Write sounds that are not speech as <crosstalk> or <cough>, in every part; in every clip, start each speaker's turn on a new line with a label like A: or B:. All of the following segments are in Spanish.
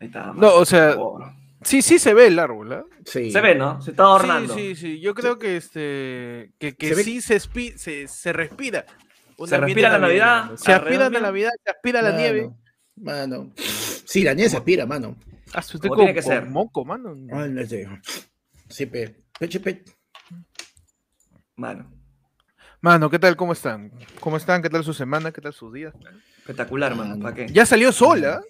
A: Ahí está.
B: No,
A: mano.
B: o sea,
A: Pobre.
B: sí, sí se ve el árbol, ¿ah?
C: Sí.
A: Se ve, ¿no? Se está adornando.
B: Sí, sí, sí. Yo creo que este que, que
C: Se ve-
B: sí se, espi- se, se respira. Un
A: Se
B: ambiente
A: respira la Navidad,
B: navideño. Se aspira a la
A: alrededor mío.
B: Navidad, se aspira a la
C: Mano,
B: nieve.
C: Mano. Sí, la nieve se aspira, mano.
B: Ah, su- estoy
A: Como tiene
B: con-
A: que
B: con
A: ser.
B: moco, mano.
C: Ay, no sé. Sí, pe. Peche, pe.
A: Mano,
B: Mano, ¿qué tal? ¿Cómo están? ¿Cómo están? ¿Qué tal su semana? ¿Qué tal sus días?
A: espectacular, mano.
C: Mano.
A: ¿Para qué?
B: Ya salió sola.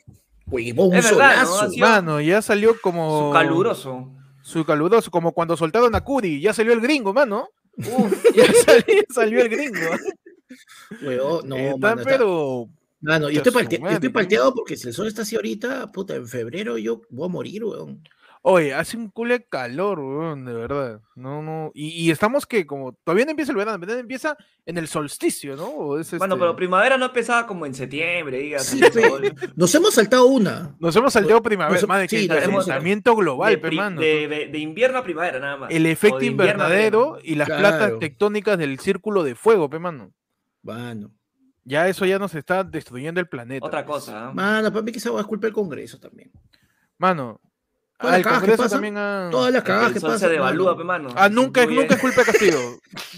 C: Huevón, un
A: Es verdad, ¿no?
C: solazo.
A: Así-
B: Mano, ya salió como.
A: Su caluroso.
B: Su caluroso, como cuando soltaron a Cudi. Ya salió el gringo, mano. <laughs> ya salió, salió el gringo.
C: Huevón, no,
B: Está,
C: mano, está-
B: pero.
C: Mano, yo
B: Puta
C: estoy,
B: su
C: parte- yo
B: madre,
C: estoy
B: ¿no?
C: palteado porque si el sol está así ahorita, puta, en febrero yo voy a morir, weón.
B: Oye, hace un culo de calor, weón, de verdad. No, no. Y, y estamos que como. Todavía no empieza el verano, el verano empieza en el solsticio, ¿no? O es,
A: Bueno,
B: este,
A: pero primavera no empezaba como en septiembre, digas.
C: Sí,
A: así,
C: pe.
A: todo el-
C: Nos hemos saltado una.
B: Nos hemos salteado primavera,
C: Nos-
B: madre, que
C: sí,
B: el
C: nos
A: hemos-
B: calentamiento global,
A: de,
B: pe,
A: pri-
B: mano.
A: de- de- de invierno a primavera, nada más.
B: El
A: O
B: efecto
A: de invierno a
B: invernadero
A: verano.
B: y las
C: Claro.
B: placas tectónicas del círculo de fuego, pe, mano.
C: Mano.
B: Ya eso ya nos está destruyendo el planeta.
A: Otra
B: pues.
A: cosa. ¿ah?
C: Mano, para mí que esa hueá es culpa del Congreso también.
B: Mano,
C: Todas las
B: al
C: cagadas que
B: Congreso
C: pasan,
B: también ha...
C: Todas las cagadas
A: Mm, El
C: que
A: sol
C: pasan.
A: se devalúa,
C: mano.
A: pe, mano.
B: Ah, nunca, es-
A: Incluye-
B: nunca es culpa de Castillo.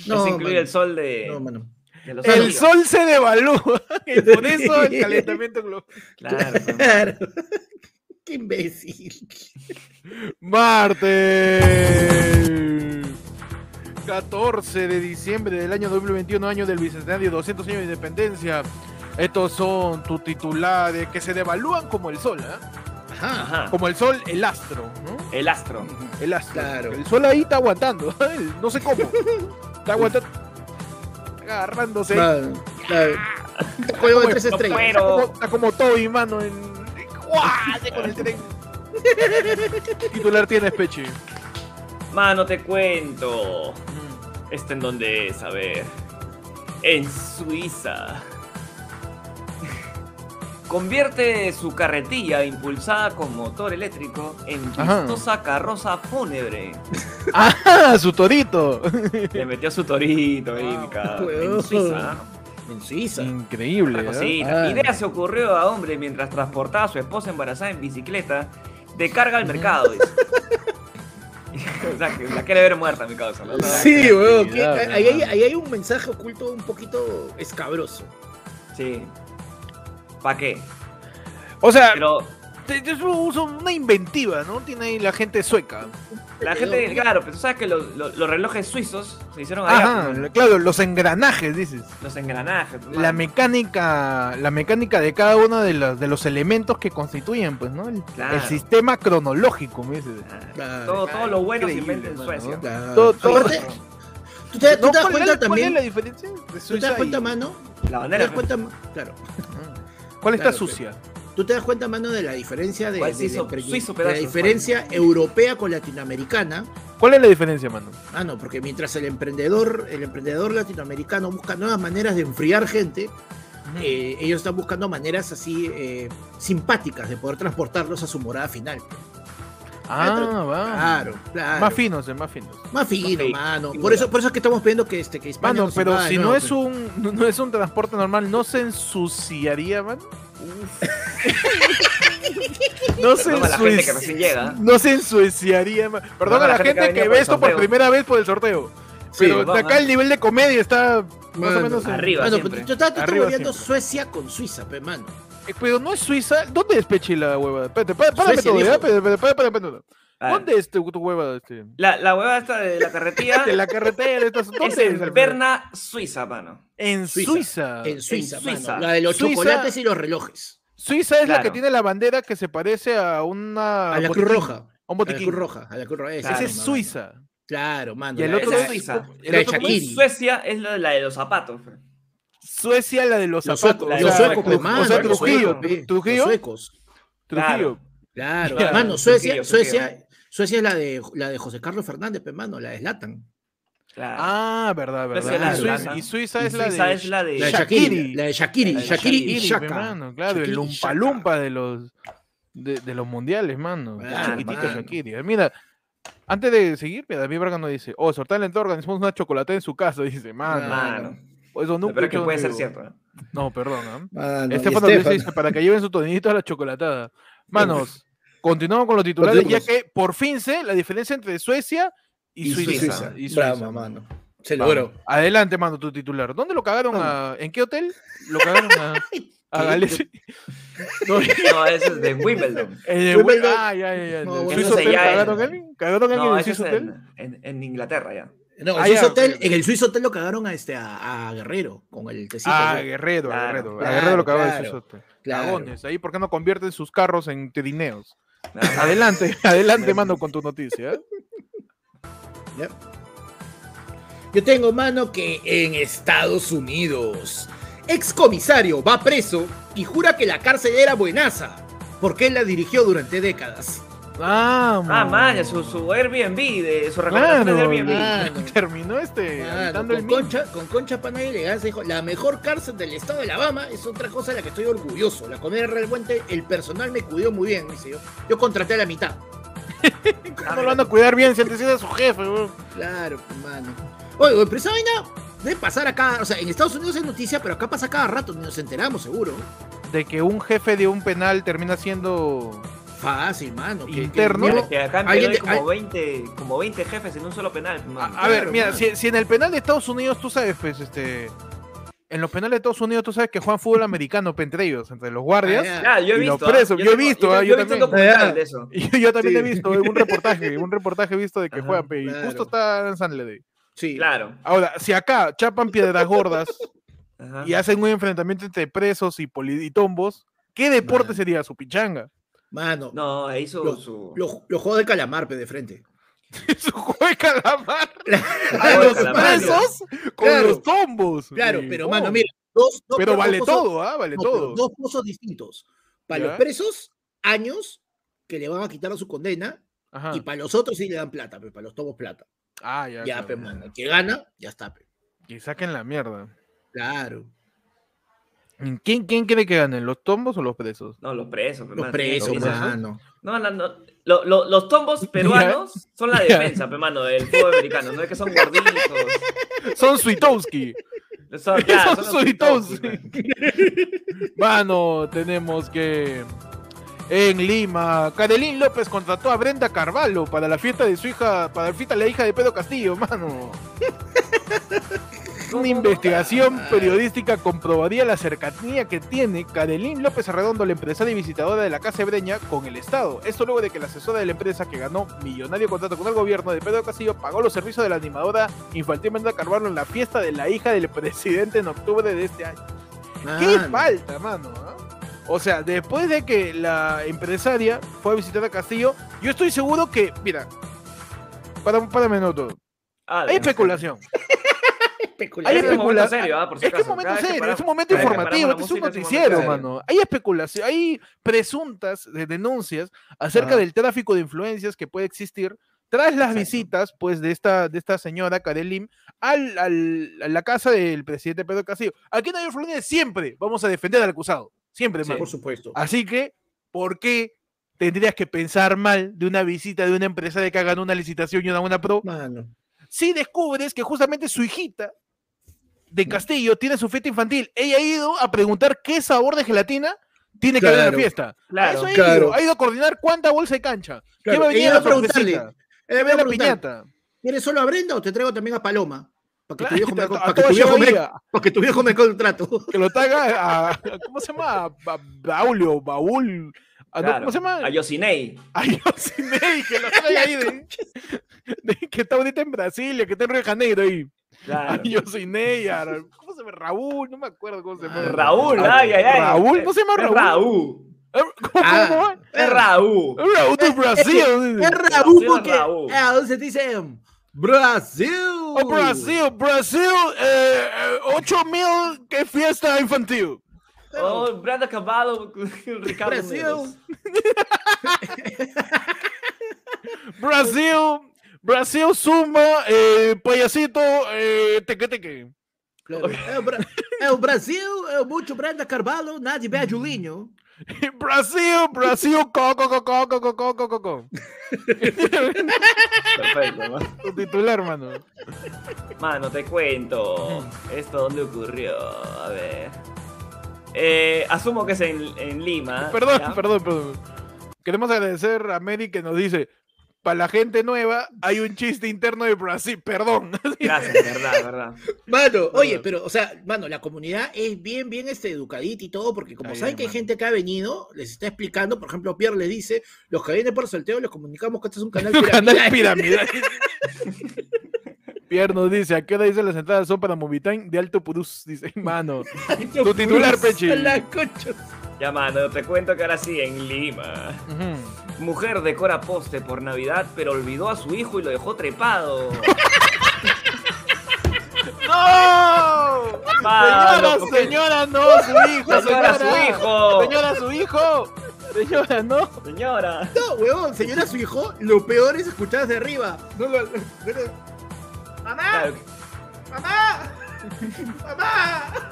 C: No,
A: se incluye
C: mano.
A: el sol de,
C: No, mano. <laughs>
A: de <laughs> los
B: el
A: amigos.
B: sol se devalúa. <laughs> y por eso
C: <laughs>
B: el calentamiento global.
A: Claro,
B: <laughs>
A: pe.
C: Claro. <laughs> Qué imbécil.
B: Marte. 14 de diciembre del año 2021, año del bicentenario, 200 años de independencia. Estos son tus titulares que se devalúan como el sol, ¿ah?
C: Ajá.
A: Ajá.
B: Como el sol, el astro, ¿no?
A: El astro.
B: El astro.
C: Claro.
B: El sol ahí está aguantando. <laughs> el- No sé cómo. Está aguantando. Agarrándose.
C: Mano,
A: <laughs>
C: claro. Juego de tres
A: No
C: estrellas.
A: puedo.
B: Como- Está como Toby, mano, en. ¡Guau! Con el tren. Titular tienes, Pechi.
A: Mano, te cuento. ¿Este en dónde es? A ver. En Suiza. Convierte su carretilla impulsada con motor eléctrico en
B: Ajá.
A: vistosa carroza
C: <laughs>
A: fúnebre.
B: ¡Ah! Su torito.
A: Le metió su torito ahí,
B: Wow.
A: mi cara, En
C: Huevón.
A: Suiza.
C: En Suiza.
B: Increíble.
A: Otra
B: ¿ah?
A: cosita.
C: Ah.
A: Idea se ocurrió a hombre mientras transportaba a su esposa embarazada en bicicleta de carga al mercado. dice. <laughs> o sea, que la quiere ver muerta, mi causa. ¿no?
C: Sí, weón. que-
B: creatividad,
C: Ahí, hay-
B: mano.
C: ahí hay un mensaje oculto un poquito escabroso.
A: Sí. ¿Para qué?
B: O sea,
A: Pero
B: te- yo uso una inventiva, ¿no? Tiene ahí la gente sueca.
A: La gente, claro, pero tú sabes que los, los- los relojes suizos se hicieron allá,
B: Ajá,
A: pues,
B: claro, los engranajes, dices.
A: los engranajes. pues,
B: La
A: mano.
B: mecánica, la mecánica de cada uno de los, de los elementos que constituyen, pues, ¿no? El,
A: Claro.
B: el sistema cronológico, me dices.
C: Claro.
A: Ah, todo, todo lo bueno se
B: Increíble,
A: inventa en
B: mano,
A: Suecia.
C: Claro.
B: Todo- todo-
C: Aparte, ¿tú te, Eh, tú
B: No,
C: te
B: ¿cuál es
C: das
B: la-
C: cuenta
B: ¿Cuál es
C: también?
B: la diferencia? de
C: ¿Tú te
B: Suiza
C: das
B: y- Ah.
C: cuenta, mano?
A: La
C: ¿Te das
A: bandera.
C: cuenta, ma- claro.
B: ¿Cuál está
C: Claro, pe.
B: sucia?
C: ¿Tú te das cuenta, mano, de la diferencia de,
A: ¿Cuál
C: de-
A: se hizo?
C: de- de
A: Suizo,
C: la
A: pedazos,
C: diferencia europea con latinoamericana?
B: ¿Cuál es la diferencia, mano?
C: Ah, no, porque mientras el emprendedor, el emprendedor latinoamericano busca nuevas maneras de enfriar gente, eh, ellos están buscando maneras así eh, simpáticas de poder transportarlos a su morada final.
B: ah, va.
C: Claro, claro.
B: Más finos, eh, más finos.
C: Más
A: Más
C: fino,
A: fino,
C: mano.
A: sin
C: Por
A: duda.
C: eso, por eso es que estamos pidiendo que este, que España
B: Mano,
C: nos
B: pero
C: invada de
B: si no
C: nuevo,
B: es
C: pues.
B: un no- no es un transporte normal, ¿no se ensuciaría, mano? no se
A: Perdón a pues, la gente que
B: ensuci-
A: recién
B: <laughs>
A: llega.
B: No se ensuciaría, ma- Perdón a la, gente,
A: ha
B: que,
A: venido por
B: ve
A: el
B: esto por
A: sorteo.
B: primera vez por el sorteo.
C: Sí,
B: Pero
A: perdón,
B: de acá
A: ¿eh?
B: el nivel de comedia está más o
C: Mano,
B: menos en-
A: arriba.
C: Mano,
A: siempre.
C: pero yo estaba
B: Arriba
C: viendo
B: siempre.
C: Suecia con Suiza, pe, mano.
B: Eh, Pero no es Suiza. ¿Dónde es Pechi la hueva? Espérate, pa- párame
C: Suecia,
B: todo,
C: dijo.
B: ya, espérate, espérate, párame, párame todo.
A: A ver,
B: ¿Dónde es tu, tu hueva? Este?
A: Ah, La, la hueva esta de la carretilla
B: <laughs> De la carretera, estas- ¿dónde pues?
A: es en
B: Alfredo?
A: Berna, Suiza, mano.
B: Ah, En
C: Suiza.
B: Suiza.
C: En Suiza, mano.
A: Suiza.
C: La de los
B: Suiza-
C: chocolates y los relojes.
B: Suiza es la que
A: Claro.
B: tiene la bandera que se parece a una.
C: a la
B: Ah, botiquín,
C: Cruz Roja.
B: A un
C: A la
B: botiquín.
C: Cruz Roja. A la Cruz Roja.
B: Ese
A: Claro,
B: es
C: mano.
B: Suiza.
C: Claro, mano.
B: Y el
C: la-
B: otro
C: esa
A: Esa
B: es
A: es Suiza.
B: el
C: La de
B: otro
C: Shakira.
B: ¿cómo es?
A: Y Suecia es la de, la de los zapatos. pues. fe.
B: Suecia la de los
C: Los
B: zapatos.
C: suecos,
B: o
C: los
B: sea,
C: suecos,
B: Tru-
C: pe, mano,
B: O sea,
C: los
B: Trujillo.
C: suecos, pe,
B: Trujillo.
C: Los suecos.
B: Trujillo.
C: Claro,
B: Claro,
C: mano,
A: los
C: Suecia,
A: chiquillos,
C: Suecia,
A: chiquillos.
C: Suecia es la de, la de José Carlos Fernández, pe, mano, la deslatan.
A: Claro.
B: Ah, verdad, verdad.
A: Suecia
C: la
B: Y Suiza-
A: Holanda.
B: y Suiza
A: Y
B: es la
A: Suiza
B: de.
A: es la de.
C: La de
B: Shak-
C: Shakiri,
B: Shakiri.
C: la de Shakiri,
A: La de
C: Shakiri y
A: Shakiri,
B: Shakiri, pe,
C: Shaka.
B: mano, Claro,
C: Shakiri
B: el
C: y
B: lumpa
C: Shaka.
B: lumpa de los. De, de los mundiales, mano. Qué
C: Claro,
B: chiquitito
C: mano.
B: Shakiri. Eh, Mira, antes de seguir, mira, David Braga nos dice: Oh, Sortal Lento organizamos una chocolatada en su casa. <laughs> Dice, mano.
C: Ah.
A: Mano.
B: Eso Ah, nunca.
A: pero que
B: escucharon
A: puede
B: en
A: ser
B: vivo.
A: cierto. ¿eh? ¿no?
B: No, perdón. ¿ah?
C: Mano, y
B: Estefano Luis
C: Estefano.
B: dice para que lleven su tonillito a la chocolatada. Manos, Continuamos con los titulares, ya
C: Continuamos.
B: que por fin sé la diferencia entre Suecia y,
A: Y
B: Suiza.
A: Suiza.
B: Y Suiza.
C: Bravo, mano. Se
A: Vamos.
C: logró.
B: Adelante, mando tu titular. ¿Dónde lo cagaron? a- ¿En qué hotel? Lo cagaron a, a Galese. <laughs> No, en
A: No, eso
B: <laughs>
A: es de Wimbledon.
B: el-
C: Wimbledon.
B: ah, ya, ya, ya.
C: No,
B: ¿En el
C: bueno,
B: Swiss
C: eso
A: ya
B: Hotel
A: es-
B: cagaron a alguien? ¿Cagaron a alguien
A: No,
B: en el
A: eso es
B: Swiss Hotel?
A: en, en- en Inglaterra ya.
C: No, el
B: Ah,
C: Swiss
B: ya,
C: Hotel-
B: ok.
C: en el Swiss Hotel lo cagaron a, este, a, a Guerrero con el tecito.
B: Ah,
C: ¿no?
B: Guerrero, a
A: Claro,
B: Guerrero. a
C: claro,
B: Guerrero lo cagaron en
C: claro,
B: el Swiss Hotel.
C: Claro.
B: Cagones, ahí por qué no convierten sus carros en tedineos. <laughs>
A: Ajá.
B: Adelante, adelante, mando con tu noticia.
C: Yo tengo mano que en Estados Unidos, excomisario va preso y jura que la cárcel era buenaza porque él la dirigió durante décadas.
B: Vamos.
A: Ah, man, su, su Airbnb, de, su recomendación de
B: Claro, Ah,
A: Airbnb. Ah,
C: Claro.
A: <laughs>
B: Terminó este
C: Claro,
B: habitando el
C: con,
B: mismo.
C: concha, con Concha Pana y Elegancia dijo, la mejor cárcel del estado de Alabama es otra cosa de la que estoy orgulloso. La comida era del puente, el personal me cuidó muy bien, dice yo. Yo contraté a la mitad.
A: Ah,
B: No lo
A: mira,
B: van a cuidar bien, si antes era su jefe, weón.
C: Claro, pues, mano. Oye, oye, pero esa vaina debe pasar acá. O sea, en Estados Unidos es noticia, pero acá pasa cada rato, ni nos enteramos seguro.
B: De que un jefe de un penal termina siendo.
C: Fácil, mano. que- que-
B: Interno.
C: mira,
A: que acá en Perú
C: alguien
A: hay
C: de-
A: como 20, como 20 jefes en un solo penal.
B: A,
A: man.
B: a ver,
C: Claro,
B: mira,
C: mano.
B: si, si en el penal de Estados Unidos, tú sabes, pues, este. En los penales de Estados Unidos, tú sabes que juegan fútbol americano pues, entre ellos, entre los guardias.
A: Ya,
C: Ah,
A: yo he
B: Y los
A: visto. ah,
B: presos, yo he
A: tengo-
B: visto, ah,
A: Yo
B: yo
A: he visto un
B: también.
A: documental
C: Ah.
A: de eso.
B: <laughs> Y yo, yo también
C: Sí.
B: he visto eh, un reportaje, un reportaje visto de que
A: Ajá,
B: juegan, pe, y
C: claro.
B: justo está en San Lede.
C: sí.
A: Claro.
B: Ahora, si acá chapan piedras gordas
A: Ajá.
B: y hacen un enfrentamiento entre presos y, poli- y tombos, ¿qué deporte
C: Mano.
B: sería su pichanga? <laughs>
C: Mano,
A: No, ahí su.
C: Lo-
A: su-
C: los, los juegos de calamar, pe, de frente.
B: su juega la mar
C: Ah,
B: a
A: juego de
B: los
A: calamar.
B: presos con
C: Claro.
B: los tombos.
C: Claro,
B: Sí,
C: pero
B: oh,
C: mano, mira, dos, dos-
B: Pero
C: dos
B: vale
C: pozos-
B: todo, ¿ah? Vale
C: no, pero
B: todo.
C: dos pozos distintos. Para
B: Ya.
C: los presos, años que le van a quitar a su condena,
B: Ajá.
C: y para los otros sí le dan plata, pe, para los tomos plata.
B: Ah, ya.
C: Ya,
B: claro.
C: pe, mano. El que gana, ya está, pe.
B: Y saquen la mierda.
C: Claro.
B: ¿Quién, ¿Quién cree que ganen? ¿Los tombos o los presos?
C: <laughs>
A: No, los presos. pe,
C: Los
A: man,
C: presos,
A: tienen que ser-
C: mano.
A: No, no, no. Lo- lo- los tombos peruanos son la
B: Ya.
A: defensa, pe, mano, del fútbol americano. No es que son gorditos.
B: <laughs> Son Suitowski.
A: Son, ya,
B: Son
A: son los
B: suitos.
A: pitosos, pe.
B: Mano, tenemos que. En Lima, Carelín López contrató a Brenda Carvalho para la fiesta de su hija, para la fiesta de la hija de Pedro Castillo, mano. Una investigación periodística comprobaría la cercanía que tiene Carelín López Arredondo, la empresaria y visitadora de la Casa Ebreña, con el Estado. Esto luego de que la asesora de la empresa que ganó millonario contrato con el gobierno de Pedro Castillo pagó los servicios de la animadora infantil Brenda Carvalho en la fiesta de la hija del presidente en octubre de este año. ¡Qué
C: Mano.
B: falta, mano! ah? O sea, después de que la empresaria fue a visitar a Castillo, yo estoy seguro que, mira, para un, para un minuto,
A: Ah,
B: hay
A: de-
B: especulación.
C: Especulación.
B: Hay
A: Es un momento
B: especulación.
A: serio, ah, por si
B: Es que es un
A: acaso.
B: momento
A: Cada vez que
B: serio,
A: para-
B: es un momento
A: cada vez que
B: informativo, este
A: paramos
B: es un
A: la música,
B: noticiero,
A: es un momento
B: mano. Hay especulación, hay presuntas de denuncias acerca
A: Ajá.
B: del tráfico de influencias que puede existir tras las
A: Exacto.
B: visitas, pues, de esta, de esta señora Karel Lim al, al- a la casa del presidente Pedro Castillo. Aquí no hay influencia, siempre vamos a defender al acusado. Siempre,
C: Sí,
B: mano.
C: por supuesto.
B: Así que, ¿por qué tendrías que pensar mal de una visita de una empresa de que hagan una licitación y una, una pro?
C: Mano.
B: Si descubres que justamente su hijita
C: Mm.
B: de Castillo tiene su fiesta infantil, ella ha ido a preguntar qué sabor de gelatina tiene que haber en la
C: Claro.
B: fiesta. A eso
A: Claro.
B: ha ido,
C: Claro.
B: ha ido a coordinar cuánta bolsa de cancha. ¿Qué
C: Claro,
B: va a venir
C: ella
B: la
C: va a preguntarle,
B: sorpresita?
C: Eh, voy
B: ¿Qué
C: a
B: va la
C: preguntar,
B: piñata?
C: ¿Quieres solo a Brenda o te traigo también a Paloma? Para que
B: <laughs>
C: tu viejo me,
B: Claro,
C: con-
B: a
C: para que
B: todo
C: tu viejo
B: llegó
C: me-
B: ella,
C: para que tu viejo
B: <laughs>
C: me contrato.
B: que lo traiga a, a- ¿cómo se llama? A Ba- Braulio, Baúl. a- no,
A: Claro.
B: ¿Cómo se llama?
A: A Yosinei.
B: A Yosinei, que lo trae ahí de, de- que está ahorita en Brasilia, que está en Río de Janeiro ahí.
A: Claro.
B: A Yosinei, a Ra- ¿cómo se llama? Raúl, no me acuerdo cómo se llama.
A: <laughs>
C: Ah,
A: Raúl,
B: A-
A: ay, ay, ay.
B: Raúl, ¿no se llama
A: Es
B: Raúl?
A: Raúl.
B: ¿Cómo, Eh, cómo,
C: Ah. Eh,
B: cómo?
A: Es Raúl.
B: Raúl de Brasil.
C: Es
B: dice.
C: Raúl
A: Sí, es
C: porque eh,
A: Raúl.
C: a veces dicen Brasil.
B: Oh, Brasil, Brasil, eh, eh, 8000, qué fiesta infantil.
A: Oh, Brenda Caballo, <laughs> Ricardo.
C: Brasil.
A: Melos.
B: Brasil, Brasil suma, eh, payasito, eh, teque teque. <laughs>
C: Claro. É, o Bra- é o Brasil, é o muito Brenda Carvalho, Nadia Bé Julinho.
B: Brasil, Brasil, coco, coco, coco, coco, coco.
A: Perfecto, man.
B: Tu titular, hermano.
A: Mano, te
B: <laughs>
A: cuento. ¿Esto dónde ocurrió? A ver. Eh, asumo que es en, en Lima.
B: Perdón,
A: ¿ya?
B: perdón, perdón. Queremos agradecer a Mary que nos dice, para la gente nueva hay un chiste interno de Brasil, perdón. <laughs>
A: Gracias, de verdad, de verdad.
C: Mano, oye, pero, o sea, mano, la comunidad es bien, bien este, educadita y todo, porque como
B: Está
C: saben
B: bien,
C: que hay
B: mano.
C: gente que ha venido, les está explicando, por ejemplo, Pierre le dice, los que vienen por sorteo les comunicamos que este es
B: <laughs>
C: un canal piramidal. <laughs>
B: Canal piramidal. <laughs> Pierre nos dice, ¿a qué hora dice las entradas son para Movitain de Alto Purús? Dice, mano. Tu titular, Pechi.
C: La concha.
A: Ya, mano, te cuento que ahora sí, en Lima.
B: Ujú.
A: Mujer decora poste por Navidad, pero olvidó a su hijo y lo dejó trepado.
B: ¡No!
A: Mano,
B: Señora,
A: ¿por qué?
B: señora, no, su hijo,
A: Señora,
B: Ah, señora.
A: su hijo.
B: Señora, su hijo. Señora, no.
A: Señora.
C: No, huevón, señora su hijo, lo peor es escuchar desde arriba. No, lo- no lo- Mamá,
A: Claro que-
C: mamá, <laughs> mamá.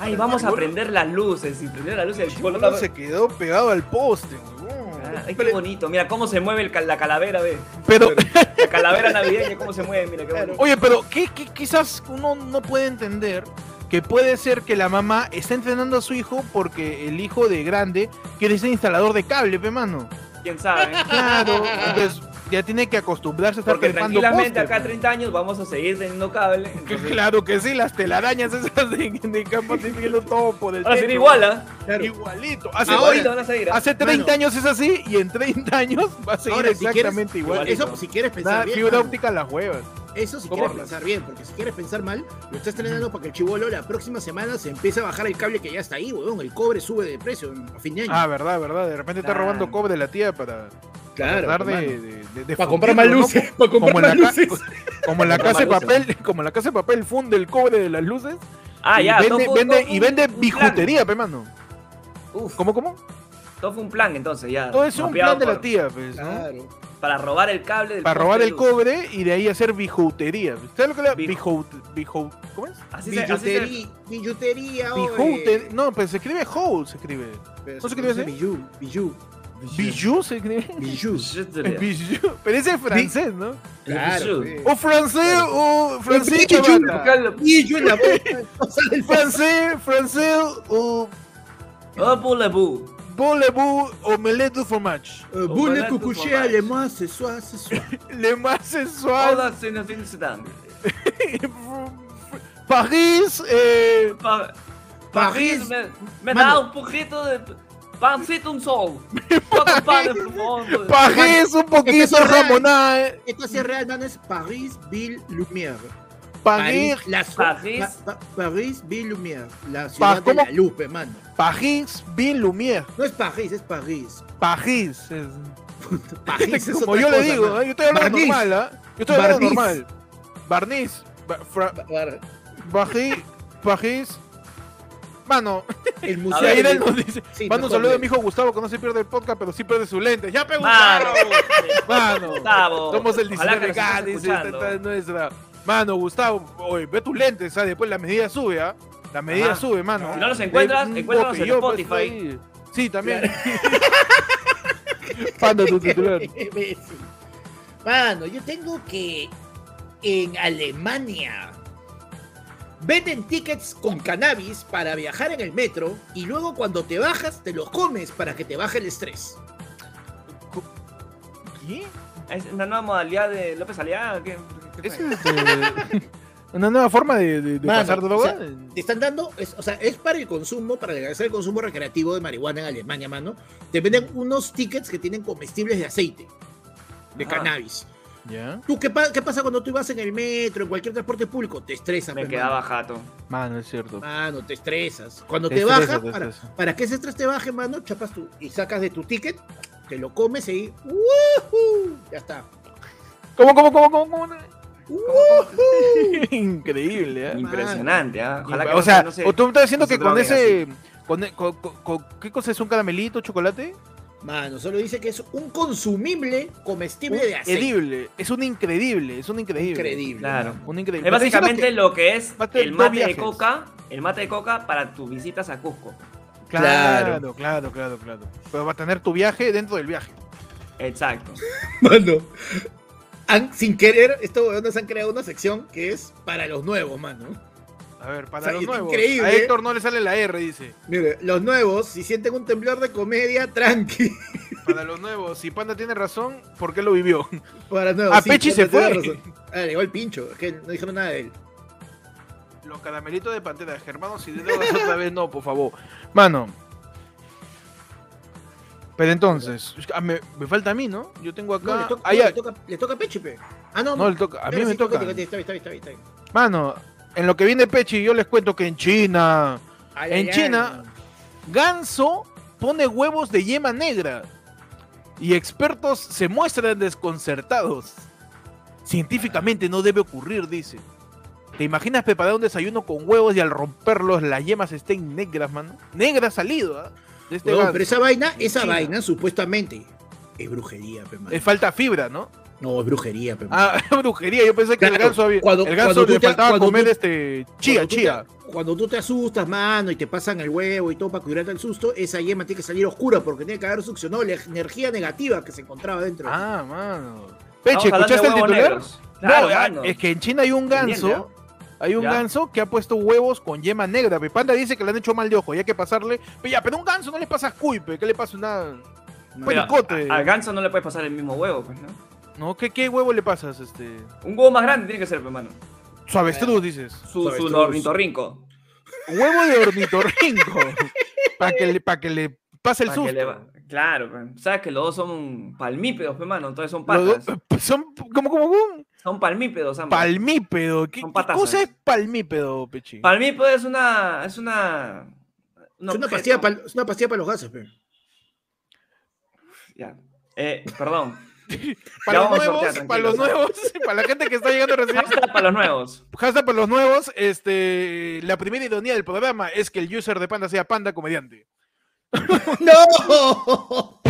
A: Ay, vamos a prender las luces. Y prender las luces, el chibolo
B: Solo
A: está-
B: se quedó pegado al poste, huevón.
A: Ah, ay, qué bonito. Mira cómo se mueve el cal- la calavera, ve.
B: Pero,
A: La calavera navideña, cómo se mueve, mira qué bonito.
B: oye, pero ¿qué, qué- quizás uno no puede entender que puede ser que la mamá está entrenando a su hijo porque el hijo de grande quiere ser instalador de cable, pe mano.
A: ¿Quién sabe?
B: Claro, entonces ya tiene que acostumbrarse a estar
A: Porque
B: trepando
A: tranquilamente
B: postes,
A: acá a
B: pe.
A: 30 años vamos a seguir teniendo cable.
B: Que
A: entonces-
B: pues. Claro que sí, las telarañas esas de, de campo tienen que irlo todo por el
A: Ahora sería
B: techo.
A: igual, ¿ah?
C: Claro.
B: Igualito. Hace,
C: Ahora,
A: Igualito van a seguir. ¿ah?
B: hace 30
C: Mano.
B: años es así y en 30 años va a seguir
C: Ahora, si quieres,
B: exactamente igual.
A: igual.
C: Eso pues, si quieres
B: Nada,
C: pensar bien.
B: fibra
C: mano.
B: óptica las huevas.
C: Eso si
A: ¿Cómo
C: quieres
A: hablas?
C: pensar bien, porque si quieres pensar mal, lo estás entrenando para que el chivolo la próxima semana se empiece a bajar el cable que ya está ahí, huevón. El cobre sube de precio a fin de año.
B: Ah, verdad, verdad. De repente está
A: Claro.
B: robando cobre la tía para
C: claro.
B: tratar
C: hermano.
B: de, de- de- de
C: Para comprar más
B: fundirlo, ¿no?
C: luces, <laughs> para
B: Como
C: comprar
B: en la
C: más
B: ca- <laughs> ¿Ah?
C: luces.
B: Como en la
A: Comprar
B: casa de
A: más luces.
B: papel, como en la casa de papel funde el cobre de las luces.
A: Ah,
B: y
A: ya. todo
B: vende,
A: fue-
B: vende-
A: todo fue
B: y
A: un-
B: vende
A: un
B: bijutería, pe mano.
A: plan. Uf,
B: ¿Cómo, cómo?
A: todo fue un plan entonces, ya.
B: Todo es un
A: mapeado
B: plan de la
A: por-
B: tía, pues, ¿no?
C: Claro.
A: Para robar el cable del
B: Para
A: poste
B: robar
A: de
B: el
A: luz.
B: cobre y de ahí hacer bijutería. ¿Sabes lo que era?
A: Bij-
B: Bijout- bijou- ¿Cómo es?
A: Así se, así se-
C: Billutería, billutería,
A: eh.
B: Bijoute- No, pues se escribe hoe, se escribe. ¿No se escribe así?
C: Bijou, bijou,
B: Bijou se escribe.
C: bijou.
A: Billutería.
B: <laughs> Bijou. Pero ese es francés, ¿no?
C: Claro.
A: Bijou.
B: O francés o francés.
C: Bijou.
B: chavata.
A: Buscarlo.
C: Bijou en la boca. <laughs> no sale
B: <laughs>
C: el
B: Francés, francés o
A: Oh, boulabou.
B: bolebou omelette du fromage.
C: Euh,
A: Au
C: Boule
A: malade ou
C: coucouché
A: fromage.
C: allemand, c'est soir, c'est soir.
B: Le más sensual.
A: Hola, señor Amsterdam.
B: París. Eh...
A: Pa-
C: París.
A: París, me, me
C: Mano.
A: da un poquito de pancito un sol. Cuatro panes, por
B: <laughs>
A: favor.
B: París un
C: es
B: poquito
C: real.
B: ramonada. eh.
C: Et toi, c'est réel, non, c'est Paris, Bill, Lumière.
B: París.
C: la so-
A: Paris.
C: Pa- Pa- Paris, Bill, Lumière. La ciudad de
B: ¿cómo?
C: la luz, pe, mano.
B: París, bien Lumière.
C: No es Paris, es Paris.
B: París. es- <laughs>
C: Paris es
B: Como
C: otra
B: yo le
C: cosa,
B: digo,
C: mano.
B: ¿eh? yo estoy hablando
C: Barniz.
B: normal, ¿ah? Yo estoy hablando
C: Barniz.
B: normal. Barniz. Ba- fra-
C: Ba- ba-
B: Bají- Bajís. Mano,
C: El
A: A
B: si
C: museo.
A: ver,
B: ayer él
C: de-
B: nos dice.
C: Sí,
B: Mando un
C: mejor
B: saludo a
C: de-
B: mi hijo Gustavo, que no se pierde el podcast, pero sí pierde su lente. ¡Ya pegó
A: Mano.
B: Mano.
A: Gustavo,
B: Somos el
A: ojalá
B: 19
A: que nos
B: acá,
A: estés
B: dice, esta-
A: escuchando.
B: esta es nuestra. Mano, Gustavo, oye, ve tus lentes, ¿sabes? Después la medida sube, ¿ah? La medida
A: Ajá.
B: sube, mano.
A: Si no los encuentras,
B: Mm,
A: encuéntranos en
B: yo, pues,
A: Spotify.
B: ahí. Sí, también. <laughs> Panda tu titular.
C: <laughs> Imbécil. Mano, yo tengo que en Alemania venden tickets con cannabis para viajar en el metro y luego cuando te bajas te los comes para que te baje el estrés.
B: ¿Qué?
A: Es una nueva modalidad de López Aliaga. ¿qué? ¿Qué
B: ¿Es
A: fue?
B: este, una nueva forma de, de, de
C: Mano,
B: pasar droga?
C: o sea, Te están dando, es, o sea, es para el consumo, para legalizar el consumo recreativo de marihuana en Alemania, mano. Te venden unos tickets que tienen comestibles de aceite, de
A: Ajá.
C: cannabis.
B: ¿Ya?
C: ¿Tú qué, pa- qué pasa cuando tú vas en el metro, en cualquier transporte público? Te estresa,
A: Me
C: pe,
A: quedaba
C: mano.
A: jato.
B: Mano, es cierto.
C: Mano, te estresas. Cuando
B: Te
C: te,
B: estresas,
C: bajas,
B: te
C: para,
B: estresas.
C: para que ese estrés te baje, mano, chapas tú y sacas de tu ticket, te lo comes y ¡wujú! ya está.
B: ¿Cómo, cómo, cómo, cómo, <laughs> cómo?
C: ¡Wujú!
B: Increíble, ¿eh?
A: Impresionante, ¿ah? Ojalá que
B: o
A: no
B: sea,
A: no se-
B: o tú me estás diciendo
A: no
B: que
A: se
B: con
A: droguen
B: ese... Con, con- con- con- ¿Qué cosa es un caramelito, chocolate?
C: Mano, solo dice que es un consumible comestible de aceite.
B: Increíble. Es un increíble, es un increíble.
C: Increíble.
A: Claro.
B: Un increíble.
A: Es básicamente lo que es
B: va a tener
A: el
B: dos
A: mate de
B: viajes.
A: coca, el mate de coca para tus visitas a Cusco.
B: Claro, claro, claro, claro. Pero va a tener tu viaje dentro del viaje.
A: Exacto.
C: <laughs> Mano, han- sin querer, estos huevones han creado una sección que es para los nuevos, mano.
B: A ver, para
C: O sea,
B: los
C: es
B: nuevos.
C: increíble.
B: A
C: ¿eh?
B: Héctor no le sale la R, dice.
C: Mire, los nuevos, si sienten un temblor de comedia, <laughs> tranqui.
B: Para los nuevos, si Panda tiene razón, ¿por qué lo vivió? <laughs>
C: Para nuevo,
B: Ah, Pechi
C: Panda
B: se
C: tiene
B: fue.
C: razón. Ah, le llegó el pincho, es que no dijeron nada de él.
B: Los caramelitos de pantera, Germano, si de drogas otra vez no, por favor. Mano. Pero entonces, ah, me, me falta a mí, ¿no? Yo tengo acá.
C: No, le, toca,
B: ah,
C: no,
B: ya,
C: le, toca, le toca a Pechi, pe. Ah, no,
B: no, le toca. A mí
C: Espera,
B: me
C: sí, toca
B: toca.
C: a ti, Está bien, está bien, está bien, está bien.
B: Mano, en lo que viene Pechi, yo les cuento que en China,
C: Ay,
B: En
C: ay,
B: China-
C: ay.
B: Ganso pone huevos de yema negra. Y expertos se muestran desconcertados. Científicamente no debe ocurrir, dice. ¿Te imaginas preparar un desayuno con huevos y al romperlos las yemas estén negras, mano? Negra salido, ¿ah? De este
C: Huevón,
B: ganso.
C: pero esa vaina, esa
B: China.
C: vaina, supuestamente, es brujería, pe, mano.
B: Eh, falta fibra, ¿no?
C: No, es brujería, pe. mano.
B: Ah, <laughs> brujería, yo pensé que el
C: Claro,
B: ganso había.
C: cuando-
B: el ganso
C: cuando tú
B: le
C: te-
B: faltaba
C: cuando
B: comer
C: tú-
B: este. Chía,
C: Cuando tú
B: chía.
C: te- cuando tú te asustas, mano, y te pasan el huevo y todo para cuidarte del susto, esa yema tiene que salir oscura porque tiene que haber succionado la energía negativa que se encontraba dentro.
B: Ah, mano.
A: Estamos
B: Peche,
A: hablando de
B: ¿escuchaste el
A: huevos
B: titular?
A: negros. Claro,
B: no, ah,
A: mano.
B: es que en China hay un ganso.
A: Entiende,
B: Hay un
A: Ya.
B: ganso que ha puesto huevos con yema negra. pe. Panda dice que le han hecho mal de ojo y hay que pasarle. Pero ya, pero un ganso no le pasa cuipe, ¿qué le pasa una.
C: No,
A: Pero
B: Bueno, Pericote.
A: a- Al ganso no le puedes pasar el mismo huevo, pues, ¿no?
B: No, ¿qué, qué huevo le pasas? Este.
A: Un huevo más grande tiene que ser, pues, hermano.
B: Suavestruz, dices.
A: Su, su
C: Avestruz.
A: ornitorrinco.
B: Huevo de
A: <laughs>
B: ornitorrinco. Para que, le- pa' que le pase el
A: Pa' que le
B: susto.
A: va- Claro, pues, sabes que los dos son palmípedos, pues, hermano. Entonces son
B: Los
A: patas.
B: dos- <laughs> Son como, como un
A: Son palmípedos ambos.
B: palmípedo. ¿Qué,
A: Son eh.
B: qué
A: patazas.
B: cosa es palmípedo, Pechi?
A: Palmípedo es una. Es una. un
C: es, una
A: objeto.
C: pastilla pa- es una pastilla para los gases, pe.
A: Ya. Eh,
B: <laughs>
A: perdón.
B: para los
A: vamos a
B: nuevos,
A: sortear,
B: para los
A: tranquilos.
B: nuevos, <laughs> para la gente que está llegando recién.
A: Hashtag para los nuevos.
B: Hashtag para los nuevos, este, la primera ironía del programa es que el user de Panda sea Panda Comediante.
C: ¡No!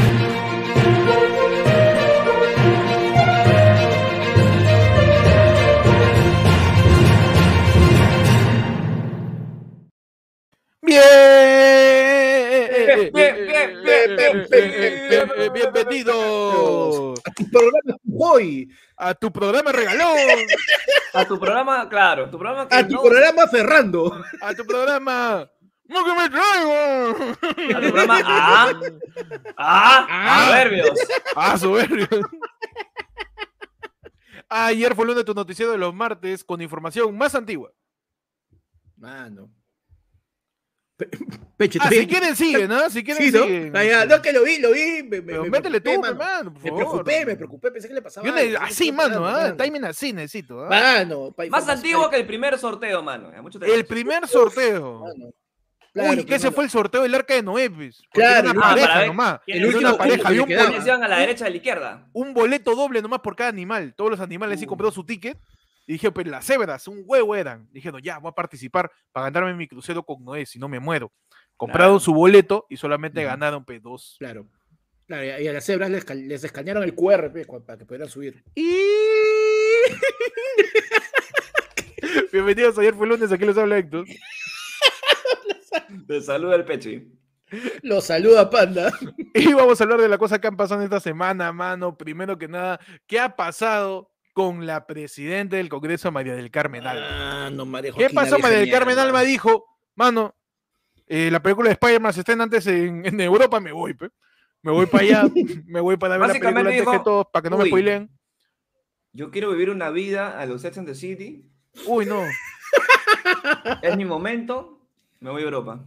B: Bien.
A: bien, bien, bien, bien, bien.
B: Bienvenidos
C: Tu programa hoy,
B: a tu programa regalón,
A: A tu programa, claro. Tu programa que
C: a tu
A: no-
C: programa Ferrando.
B: a tu programa. ¡No que me traigo!
A: A tu programa. ¡Ah! ¡Ah!
B: Ah.
A: ¡Soberbios!
B: Ah, soberbio. Ayer fue el lunes tu noticiero de los martes con información más antigua.
C: Mano. Pe- Peche,
B: Ah,
C: ¿estás
B: si
C: bien?
B: quieren siguen, ¿no? Si quieren
C: Sí, ¿no?
B: siguen.
C: Ah, ya, no, que lo vi, lo vi. Me, me-
B: Pero
C: me
B: métele
C: preocupé,
B: tú,
C: mano.
B: hermano, por
C: Me
B: favor.
C: preocupé, me preocupé, pensé que le pasaba
B: Yo ne-
C: algo, pensé que
B: así,
C: estaba
B: mano,
C: pasando,
B: ah, timing así necesito. ah.
C: Mano, pa'
A: Más
C: información.
A: antiguo que el primer sorteo, mano. Ya, mucho te-
B: El primer sorteo.
C: Mano.
B: Uy,
C: Claro,
B: que ese
C: mano.
B: fue el sorteo del arca de Noé, pues. Porque era
C: Claro, el
B: una
A: último. Ah,
B: pareja
A: para ver.
B: nomás.
A: El
B: Era
A: último
B: una pareja,
C: cupo que
B: había un,
C: le
B: bolet-
A: ¿Quiénes iban a la derecha y a la izquierda?
B: un boleto doble nomás por cada animal. Todos los animales sí
A: Uh.
B: compró su ticket. Y dije, pero las cebras, un huevo eran. Dijeron, ya, voy a participar para ganarme mi crucero con Noé, si no me muero. Compraron
A: Claro.
B: su boleto y solamente
C: Ujú.
B: ganaron pues, dos.
C: Claro. Claro, y a- y a las cebras les, cal- les escanearon el QR pe, cua- para que pudieran subir.
B: Y... <laughs> Bienvenidos, ayer fue lunes, aquí les habla Héctor.
A: Te saluda el Pechi.
C: Los saluda Panda.
B: Y vamos a hablar de la cosa que han pasado en esta semana, mano. Primero que nada, ¿qué ha pasado con la presidenta del Congreso, María del Carmen Alma?
C: Ah, no, María
B: ¿Qué
C: Joaquina,
B: pasó?
C: vieja
B: María del Carmen
C: mierda.
B: Alma dijo, mano, eh, la película de Spider-Man, si estén antes en, en Europa, me voy, pe. Me voy para
C: <laughs>
B: allá, me voy para ver la película
A: Básicamente
B: antes que
A: dijo,
B: todos, para que no me
A: "Uy".
B: spoileen.
A: Yo quiero vivir una vida a los Sex and the City.
B: Uy, no.
A: Es mi momento. Me voy a Europa.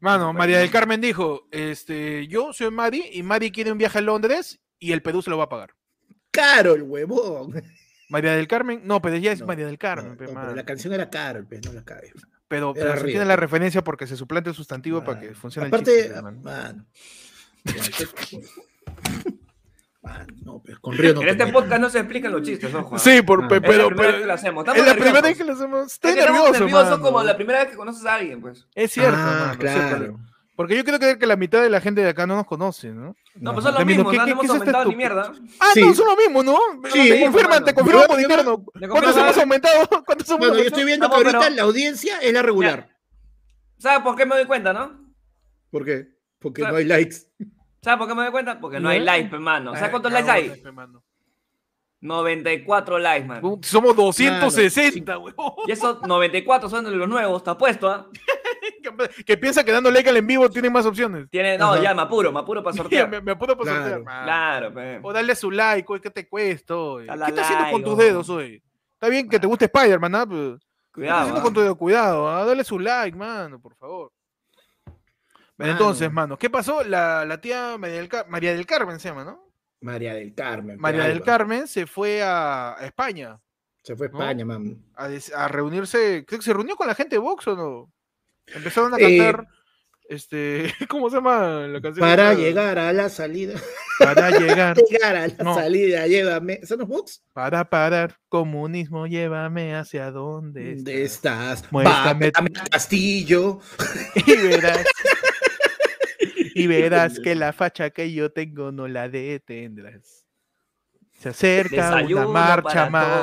B: Mano,
A: Bueno.
B: María del Carmen dijo, este, yo soy Mari y Mari quiere un viaje a Londres y el Perú se lo va a pagar.
C: Caro el huevón.
B: María del Carmen, no, pero ya es
C: No,
B: María del Carmen,
C: No,
B: pe,
C: no, pero
B: mano.
C: la canción era Carol, pe, no la cabe.
B: Pero, pero
C: Era
B: se
C: arriba.
B: tiene la referencia porque se suplante el sustantivo para que
C: Mano.
B: funcione
C: Aparte,
B: el chiste.
C: ah,
B: hermano.
C: mano. Mano, no, pues con Río no
A: en este
C: te metas.
A: podcast no se explican los chistes, ojo. ah.
B: Sí, por,
C: Ah.
B: pe-
C: Es
A: Es la
B: pero,
A: primera
B: pero-
A: vez que lo hacemos.
B: es
A: Estamos
B: la primera vez
A: nerviosos.
B: que lo hacemos. Estoy
A: Es que estamos
B: nervioso,
A: nerviosos
B: mano.
A: como la primera vez que conoces a alguien, pues.
B: Es cierto,
C: Ah,
B: mano, es cierto.
C: claro.
B: Porque yo creo que, que la mitad de la gente de acá no nos conoce, ¿no?
A: No, pues
C: Ajá.
A: son lo
B: También,
A: mismo,
B: ¿qué-
A: no
B: qué-
A: hemos
B: qué es esta
A: aumentado ni
B: estupi-
A: mierda.
B: Ah,
C: Sí.
B: no, son lo mismo, ¿no?
C: Sí.
B: Te confirman, te
A: Yo-
B: confirman por
C: yo-
B: interno.
A: yo-
B: ¿Cuántos hemos aumentado? <laughs> ¿Cuántos hemos
C: Bueno, yo estoy
B: aumentado?
C: viendo que
A: Estamos,
C: ahorita
A: pero-
C: la audiencia es la regular.
A: ¿Sabes por qué me doy cuenta, no?
C: ¿Por qué? Porque
A: Claro.
C: no hay likes.
A: ¿Sabes por qué me doy cuenta? Porque no
B: Ya.
A: hay likes, pues, hermano.
B: Ah,
A: ¿Sabes cuántos likes
B: Cagones,
A: hay?
B: pe, mano.
A: 94 likes, man.
B: Uh, Somos 260, huevón. <laughs>
A: Y esos 94 son de los nuevos, está puesto, ¿ah?
B: Que que piensa que dando like al en vivo tienen más opciones.
A: Tiene, no,
C: Ajá.
A: ya me apuro, me apuro para
B: <laughs> Ya,
A: sortear.
B: me, me puedo
C: Claro.
B: sortear, Ah, man.
A: Claro, pues. pe.
B: O darle su like, oye, ¿qué te cuesta? oye?
A: Dale
B: ¿Qué estás haciendo con
A: like,
B: tus
A: oye.
B: dedos hoy? Está bien que te guste Spider-Man, ¿ah? Pero- ¿Qué estás
A: Cuidado.
B: haciendo
A: ah.
B: con tu dedo? Cuidado, ah, dale su like, mano, por favor. Bueno, Entonces, mano, ¿qué pasó? La, la tía María del, Car- María del Carmen se llama, ¿no?
C: María del Carmen.
B: María
C: pe,
B: del
C: Alba.
B: Carmen se fue a, a España
C: Se fue a
B: ¿no?
C: España, man.
B: a, des- a reunirse. Creo que se reunió con la gente de Vox o no. Empezaron a
C: Eh,
B: cantar. Este, <laughs> ¿cómo se llama la canción?
C: Para
B: Esta-
C: llegar a
B: <laughs>
C: la salida.
B: Para
C: <laughs>
B: llegar,
C: Llegar a la
B: No.
C: salida, llévame. ¿Son los box?
B: para parar. Comunismo, llévame hacia donde.
D: Mm,
C: ¿Dónde
B: estás.
C: estás?
B: Muéstrame-
C: Bájame al castillo.
B: Y verás. Y verás que la facha que yo tengo no la detendrás. Se acerca
A: Desayuno
B: una
A: para
B: marcha más.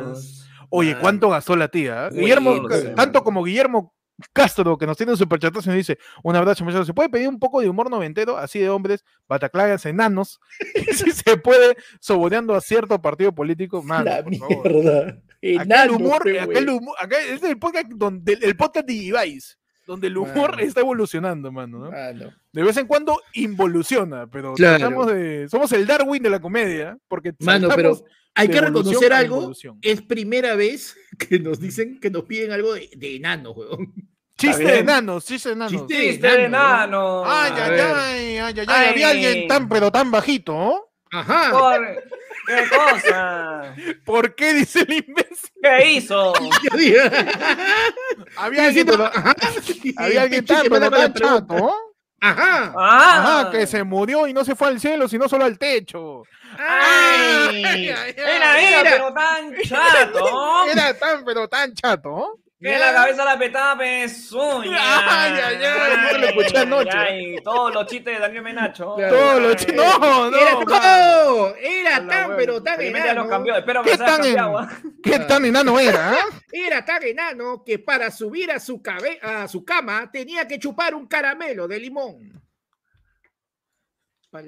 A: todos.
B: Oye, ¿cuánto gastó la tía? eh?
A: Uy,
B: Guillermo,
A: no
B: ca-
A: sé.
B: tanto como Guillermo Castro, que nos tiene un superchatazo y nos dice, un abrazo, muchachos. ¿Se puede pedir un poco de humor noventero, así de hombres, bataclagas, enanos? <laughs> Y si se puede, soboreando a cierto partido político, mano,
C: la
B: Ah, por favor.
C: mierda.
B: Aquel
C: Enano,
B: humor,
C: pe,
B: aquel
C: wey.
B: humor, acá es el podcast donde el podcast de Ibáis, donde el humor
C: Mano.
B: está evolucionando, mano. ¿no?
D: Ah,
C: Mano.
B: De vez en cuando involuciona, pero
C: Claro.
B: tratamos de. Somos el Darwin de la comedia, porque
C: Mano, pero
B: saltamos
D: Hay
B: de
D: que
B: evolución
D: reconocer
B: a
D: algo.
B: involución.
D: Es primera vez que nos dicen que nos piden algo de, de enanos, weón.
B: Chiste
A: bien.
B: de enanos, chiste de enanos.
D: Chiste
A: Chiste de enano.
B: Ay,
A: A
B: ay,
A: ver.
B: ay, ay, ay, ay, había
A: Ay.
B: alguien tan, pero tan bajito, ¿no?
D: Ajá.
A: Por- ¿Qué cosa?
B: ¿Por qué dice el imbécil?
A: ¿Qué hizo?
D: <laughs> Yo digo- <laughs>
B: Había alguien,
D: Diciendo,
B: pero-
D: ajá.
B: <laughs> había alguien
D: Pinche
B: tan, pero
D: semana
B: tan
D: para la
B: chato, ¿no?
D: Ajá.
A: Ah,
B: Ajá, que se murió y no se fue al cielo, sino solo al techo.
D: Ay.
A: Era, era, pero tan chato.
B: Era tan, pero tan chato, ¿no?
A: Que la cabeza la petaba pezuña.
B: Ay, ay, ay, eso lo escuché anoche.
A: ay, todos los chistes de Daniel Menacho.
D: Claro.
B: Todos los
A: Ay,
B: chi- No, no.
D: era,
B: mano.
D: no, era
B: Hola,
D: tan,
B: weón.
D: pero tan
A: Felizmente ya los
D: enano.
A: cambió. Espero
B: ¿Qué
A: que se haya
B: tan en-
A: cambiado. ah.
B: ¿Qué tan enano
A: <laughs>
B: era? ah?
D: Era tan enano que para subir a su, cabe- a su cama tenía que chupar un caramelo de limón.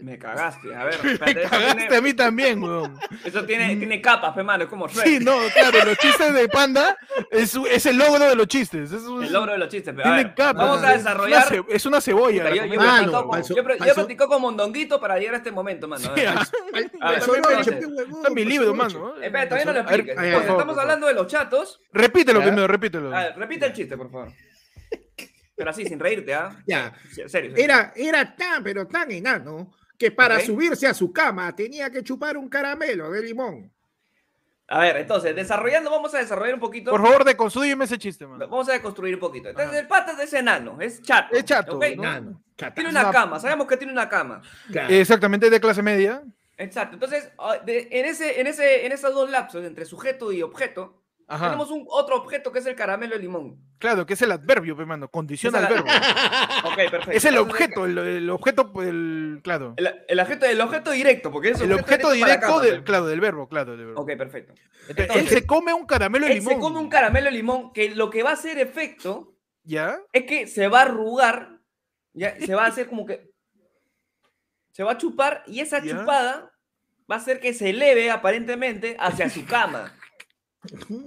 A: Me cagaste. A ver,
B: <laughs> Me
A: espérate, eso
B: cagaste
A: tiene,
B: a mí
A: <laughs>
B: también, weón.
A: eso tiene, tiene capas, pe mano. Es como Shrek.
B: Sí, no, claro, los chistes de panda es, es el logro de los chistes. Es, un-
A: El logro de los chistes. Pero, a
B: tienen
A: ver,
B: capas,
A: vamos a
B: es una
A: desarrollar.
B: ce- Es una cebolla.
A: Puta,
B: la
A: yo, yo,
B: comida.
C: Mano,
A: practico-
C: falso-
A: yo pra- yo
C: falso-
A: practico como mondonguito para llegar a este momento, mano. A ver.
D: Pal-
A: A
B: Ah,
A: ver,
D: pasó
A: espérate.
D: noche, pe, huevón,
B: Está en ah, mi
D: pasó
B: libro,
D: noche.
B: mano. ¿eh?
A: Espera, todavía no lo
B: A ver,
A: expliques.
B: por
C: ay,
A: Entonces,
B: favor,
A: estamos
B: por favor.
A: hablando de los chatos.
B: Repítelo
C: ¿Ya?
B: primero, repítelo.
A: A ver, repite el chiste, por favor. Pero así, sin reírte, ¿ah?
D: Ya.
A: Sí, en Serio. en serio.
D: Era, era tan, pero tan enano que para
A: Ok.
D: subirse a su cama tenía que chupar un caramelo de limón.
A: A ver, entonces, desarrollando, vamos a desarrollar un poquito.
B: Por favor, deconstruyeme ese chiste, mano.
A: Vamos a deconstruir un poquito. Entonces,
B: Ajá.
A: el pata de ese enano, es chato.
B: Es chato,
A: ¿ok?
B: ¿no? Eh,
D: Enano. Chata.
A: Tiene una
B: Una-
A: cama, sabemos que tiene una cama.
D: Claro.
B: Exactamente, de clase media.
A: Exacto. Entonces, ah, de- en, ese, en, ese, en esos dos lapsos, entre sujeto y objeto,
B: Ajá.
A: tenemos un otro objeto que es el caramelo de
B: <laughs>
A: limón.
B: Claro, que es el adverbio, pe, mano. Condiciona
A: Es
B: el
A: el-
B: verbo.
A: Ok, perfecto.
B: Es el
A: Entonces,
B: objeto, el, el objeto, el, claro.
A: El, el objeto, el objeto directo, porque es
B: El objeto
A: para
B: directo,
A: cama,
B: del,
A: ¿no?
B: claro, del verbo, claro, del verbo.
A: Ok, perfecto.
B: Entonces,
A: Entonces,
B: él se come un caramelo de
A: Él
B: limón.
A: se come un caramelo de limón que lo que va a hacer efecto
B: ¿Ya?
A: es que se va a arrugar, ya, se va a hacer como que se va a chupar y esa
B: Ya.
A: chupada va a hacer que se eleve aparentemente hacia su cama.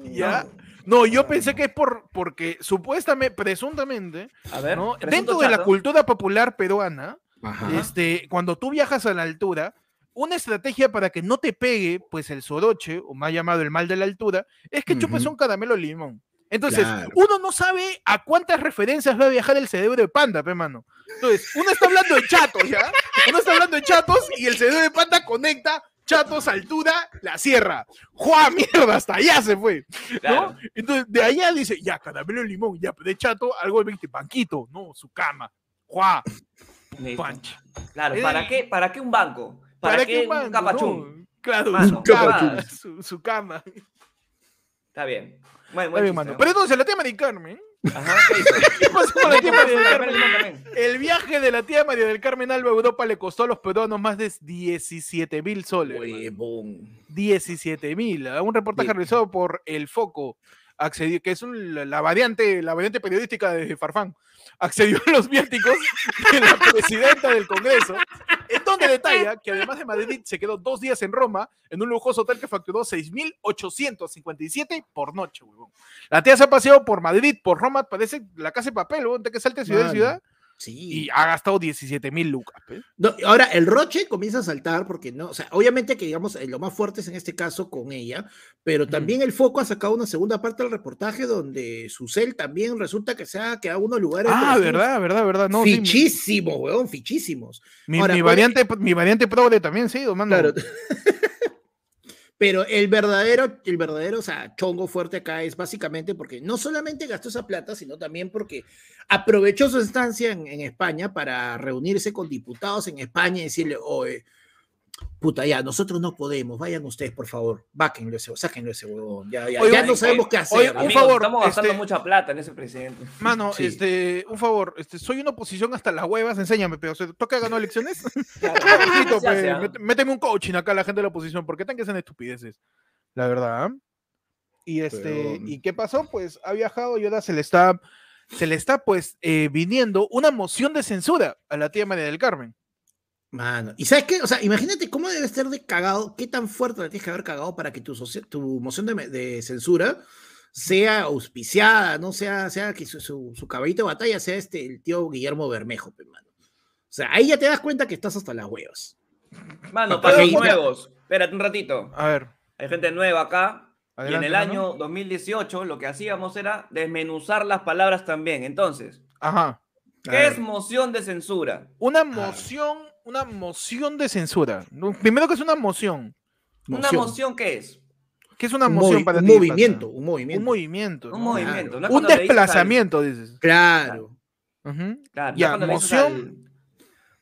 B: ¿Ya? No, yo pensé que es por, porque supuestamente, presuntamente,
A: A ver,
B: ¿no?
A: presunto
B: dentro de la
A: chato.
B: cultura popular peruana,
C: Ajá.
B: este, cuando tú viajas a la altura, una estrategia para que no te pegue, pues el soroche, o más llamado el mal de la altura, es que chupes
C: Ujú.
B: un caramelo de limón. Entonces,
C: Claro.
B: uno no sabe a cuántas referencias va a viajar el cerebro de panda, pe mano. Entonces, uno está hablando de chatos, ¿ya? Uno está hablando de chatos y el cerebro de panda conecta chatos, altura, la sierra. ¡Jua, mierda! Hasta allá se fue.
A: Claro.
B: ¿no? Entonces, de allá dice, ya, caramelo de limón, ya, de chato, algo de 20, banquito, no, su cama, ¡Jua!
A: Listo.
B: punch.
A: Claro,
B: Es
A: ¿para
B: el-
A: qué, ¿para qué un banco? ¿Para, qué, un,
B: banco,
A: capachún?
B: no? Claro,
A: Mano,
B: su, <laughs> cama,
A: capachún.
B: su, su cama.
A: Está bien. Bueno,
B: Está bien, mano. Pero entonces, la tía Mari Carmen.
A: Ajá, ¿qué hizo?
B: <laughs> ¿Qué pasó con la tía Mari del
A: Caramelo de
B: Carmen?
A: limón también.
B: El viaje de la tía María del Carmen Alba a Europa le costó a los peruanos más de 17 mil soles. mano.
D: Huevón.
B: 17 mil. Un reportaje
D: Bien.
B: realizado por El Foco. accedió, que es un- la, variante, la variante periodística de Farfán, accedió a los viáticos de la presidenta del Congreso, en donde detalla que además de Madrid se quedó dos días en Roma, en un lujoso hotel que facturó 6.857 por noche, huevón. La tía se ha paseado por Madrid, por Roma, parece la casa de papel, huevón, de que salte ciudad en
C: Mano.
B: ciudad,
C: Sí.
B: y ha gastado 17.000 lucas, pe.
C: No, ahora, el roche comienza a saltar porque no, o sea, obviamente que digamos, eh, lo más fuerte es en este caso con ella, pero también el foco ha sacado una segunda parte del reportaje donde Susel también resulta que se ha quedado en unos lugares.
B: Ah,
C: pero
B: verdad, verdad, verdad. No, sí, mi-
C: fichísimos, weón, fichísimos.
B: mi,
C: Ahora,
B: mi
C: puede-
B: variante, mi variante progre también, sí, mano.
C: Claro. <laughs> Pero el verdadero, el verdadero, o sea, chongo fuerte acá es básicamente porque no solamente gastó esa plata, sino también porque aprovechó su estancia en, en España para reunirse con diputados en España y decirle, oye, puta, ya, nosotros no podemos, vayan ustedes, por favor, báquenlo ese, sáquenlo ese huevón, ya, ya,
B: Oye,
C: ya
B: oye,
C: no sabemos qué
B: oye,
C: hacer.
B: un
A: Amigos,
C: ¿no?
B: favor,
A: estamos gastando
B: este-
A: mucha plata en ese presidente.
B: <laughs> Mano,
C: Sí.
B: este, un favor, este, soy una oposición hasta las huevas, enséñame, pero se toca ganar
C: <laughs>
B: elecciones. <laughs>
A: Claro,
B: Mijito,
A: ya
B: pe,
A: sea.
B: mete- méteme un coaching acá a la gente de la oposición, porque tan que sean estupideces, la verdad. ¿ah? Y este,
C: Pero-
B: ¿y qué pasó? Pues ha viajado y ahora se le está, se le está pues eh, viniendo una moción de censura a la tía María del Carmen.
C: Mano, y sabes qué, o sea, imagínate cómo debe estar de cagado, qué tan fuerte la tienes que haber cagado para que tu, socia- tu moción de, me- de censura sea auspiciada, no sea, sea que su, su, su caballito de batalla sea este, el tío Guillermo Bermejo, pe, mano. O sea, ahí ya te das cuenta que estás hasta las huevas.
A: Mano,
C: Papá,
A: para los
C: sí, ya.
A: nuevos. Espérate un ratito.
B: A ver,
A: Hay gente nueva acá. y en
B: adelante,
A: el
B: mano.
A: año 2018 lo que hacíamos era desmenuzar las palabras también. Entonces,
B: Ajá.
A: ¿qué es moción de censura?
B: Una moción, una moción de censura. No, Primero que es una moción.
A: ¿Una moción qué es?
B: ¿Qué es una
C: Un
B: moción
C: movi-
B: para
C: un
B: ti, Pata?
C: movimiento, un movimiento.
B: Un movimiento.
A: Un
B: ¿no?
A: movimiento. ¿no?
B: Un
A: Cuando le dices al-
B: desplazamiento, dices.
C: Claro.
B: Ujú.
A: Claro,
B: Ya,
A: ya, cuando Le dices
B: moción.
A: al-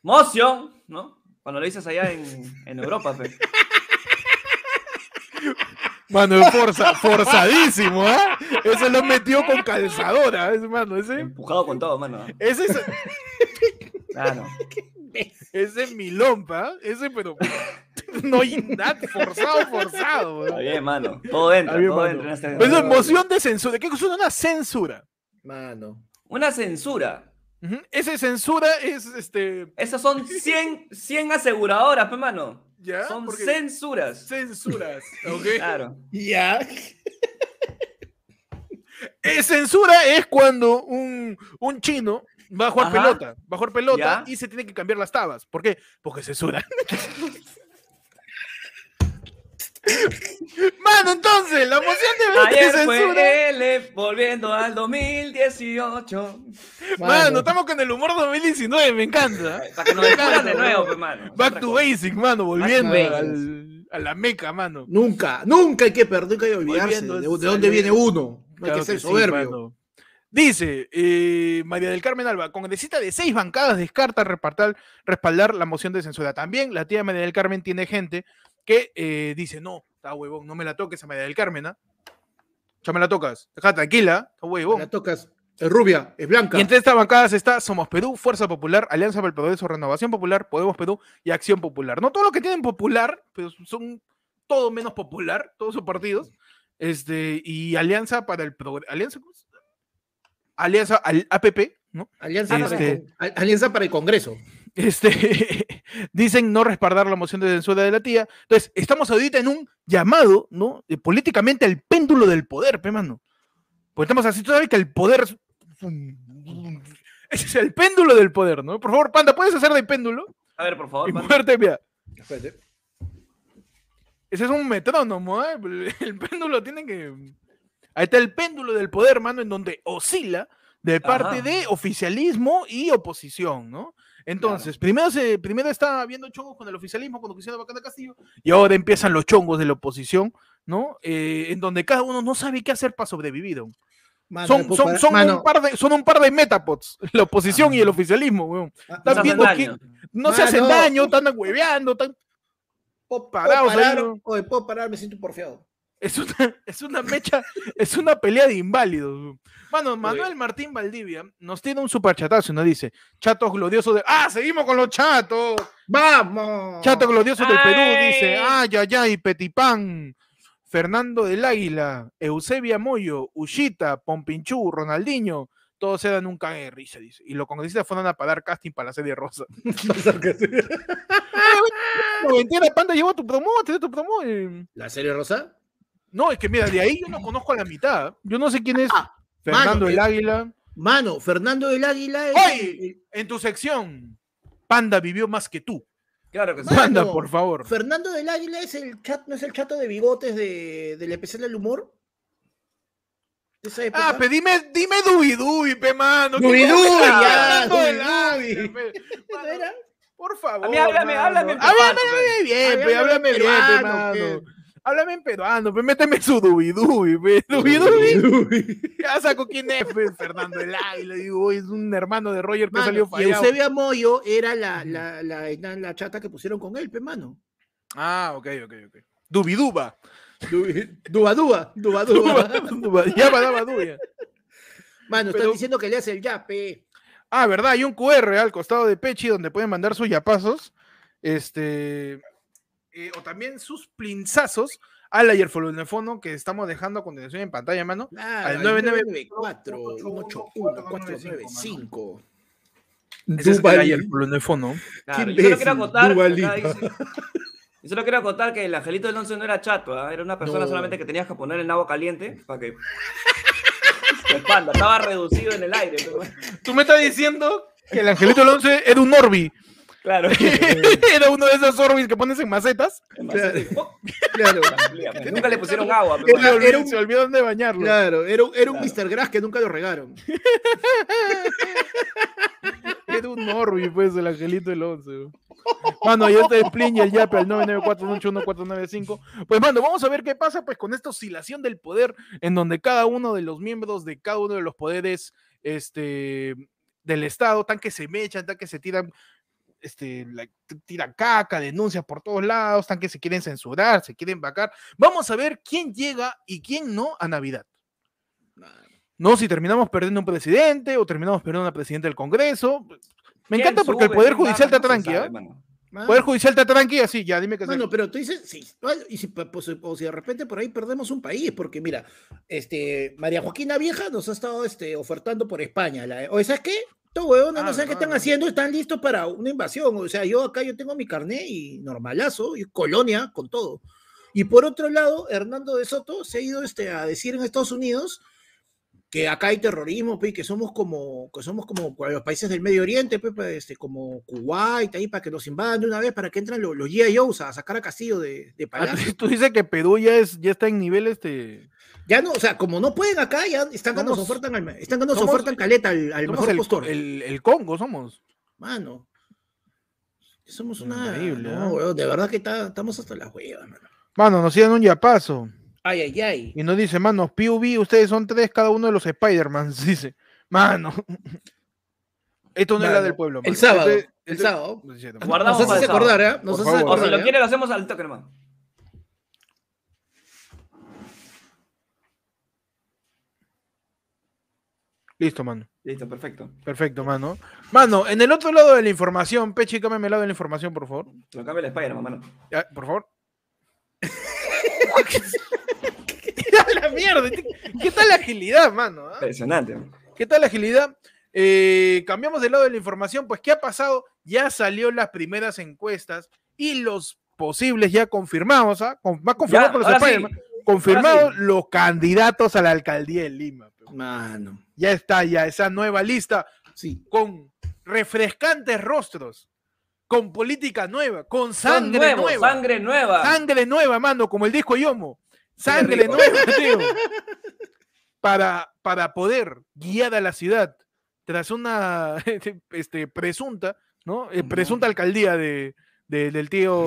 A: Moción, ¿no? Cuando lo dices allá en, en Europa, pues, pe.
B: Mano, es
A: <laughs>
B: forza- forzadísimo, ¿ah? Ese lo metió con calzadora, es mano, ese.
A: empujado con todo, mano.
B: Ese es,
A: Claro.
B: ese milompa, ese pero <laughs> no hay nada forzado, forzado.
A: Está
B: weón.
A: bien, mano. Todo entra,
B: Está bien,
A: todo
B: mano.
A: entra en esta-
B: Eso es moción de censura. ¿Qué cosa? Una censura.
C: Mano.
A: Una censura.
B: Ujú. Ese censura es este.
A: Esas son 100, 100 aseguradoras, pe, mano.
B: Ya,
A: Son Ah,
B: porque-
A: censuras. <laughs>
B: Censuras, ¿ok? <laughs>
A: Claro.
C: Ya.
B: Eh, censura es cuando un, un chino va a jugar
A: Ajá.
B: pelota, va a jugar
A: Ya.
B: pelota y se tiene que cambiar las tabas. ¿Por qué?
A: <laughs>
B: Porque censura. Mano, entonces, la moción de
A: Ayer
B: censura.
A: fue L, volviendo al 2018. Eh,
B: Mano, estamos con el humor 2019, me encanta.
A: Para que nos descubran de nuevo, pues, mano.
B: Back to basic, mano, volviendo
A: basics.
B: al- a la meca, mano.
C: Nunca, nunca hay que perder, nunca hay que olvidarse de,
B: Volviendo
C: de
B: al
C: dónde viene
B: salir.
C: uno. No hay
B: Claro
C: que ser
B: sí,
C: soberbio.
B: mano. Dice eh, María del Carmen Alba, congresista de seis bancadas descarta repartar- respaldar la moción de censura. También la tía María del Carmen tiene gente que eh, dice, no, está huevón, no me la toques a María del Carmen, ¿ah? Ya me la tocas, deja tranquila, está huevón.
C: La tocas, es rubia, es blanca.
B: Y entre estas bancadas está Somos Perú, Fuerza Popular, Alianza para el Progreso, Renovación Popular, Podemos Perú y Acción Popular. No todo lo que tienen popular, pero son todo menos popular, todos sus partidos. Este, y Alianza para el Progreso. Alianza, ¿cómo se llama? Alianza al APP, ¿no?
C: Alianza, para, el
B: Este-
C: con- Al- Alianza para el Congreso.
B: Este, <laughs> dicen no respaldar la moción de censura de la tía. Entonces, estamos ahorita en un llamado, ¿no? Eh, políticamente al péndulo del poder, pe mano. Porque estamos así todavía que el poder. es- Ese es el péndulo del poder, ¿no? Por favor, Panda, ¿puedes hacer de péndulo?
A: A ver, por favor.
B: Y
A: mano.
B: muerte, mira.
C: Espérate.
B: Ese es un metrónomo, ¿eh? <laughs> El péndulo tiene que. Ahí está el péndulo del poder, mano, en donde oscila de parte
A: Ajá.
B: de oficialismo y oposición, ¿no? Entonces, primero, se, primero está habiendo chongos con el oficialismo, cuando Cristiano Bacana Castillo, y ahora empiezan los chongos de la oposición, ¿no? Eh, en donde cada uno no sabe qué hacer para sobrevivir. aún.
C: Mano,
B: Son,
C: pues,
B: son,
C: para-
B: son,
C: mano,
B: un par de, son un par de metapods, la oposición y el oficialismo, weón.
C: ah,
A: No
B: Están
A: se hacen
B: viendo
A: daño.
B: No se hacen
C: Mano.
B: daño, están hueveando, están...
C: ¿puedo
B: parados ahí,
C: parar?
B: ¿no?
C: Oye, puedo parar, me siento porfiado.
B: Es una, <laughs> es una mecha, es una pelea de inválidos. Bueno, Manuel Martín Valdivia nos tiene un superchatazo y nos dice, chatos gloriosos de... ¡Ah, seguimos con los chatos!
C: ¡Vamos!
B: Oh. Chatos gloriosos del Perú, dice,
A: Ay.
B: ¡ay, ay, ay, Petipán! Fernando del Águila, Eusebia Moyo, Ushita, Pompinchú, Ronaldinho, todos se dan un cague de risa, dice. Y los congresistas fueron a parar casting para la serie rosa. <laughs> la panda, lleva tu promo, te doy tu promo. eh.
C: ¿La serie rosa?
B: No, es que mira, de ahí yo no conozco a la mitad. Yo no sé quién es
C: Ah,
B: Fernando
C: mano,
B: del
C: eh.
B: Águila.
C: Mano, Fernando del Águila es-
B: Oye, en tu sección, Panda vivió más que tú.
A: Claro que sí.
C: Mano,
B: Panda, por favor.
C: Fernando del Águila es el chat, no es el chato de bigotes de, del especial del humor. De esa época.
B: Ah, pero dime, dime Dubi Dubi, pe mano. ¿Qué
C: Dubi
B: cosa?
C: Dubi, ya,
B: Fernando del
C: Dubi
B: Águila,
C: Dubi.
B: pe.
C: ¿No
B: Mano,
C: era?
B: Por favor.
A: A mí háblame,
B: mano.
A: háblame en
B: Háblame,
A: peruano,
B: háblame bien, pe,
C: Háblame
B: háblame bien,
C: en
B: pe,
C: peruano,
B: mano. Háblame en peruano, pe, méteme su Dubi Dubi, pe. Dubi Dubi. Ya saco quién es, pe, Fernando del Águila. Digo, es un hermano de Roger que
C: Mano,
B: salió
C: y
B: fallado.
C: Eusebia Moyo era la, la, la, la- la chata que pusieron con él, pe, mano.
B: Ah, ok, ok, ok. Dubiduba.
C: <laughs> Duba, duba, duba, duba.
B: <laughs> Duba, Ya daba duya.
C: Mano, están
B: Pero-
C: diciendo que le hace el yape.
B: Ah, verdad, hay un QR al costado de Pechi donde pueden mandar sus yapazos. Este. eh, o también sus plinzazos al ayerfolonefono que estamos dejando a continuación en pantalla, mano.
C: Claro,
B: Al
C: al 994 181 495.
B: Ese es el
C: Dubai.
B: ayerfolonefono.
A: Claro,
C: Qué
A: yo solo quiero
C: imbécil,
A: acotar.
C: Dua
A: acá
C: Lipa.
A: dice- Yo solo quiero acotar que el angelito del once no era chato, ¿ah? era una persona
C: No.
A: solamente que tenías que poner el agua caliente para que. <laughs> El panda estaba reducido en el aire. ¿no?
B: Tú me estás diciendo que el Angelito Alonso era un
C: <laughs>
B: Orbi.
A: <laughs>
B: <laughs>
A: Claro.
B: era uno de esos Orbis que pones en macetas.
A: Oh,
C: <laughs> Claro,
A: pues. Nunca le pusieron agua. pues, pero bueno.
B: Se
C: Era-
B: olvidó-
C: era un-
B: Se olvidó dónde bañarlo.
C: claro, era, un- era un
A: Claro.
C: Mr. Grass que nunca lo regaron.
B: Era un Norby, pues, el angelito del 11. weón. Mano, ahí está el Splin y el Yape al 994181495. Pues, mano, vamos a ver qué pasa pues con esta oscilación del poder, en donde cada uno de los miembros de cada uno de los poderes este, del Estado, tan que se mechan, tan que se tiran, este, la- t- tiran caca, denuncias por todos lados, tan que se quieren censurar, se quieren vacar. Vamos a ver quién llega y quién no a Navidad. No, si terminamos perdiendo un presidente o terminamos perdiendo una presidenta del Congreso. Me
A: ¿Quién
B: encanta porque el
A: sube,
B: Poder
A: quién
B: Judicial
A: baja?
B: está
A: No se
B: tranqui,
A: sabe,
B: ¿ah?
A: mano.
C: Mano,
B: Poder Judicial está tranqui, así, ya, dime qué hacer.
C: mano, pero tú dices, sí, y si, pa- pues, o si de repente por ahí perdemos un país, porque mira, este, María Joaquina Vieja nos ha estado este, ofertando por España. la- o ¿sabes qué? Estos huevones
B: Ah,
C: no saben qué están
B: mano.
C: haciendo, están listos para una invasión. O sea, yo acá yo tengo mi carné y normalazo, y colonia, con todo. Y por otro lado, Hernando de Soto se ha ido este, a decir en Estados Unidos que acá hay terrorismo, pe, y que somos como, que somos como cua- los países del Medio Oriente, pe, pa, este, como Kuwait, ahí, para que nos invadan de una vez, para que entren los, los G.I. Joes a sacar a Castillo de, de
B: Ah,
C: palacio.
B: <laughs> tú- tú dices que Perú ya, es, ya está en nivel este.
C: Ya no, o sea, como no pueden acá, ya están dando
B: Somos-
C: su oferta, en al- están dando su
B: somos-
C: oferta en caleta al, al
B: somos
C: mejor
B: el,
C: postor.
B: el- el Congo, somos.
C: Mano, somos una...
B: Increíble,
C: no,
B: ¿ah?
C: weón, de verdad que está- estamos hasta las huevas, mano.
B: Mano, nos siguen un yapazo.
C: Ay, ay, ay.
B: Y nos dice, mano, PUB, ustedes son tres, cada uno de los Spider-Man. <laughs> Dice, mano. <laughs> Esto no es la
C: Mano,
B: del pueblo.
C: El
B: mano.
C: sábado,
B: Este-
C: el
B: este-
C: sábado.
A: Guardamos
C: Nos
A: para
C: haces
A: el sábado.
C: acordar, ¿eh? Nos
B: Por favor.
C: haces
A: O si
C: acordar,
A: lo
C: ¿eh?
A: quiere, lo hacemos al toque, hermano.
B: Listo, mano.
A: Listo, perfecto.
B: Perfecto, mano. Mano, en el otro lado de la información, Pechi, cámbiame el lado de la información, por favor.
A: Te lo cambio el Spider-Man, mano.
B: Ya, por favor. <laughs> A la mierda! ¿Qué qué tal la agilidad, mano? ah?
A: Impresionante. mano.
B: ¿Qué tal la agilidad? Eh, cambiamos de lado de la información, pues ¿qué ha pasado? Ya salió las primeras encuestas y los posibles ya confirmados, ¿ah? Con- más confirmados
A: Ya,
B: con los
A: ahora sí.
B: Spider-Man, confirmados
A: ahora
B: los candidatos a la alcaldía de Lima. pe.
C: Mano,
B: Ya está ya esa nueva lista
C: sí.
B: con refrescantes rostros, con política nueva, con
A: Son
B: sangre
A: nuevos,
B: nueva.
A: Sangre nueva.
B: Sangre nueva, mano, como el disco Yomo. Sangre
A: rico. <laughs>
B: nueva, tío. Para, para poder guiar a la ciudad tras una <laughs> este, presunta, ¿no? Eh, presunta alcaldía de, de-
A: <laughs>
B: del tío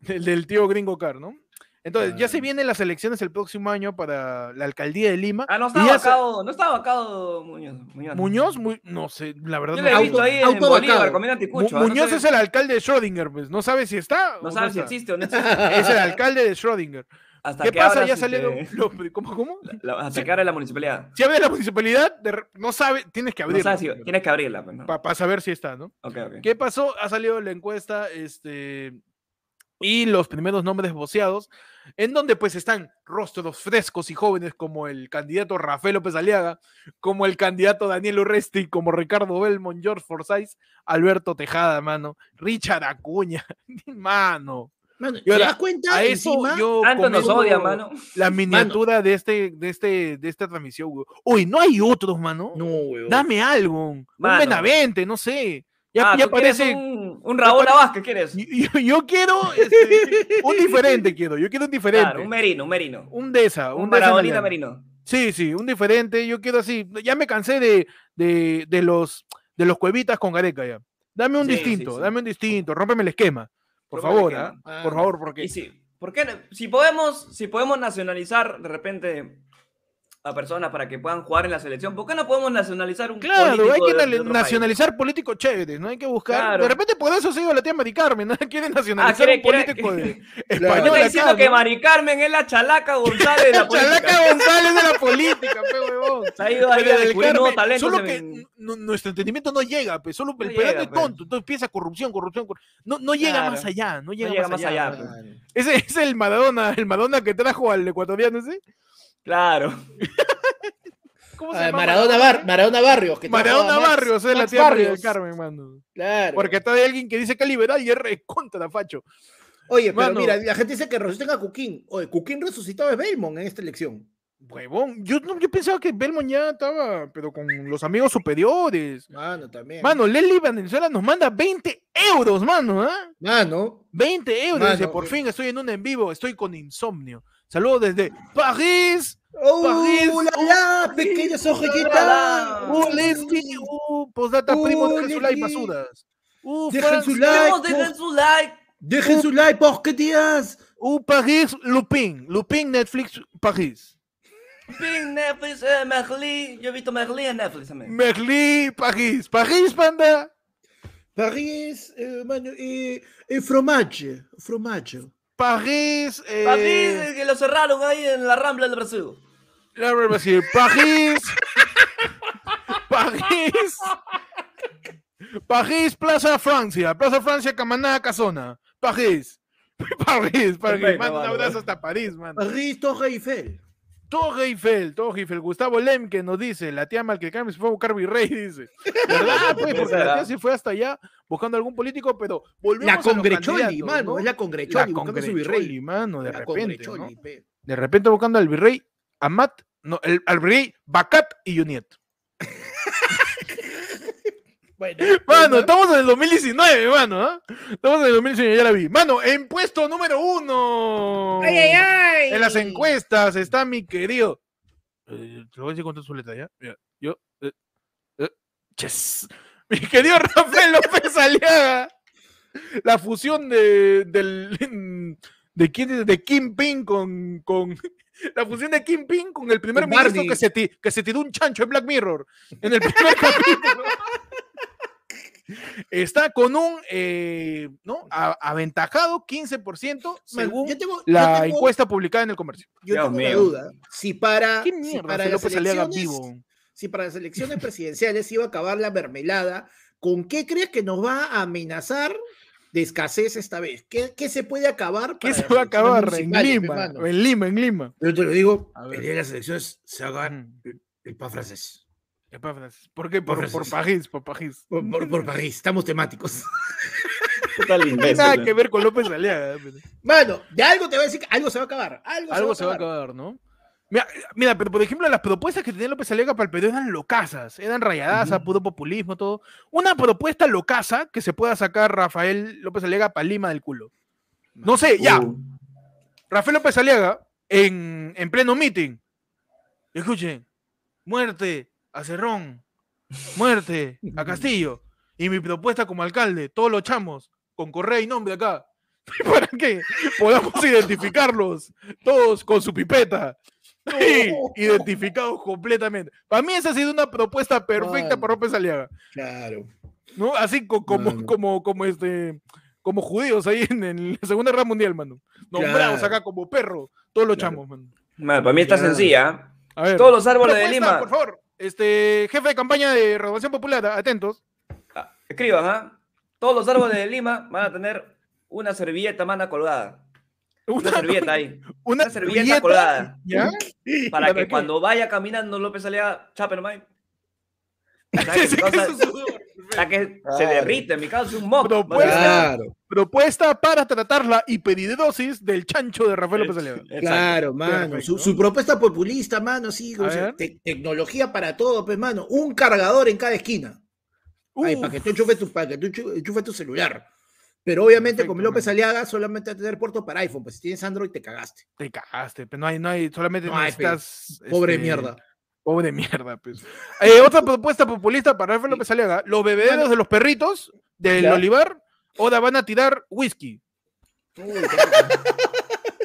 B: del, del tío Gringo Car, ¿no? Entonces, ya se
C: Claro.
B: vienen las elecciones el próximo año para la alcaldía de Lima.
A: Ah, no
B: y
A: estaba
B: ya se-
A: vacado, no estaba vacado Muñoz. Muñoz.
B: Muñoz, Mu- no sé, la verdad
A: Yo
B: no
A: le he
B: sé.
C: Auto-
A: visto ahí en
C: auto
A: Bolívar
C: vacado.
A: comiendo
B: Mu-
A: anticucho. ah,
B: Muñoz
A: no
B: es
A: sé-
B: el alcalde de Schrödinger, pues. No sabe si está. o
A: No sabes si
B: está.
A: existe o
B: <laughs>
A: no existe.
B: Es el alcalde de Schrödinger.
A: Hasta
B: ¿Qué
A: que
B: pasa?
A: abras,
B: Ya
A: este,
B: salieron los pri- ¿Cómo, cómo?
A: la- hasta que abra la municipalidad.
B: Si abres la municipalidad, de re- no sabe, tienes que
A: No
B: abrirla
A: sabes si tienes que abrirla, pues, ¿no?
B: para saber si está, ¿no?
A: Ok, ok.
B: ¿Qué pasó? Ha salido la encuesta este, y los primeros nombres voceados, en donde pues están rostros frescos y jóvenes como el candidato Rafael López Aliaga, como el candidato Daniel Urresti, como Ricardo Belmont, George Forsyth, Alberto Tejada, mano, Richard Acuña, <laughs> mano.
C: Mano,
B: Y
C: ¿Te
B: ahora,
C: das cuenta?
B: A eso
C: encima,
B: yo
A: Tanto Ah, nos
B: comento
A: odia, mano.
B: La miniatura de este, de este, de esta transmisión, güey. Uy, no hay otros, mano.
C: No, huevón.
B: Dame algo.
A: Mano.
B: Un Benavente, no sé. Ya,
A: Ah,
B: ya
A: ¿tú quieres
B: parece.
A: Un, un Raúl
B: ya pare-
A: Vázquez, ¿quieres?
B: Yo, yo- yo quiero
A: <laughs>
B: este, un diferente, quiero. Yo quiero un diferente.
A: Claro, un merino, un merino.
B: un de esa,
A: Un,
B: un,
A: un
B: de esa
A: Maradonita
B: italiana.
A: merino.
B: Sí, sí, un diferente. Yo quiero así. Ya me cansé de, de, de los de los cuevitas con Gareca ya. Dame un
A: Sí, sí,
B: distinto,
A: sí.
B: dame un distinto, rómpeme el esquema. Por
A: Rómpeme el
B: favor,
A: esquema.
B: ¿ah? por favor, porque
A: Y sí, ¿por qué no? Si podemos, si podemos nacionalizar de repente a personas para que puedan jugar en la selección, ¿por qué no podemos nacionalizar un
B: Claro,
A: político
B: hay
A: de-
B: que
A: de
B: nale-
A: otro país?
B: nacionalizar políticos chéveres, no hay que buscar.
A: Claro.
B: De repente por eso se iba la tía Mari Carmen, ¿no? <laughs> Quiere
A: Ah,
B: nacionalizar
A: quiere,
B: un
A: quiere, <laughs>
B: político de
A: ¿Me
B: español
A: está
B: acá,
A: diciendo que
B: ¿no?
A: Mari Carmen es la chalaca González de la política.
B: <laughs> Chalaca González de la política, pe huevón.
A: Se ha ido ahí
B: Pero
A: a
B: del
A: descubrir
B: Carmen,
A: nuevos talentos
B: Solo
A: en-
B: que n- n- nuestro entendimiento no llega, pues solo el
A: No
B: peruano
A: llega,
B: es
A: pues.
B: tonto, entonces empieza corrupción, corrupción, corru- no, no llega
A: Claro.
B: más allá, no
A: No
B: llega,
A: llega más allá. pues.
C: Mano.
B: Ese es el Maradona, el Maradona que trajo al ecuatoriano ese.
A: Claro.
B: ¿Cómo
C: Ah, Maradona, Bar- Maradona Barrios. Que trajo a
B: Maradona
C: Max-
B: Barrios, es la
C: Max
B: tía María del
C: Barrios.
B: Carmen, mano.
C: Claro.
B: Porque está de alguien que dice que es liberal y es re contra facho.
C: Oye, pero
B: Mano.
C: mira, la gente dice que resucitan a Cuquín. Oye, Cuquín resucitado es Belmont en esta elección.
B: Huevón, yo, no- yo pensaba que Belmont ya estaba, pero con los amigos superiores.
C: Mano, también.
B: Mano, Leslie Valenzuela nos manda 20 euros, mano, ¿ah?
C: Mano.
B: 20 euros.
C: Mano,
B: dice, por
C: eh.
B: fin estoy en un en vivo, estoy con insomnio. Saludos desde París.
C: ¡Oh,
B: París,
C: la, la! ¡Pequeñas ojejitas!
A: la.
B: Uh, Leslie. Uh, postdata
C: Ah. Uh,
B: primo, dejen su like,
C: Leslie.
B: basuras. Uh,
C: Dejen
B: France,
C: su like.
A: Vamos, dejen su like.
C: Dejen su like, por qué días.
B: uh, París, Lupin. Lupin, Netflix, París.
A: Ping, Netflix, eh, Merlí. Yo he visto Merlí en Netflix también.
B: Merlí, París. París, panda.
C: París, eh, mano, eh, eh, fromage, fromage.
B: París. Eh,
A: Papi, eh, que lo cerraron ahí en la Rambla del Brasil.
B: La verdad es que París. París. París, Plaza Francia. Plaza Francia, Camaná, Casona. <laughs> París. París, París.
A: Perfecto,
B: Manda un
A: mano.
B: abrazo hasta París, man.
C: París, Torre Eiffel.
B: Torre Eiffel, Torre Eiffel. Gustavo Lem que nos dice, la tía Malquecam se fue a buscar virrey, dice. ¿Verdad?
C: <laughs>
B: Pues, porque la tía se fue hasta allá buscando algún político, pero volvemos a
C: La
B: los
C: Congrecholi,
B: candidatos,
C: mano,
B: ¿no?
C: es la Congrecholi,
B: La
C: buscando su
B: Congrecholi,
C: virrey.
B: mano, de
C: La
B: repente, ¿no?
C: Congrecholi, pe.
B: De repente buscando al virrey Amat, no, el, al virrey Bacat y Juniet. <laughs>
C: Bueno,
B: Mano,
C: bueno,
B: estamos en el 2019, mano. ¿ah? Estamos en el 2019, ya la vi. Mano, en puesto número uno.
C: ay, ay, ay.
B: En las encuestas está mi querido. Eh, Te lo voy a decir con toda su letra, ¿ya? Mira, yo. eh, eh, yes. Mi querido <laughs> Rafael López Aliaga. La fusión de. Del, <laughs> de, quién- de Kim Ping con. con <laughs> la fusión de Kim Ping con el primer
C: Con
B: ministro
C: Barney.
B: que se, ti- que se tiró un chancho en Black Mirror. En el primer <laughs> capítulo. Está con un eh, ¿no? A- aventajado 15%
C: Mano,
B: según
C: yo tengo, yo
B: la
C: tengo-
B: encuesta publicada en el comercio.
C: Yo
A: Dios
C: tengo una
A: mío.
C: duda. Si para,
B: ¿Qué
C: si
B: mierda?
C: para
B: si
C: las
B: López Aliaga
C: elecciones,
B: vivo.
C: si para las elecciones presidenciales iba a acabar la mermelada, ¿con qué crees que nos va a amenazar de escasez esta vez? ¿Qué, qué se puede acabar?
B: ¿Qué
C: para
B: se
C: las
B: va a
C: elecciones
B: acabar? En
C: municipales, pe,
B: Lima,
C: mano?
B: en Lima, en Lima.
C: Yo te lo digo,
B: A
C: el
B: ver.
C: día de las elecciones se haga el pan francés.
B: Ya, pa, Francis, ¿Por Ah, qué? Por,
C: Por
B: por
C: Francis.
B: Pajís, por Pajís.
C: Por, por- por París, estamos temáticos.
A: ¿eh?
B: Nada que ver con López <laughs> Aliaga. pero
C: Mano, de algo te voy a decir que algo se va a acabar. Algo,
B: Algo se va a acabar, ¿no? Mira, mira, pero por ejemplo, las propuestas que tenía López Aliaga para el Perú eran locasas, eran rayadasas, puro populismo, todo. Una propuesta locasa que se pueda sacar Rafael López Aliaga para Lima del culo. No sé, ya,
A: Uh.
B: Rafael López Aliaga, en, en pleno meeting, escuchen, muerte a Cerrón, muerte a Castillo, y mi propuesta como alcalde, todos los chamos, con correa y nombre acá, <laughs> para que podamos identificarlos todos con su pipeta. Sí, <laughs> identificados completamente. Para mí esa ha sido una propuesta perfecta
C: Mano.
B: para López Aliaga. <laughs>
C: Claro.
B: ¿no? Así co- como,
C: Mano.
B: como, como este, como judíos ahí en, en la <laughs> Segunda Guerra Mundial, mano. Nombrados
C: Claro.
B: acá como perro, todos los
C: Claro.
B: chamos, mano.
A: para mí está
C: Ya.
A: sencilla. ¿eh?
B: A ver.
A: Todos los árboles de
B: Propuesta,
A: Lima.
B: Por favor, este jefe de campaña de Renovación Popular, atentos.
A: ah, Escriban, ¿ah? Todos los árboles de Lima van a tener una servilleta, mana, colgada. Una
B: <laughs> Una,
A: servilleta ahí.
B: una
A: Una servilleta colgada.
B: ¿Ya?
A: Para que
B: qué?
A: cuando vaya caminando López Alea, Chapelman.
B: <laughs> Ese que es un sudor.
A: que se
E: Claro.
A: derrite, en mi caso es un mop.
B: Pero
A: más
B: puede
A: bien.
C: Pues, Claro,
B: Propuesta para tratar la hiperidosis del chancho de Rafael López Alea.
A: Exacto.
C: claro, mano.
B: perfecto.
C: Su, su propuesta populista, mano, sí. o
B: A
C: sea,
B: ver.
C: te- tecnología para todo, pues, mano. Un cargador en cada esquina. Ay,
B: Uf,
C: para que tú enchufes tu, para que tú enchu- enchufes tu celular. Pero obviamente con
B: Perfecto,
C: López Aliaga solamente va a tener puerto para iPhone. Pues si tienes Android te cagaste.
B: te cagaste, pe, no hay, no hay, solamente
C: No hay, pe.
B: necesitas.
C: Pobre
B: este, <laughs>
C: mierda.
B: Pobre mierda, pues. Eh, otra propuesta populista para Rafael López Aliaga. Los bebederos de los perritos del
C: Ya.
B: olivar, Oda van a tirar whisky. <laughs>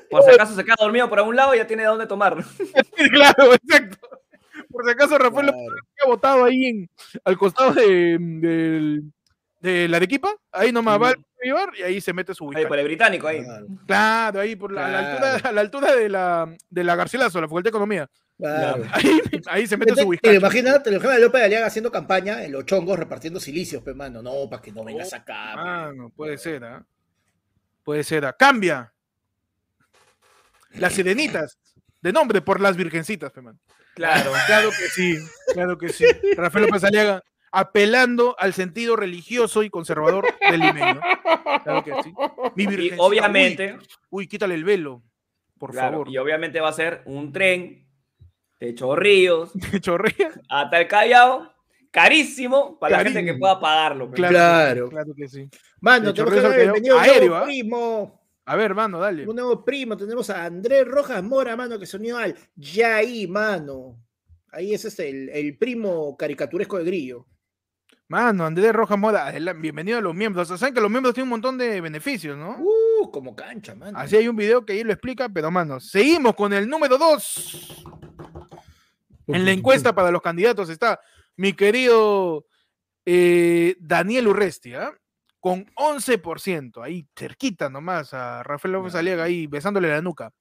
A: Por si acaso se queda dormido por algún lado y ya tiene de dónde tomar.
B: claro, exacto. Por si acaso Rafael López
E: Claro.
B: Aliaga botado ahí en, al costado de, del- de la Arequipa, ahí nomás va al olivar y ahí se mete su whisky.
A: Ahí por el británico ahí.
B: Ah.
C: Claro,
B: Claro, ahí por la, a la altura, a la altura de la, de la Garcilaso, la Facultad de
C: <laughs>
B: Economía.
C: claro.
B: Ahí, ahí se mete
C: Entonces,
B: su whisky.
C: te lo imaginas, te lo imaginas a López Aliaga haciendo campaña en los chongos repartiendo silicios, pe mano. No, para que no vengas
B: Oh,
C: acá. pues, pe.
B: Ah, no, puede ser, ¿ah? Puede ser, ¿ah? Cambia. Las sirenitas. De nombre por las virgencitas, pe, man.
A: Claro.
B: Claro que sí, claro que
A: <laughs>
B: sí. Rafael López Aliaga, apelando al sentido religioso y conservador del limeño. Claro que sí. <laughs> Mi
A: Y
B: virgencita,
A: obviamente,
B: Uy, uy, quítale el velo, por
A: claro,
B: favor. <laughs>
A: y obviamente va a ser un tren de Chorrillos
B: Chorrea.
A: hasta el Callao, carísimo para la gente que
B: Carísimo.
A: pueda pagarlo. pues. pe.
B: Claro.
C: Claro.
B: Claro que sí.
C: Mano,
B: De
C: tenemos
B: Chorrillos
C: que
B: al
C: darle bienvenido a un
B: Aéreo,
C: nuevo
B: ¿ah?
C: primo.
B: A ver, mano, dale.
C: Un nuevo primo. Tenemos a Andrés Rojas Mora, mano, que se unió al Yaí, mano. Ahí ese es el, el primo caricaturesco de Grillo.
B: Mano, Andrés Rojas Moda, adela- bienvenido a los miembros. O sea, saben que los miembros tienen un montón de beneficios, ¿no?
C: Uh, como cancha, mano.
B: Así hay un video que ahí lo explica, pero mano, seguimos con el número 2. En la encuesta para los candidatos está mi querido eh, Daniel Urrestia, con 11%, ahí cerquita nomás a Rafael López Aliaga, ahí besándole la nuca.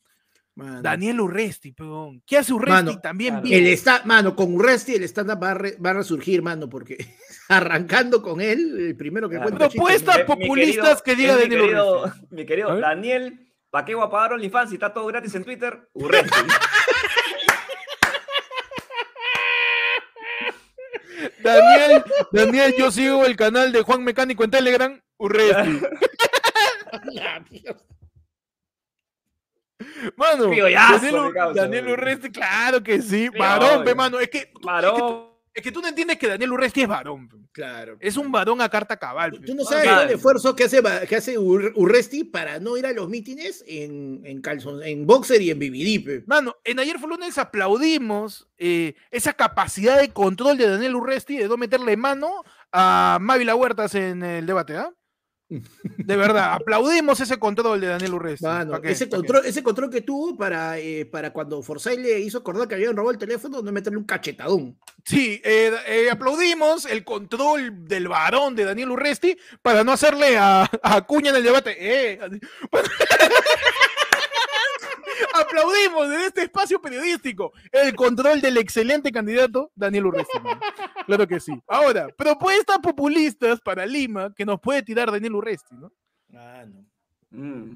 C: Mano.
B: Daniel Urresti, peón. ¿Qué hace Urresti?
C: Mano,
B: También
A: claro.
B: vivo.
C: El está, mano, con Urresti el stand-up va, a re- va a resurgir, mano, porque <laughs> arrancando con él, el primero que
A: Claro.
C: cuenta
B: Propuesta
C: chiste,
A: Mi- mi querido-
B: populistas que diga
A: es mi
B: Daniel
A: querido-
B: Urresti.
A: Mi
B: A
A: querido
B: ver.
A: Daniel, ¿para qué voy a pagar OnlyFans si está todo gratis en Twitter? Urresti.
B: <laughs> Daniel, Daniel, yo sigo el canal de Juan Mecánico en Telegram. Urresti. <laughs>
C: <laughs>
B: Mano,
A: Criollazo,
B: Daniel, Ur-
A: mi causa,
B: Daniel
A: güey.
B: Urresti, claro que sí. Varón, pe,
A: obvio.
B: mano. Es que,
A: Varón.
B: es que tú no entiendes que Daniel Urresti es varón. pe.
C: Claro.
B: Es un varón a carta cabal.
C: Tú-
B: pe.
C: Tú no
B: O
C: sabes
B: sea,
A: Claro.
C: el esfuerzo que hace, Ba- que hace Ur- Urresti para no ir a los mítines en, en calzón, en boxer y en BBD.
B: Mano, en ayer fue lunes aplaudimos eh, esa capacidad de control de Daniel Urresti de no meterle mano a Mávila Huertas en el debate,
C: <laughs>
B: ¿ah? De verdad, aplaudimos ese control de Daniel Urresti.
C: Mano,
B: ¿Pa' qué?
C: ese,
B: ¿Pa' qué?
C: control, ese control que tuvo para, eh, para cuando Forsyth le hizo acordar que habían robado el teléfono, no meterle un cachetadón.
B: Sí, eh, eh, aplaudimos el control del varón de Daniel Urresti para no hacerle a, a Acuña en el debate. Eh, para- <laughs> aplaudimos en este espacio periodístico el control del excelente candidato Daniel Urresti. mano. Claro que sí. Ahora, propuestas populistas para Lima que nos puede tirar Daniel Urresti, ¿no?
C: Mano.
A: Mm.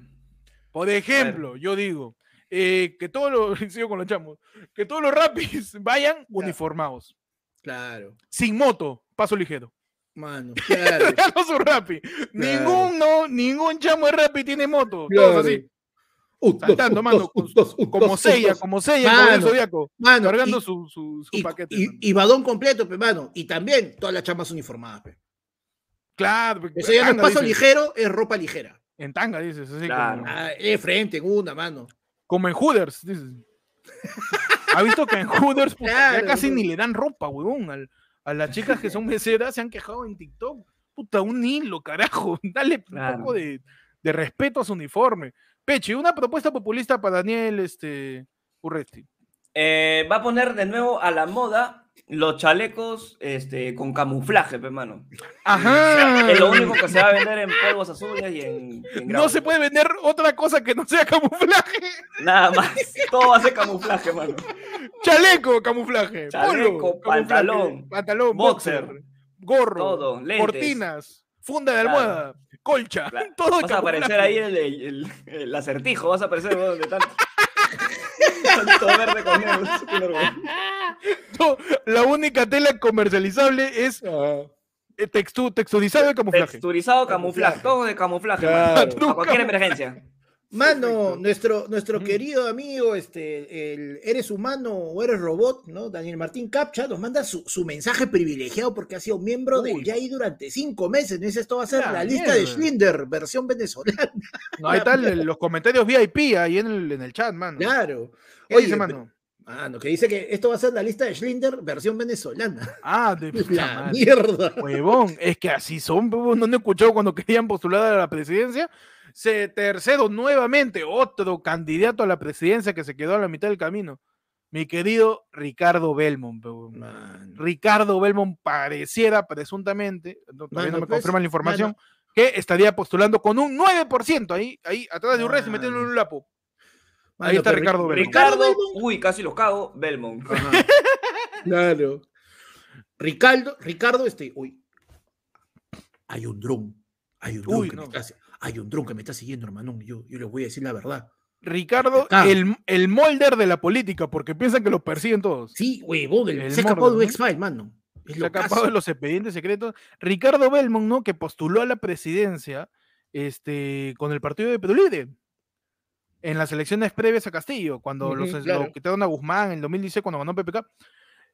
B: Por ejemplo, yo digo eh, que todos <laughs> los, sigo con los chamos, que todos los rapis vayan uniformados,
C: Claro.
B: sin moto, paso ligero.
C: Mano, claro.
B: ganó su Rappi. Ningún, no, ningún chamo de Rappi tiene moto. <laughs> Todos
C: Claro.
B: así,
C: Un, dos,
B: saltando,
C: un,
B: mano,
C: dos,
B: con-
C: un, dos, un,
B: como
C: dos, un,
B: Seiya,
C: dos.
B: como Seiya, como el
C: Mano.
B: Zodíaco,
C: Mano,
B: cargando
C: y-
B: su, su, su
C: y,
B: paquete.
C: y-
B: mano.
C: y badón completo, pe, mano. Y también todas las chamas uniformadas. pe.
B: claro, en
C: Eso ya no es
B: tanga,
C: paso
B: dices,
C: ligero, es ropa ligera.
B: En tanga, dices, así
A: Claro.
B: como,
C: Ah, eh, frente, en una, mano.
B: como en Hooders, dices. ha visto que en Hooders puta, ya
C: Claro,
B: casi
C: bro.
B: ni le dan ropa, huevón. al- a las chicas que son meseras se han quejado en TikTok. Puta, un hilo, carajo. <laughs> Dale un
A: Claro.
B: poco de, de respeto a su uniforme. Peche, una propuesta populista para Daniel este, Urresti.
A: Eh, va a poner de nuevo a la moda los chalecos este, con camuflaje, pe, hermano. <laughs>
B: Ajá.
A: Es lo único que se va a vender en polvos azules y en, y en
B: No
A: graus.
B: se puede vender otra cosa que no sea
A: <laughs>
B: camuflaje.
A: Nada más. Todo hace camuflaje, mano.
B: Chaleco, camuflaje.
A: Chaleco,
B: polo, camuflaje,
A: pantalón,
B: pantalón, boxer,
A: boxer,
B: gorro,
A: Todo, lentes.
B: cortinas, funda de
A: Claro.
B: almohada, colcha,
A: Claro.
B: <laughs> todo
A: Vas a aparecer
B: camuflaje.
A: ahí el, el- el acertijo, vas a aparecer weón, de tanto. <laughs> tanto verde con negro, es un orgullo.
B: No, la única tela comercializable es eh, textu- texturizado de camuflaje.
A: Texturizado, camuflaje, todo de camuflaje,
B: Claro.
A: mano. A cualquier
B: <laughs>
A: emergencia.
C: Mano, nuestro,
B: Mm.
C: nuestro querido amigo, este, el ¿eres humano o eres robot? ¿no? Daniel Martín Capcha nos manda su, su mensaje privilegiado porque ha sido miembro del
B: Uy.
C: YAI durante cinco meses. ¿no? Dice, esto va a ser
B: La
C: la, lista de
B: mierda.
C: Schlinder, versión venezolana.
B: No, ahí están el- los comentarios VIP ahí en el, en el chat, mano.
C: Claro.
B: ¿Qué dice,
C: Oye,
B: mano?
C: Mano, que dice que esto va a ser la lista de Schlinder, versión venezolana. <laughs>
B: Ah, de puta
C: La
B: madre.
C: mierda.
B: Huevón, es que así son, huevón. no han escuchado cuando <laughs> querían postular a la presidencia. Se tercero nuevamente, otro candidato a la presidencia que se quedó a la mitad del camino. Mi querido Ricardo Belmont, huevón.
C: Mano.
B: Ricardo Belmont pareciera presuntamente, no, todavía no
C: Mano,
B: me
C: pues,
B: confirman la información, que estaría postulando con un 9% ahí, ahí atrás de un res y metiéndole un lapo. Ahí
C: Mano,
B: está
C: pero-
B: Ricardo Belmont.
A: Ricardo,
C: Belmont.
A: uy, casi los cago, Belmont.
C: <laughs> Claro. Ricardo, Ricardo, este, uy, hay un dron, hay un dron
B: Uy,
C: que me
B: no.
C: está, si- hay un dron que me está siguiendo, hermano, yo, yo les voy a decir la verdad.
B: Ricardo,
C: Ah.
B: el, el molder de la política, porque piensan que los persiguen todos.
C: Sí, huevón, el-
B: El
C: se ha escapado de un
B: Mordor, ¿no?
C: X-File, mano. Es
B: se ha
C: locazo.
B: escapado de los expedientes secretos. Ricardo Belmont, ¿no? Que postuló a la presidencia este, con el partido de Perú Libre en las elecciones previas a Castillo, cuando los,
C: Ujú,
B: es-
C: claro.
B: lo quitaron a Guzmán en el 2016 cuando ganó PPK.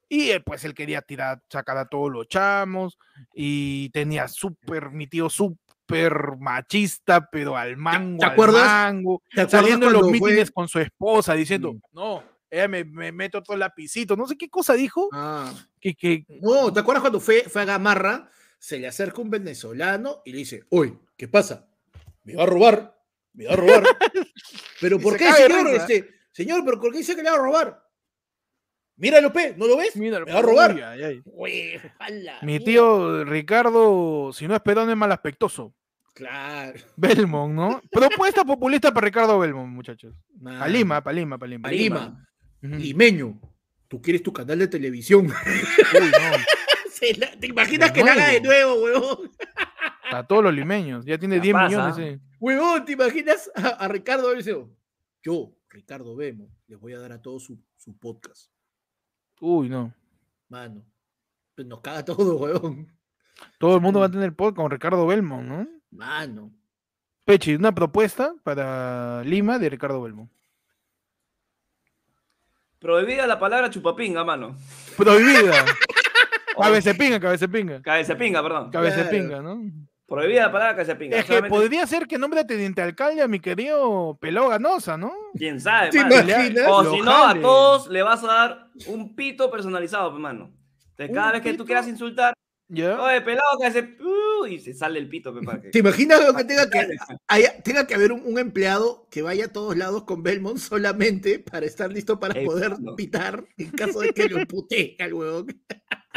B: Y eh, pues él quería tirar, sacar a todos los chamos y tenía súper, mi tío súper machista, pero al mango, al
C: acuerdas?
B: mango
C: ¿Te acuerdas
B: saliendo en los
C: cuando fue-
B: mítines con su esposa diciendo,
C: Mm.
B: no, ella me, me mete otro lapicito, no sé qué cosa dijo,
C: Ah,
B: que, que
C: no, ¿te acuerdas cuando fue, fue a Gamarra? Se le acerca un venezolano y le dice, uy, ¿qué pasa? Me va a robar, me va a
B: <laughs>
C: robar. ¿Pero
B: Y
C: por
B: se
C: qué,
B: cae de
C: señor?
B: risa.
C: Este, señor, ¿pero por qué dice que le va a robar? Míralo, pe, ¿no lo ves?
B: mira,
C: me va a robar.
B: uy, ay, ay.
C: Güey, a la
B: Ah, Mi
C: mierda.
B: tío Ricardo, si no es pedón, es mal aspectoso. <laughs>
C: Claro.
B: Belmont, ¿no? Propuesta populista para Ricardo Belmont, muchachos.
C: mano.
A: Ah.
B: Pa' Lima, pa' Lima, pa' Lima.
C: Pa' Lima.
B: Ujú.
C: Limeño. Tú quieres tu canal de televisión. <laughs>
B: Uy, no,
C: Se la- ¿Te imaginas
B: De
C: que la haga de nuevo, huevón?
B: para todos los limeños. Ya tiene
A: La
B: 10
A: pasa.
B: millones. eh.
C: Huevón, ¿te imaginas a, a Ricardo Belmont? Yo, Ricardo Belmont, les voy a dar a todos su, su podcast.
B: Uy, no.
C: Mano. Pues nos caga <laughs> todo, huevón.
B: Todo el mundo va a tener podcast con Ricardo Belmont, ¿no?
C: Mano.
B: Pechi, una propuesta para Lima de Ricardo Belmont.
A: Prohibida la palabra chupapinga, mano. <laughs>
B: Prohibida. Cabecepinga,
A: Oh,
B: cabecepinga.
A: Cabecepinga, perdón.
B: Cabecepinga, ¿no?
A: Prohibida la palabra cabecepinga.
B: Es que
A: solamente-
B: podría ser que nombre a teniente alcalde a mi querido Peló Ganosa, ¿no?
A: ¿Quién sabe,
C: ¿Te
A: mano?
C: imaginas?
A: O
B: Lo
A: si no, a
B: jale.
A: todos le vas a dar un pito personalizado, pe, mano. Entonces, cada
C: ¿Un
A: vez que tú
C: pito?
A: quieras insultar,
B: ¿Ya?
A: oye, pelado, que hace. "Uh", y se sale el pito, pe, para que-
C: ¿Te imaginas weón, que tenga que, haya- tenga que haber un, un empleado que vaya a todos lados con Belmont solamente para estar listo para poder
A: Exacto.
C: pitar en caso de que lo puteen al huevón? <laughs>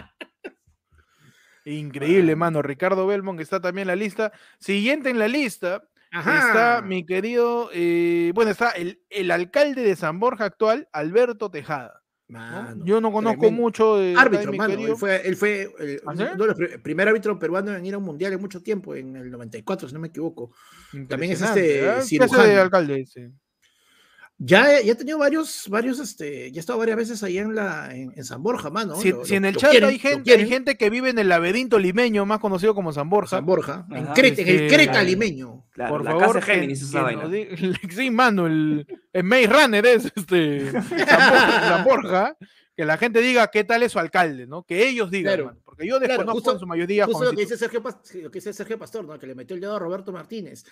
B: Increíble, mano. Ricardo Belmont está también en la lista. Siguiente en la lista está mi querido, eh, bueno, está el, el alcalde de San Borja actual, Alberto Tejada. ¿no?
C: Mano,
B: Yo no conozco
C: Ah, tremendo.
B: mucho de... acá de
C: árbitro,
B: mi
C: mano.
B: querido-
C: Él fue, él fue el,
B: ¿Ah,
C: uno
B: sí?
C: de los pri- primer árbitro peruano en ir a un mundial en mucho tiempo, en el 94, si no me equivoco. también es
B: Impresionante,
C: este
B: ¿ah? ¿Qué hace de
C: cirujano.
B: alcalde ese?
C: Ya, ya ha tenido varios, varios, este, ya ha estado varias veces ahí en la, en, en San Borja, mano.
B: Si,
C: Lo-
B: si
C: lo-
B: en el
C: lo
B: chat
C: quieren,
B: hay,
C: lo
B: gente, hay
C: quieren.
B: gente que vive en el laberinto limeño, más conocido como San Borja,
C: San Borja, en,
A: Ajá,
C: Creta, en el
B: este,
C: Creta
A: claro.
C: limeño.
A: <laughs> Claro,
B: por
A: la
B: favor,
A: casa de Géminis, esa
B: que- que
A: vaina.
B: nos diga- <laughs> sí, mano, el, el Maze Runner es este San
C: <laughs>
B: Borja, San Borja, que la gente diga qué tal es su alcalde, ¿no? Que ellos digan,
C: Claro.
B: mano, porque yo desconozco
C: justo-
B: en su mayoría
C: <laughs> Justo lo que,
B: jovencito.
C: dice Sergio, Pas- lo que dice Sergio Pastor, ¿no? que le metió el dedo a Roberto Martínez.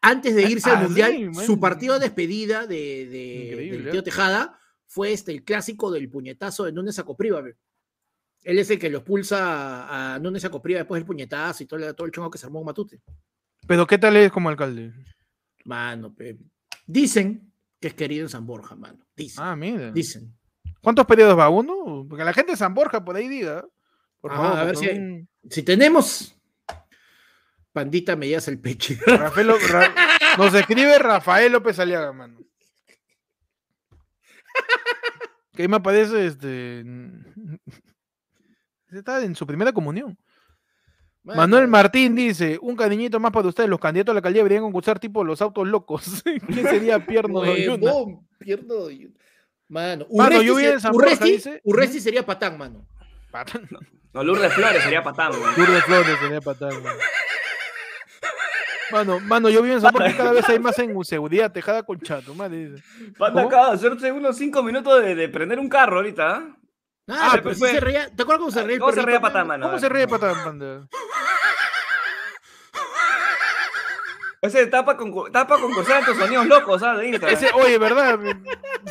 C: Antes de irse
B: Ah,
C: al Mundial,
B: sí, man.
C: su partido de despedida de, de-
B: Increíble,
C: del
B: ¿eh?
C: tío Tejada fue este, el clásico del puñetazo de Núñez Acopriva. ve. Él es el que los pulsa a Núñez Acopriva después del puñetazo y todo, el- todo el chongo que se armó en Matute.
B: Pero qué tal es como alcalde.
C: Mano, pe. dicen que es querido en San Borja, mano. Dicen.
B: Ah, mira.
C: dicen.
B: ¿Cuántos periodos va uno? Porque la gente de San Borja por ahí diga. Por
C: Ajá,
B: favor,
C: Ah, a ver
B: porque
C: si-
B: un-
C: Si tenemos. Pandita, me llevas el pecho.
B: Rafael Lo- Ra- nos escribe Rafael López Aliaga, mano. Que ahí me <laughs> aparece este. Está en su primera comunión. Manuel Martín dice, un cariñito más para ustedes, los candidatos a la alcaldía deberían concursar tipo los autos locos. <laughs> ¿Quién sería Pierno Doyuna?
C: Huevón, pierdo doyuna. Mano,
B: Mano,
C: Urresti,
B: yo vi
C: se-
B: en San Borja,
C: Urresti-
B: dice.
C: Urresti sería patán, mano.
B: Patán.
A: No, Lourdes Flores sería patán, güey.
B: Lourdes Flores sería patán. güey. Mano, mano, yo vivo en San Borja y cada vez hay más en seguridad, tejada con chato, madre. dice.
A: Panda
B: ¿Cómo?
A: acaba de hacerse unos 5 minutos de, de prender un carro ahorita. ¿ah?
C: Ah,
A: Ah,
C: pero
A: pues
C: sí
A: fue-
C: se reía. ¿Te acuerdas cómo se reía el
A: Ah, ¿Cómo se
C: perrito,
A: reía
C: mano?
A: patán, mano?
B: Ah, ¿Cómo se ríe patán, panda?
A: Ese tapa con, tapa con cosas de tus sonidos locos, ¿sabes?
B: <laughs>
A: De Instagram.
B: Ese, oye, ¿verdad?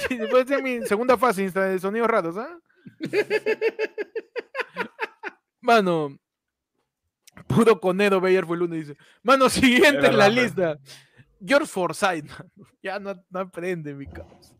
B: Sí, Después de mi segunda fase Insta, de sonidos raros, ¿ah? Mano, puro conero Bayer fue el uno dice. Mano, siguiente
A: Es
B: en la
A: verdad,
B: lista. George Forsyth, mano. ya no, no aprende, mi causa.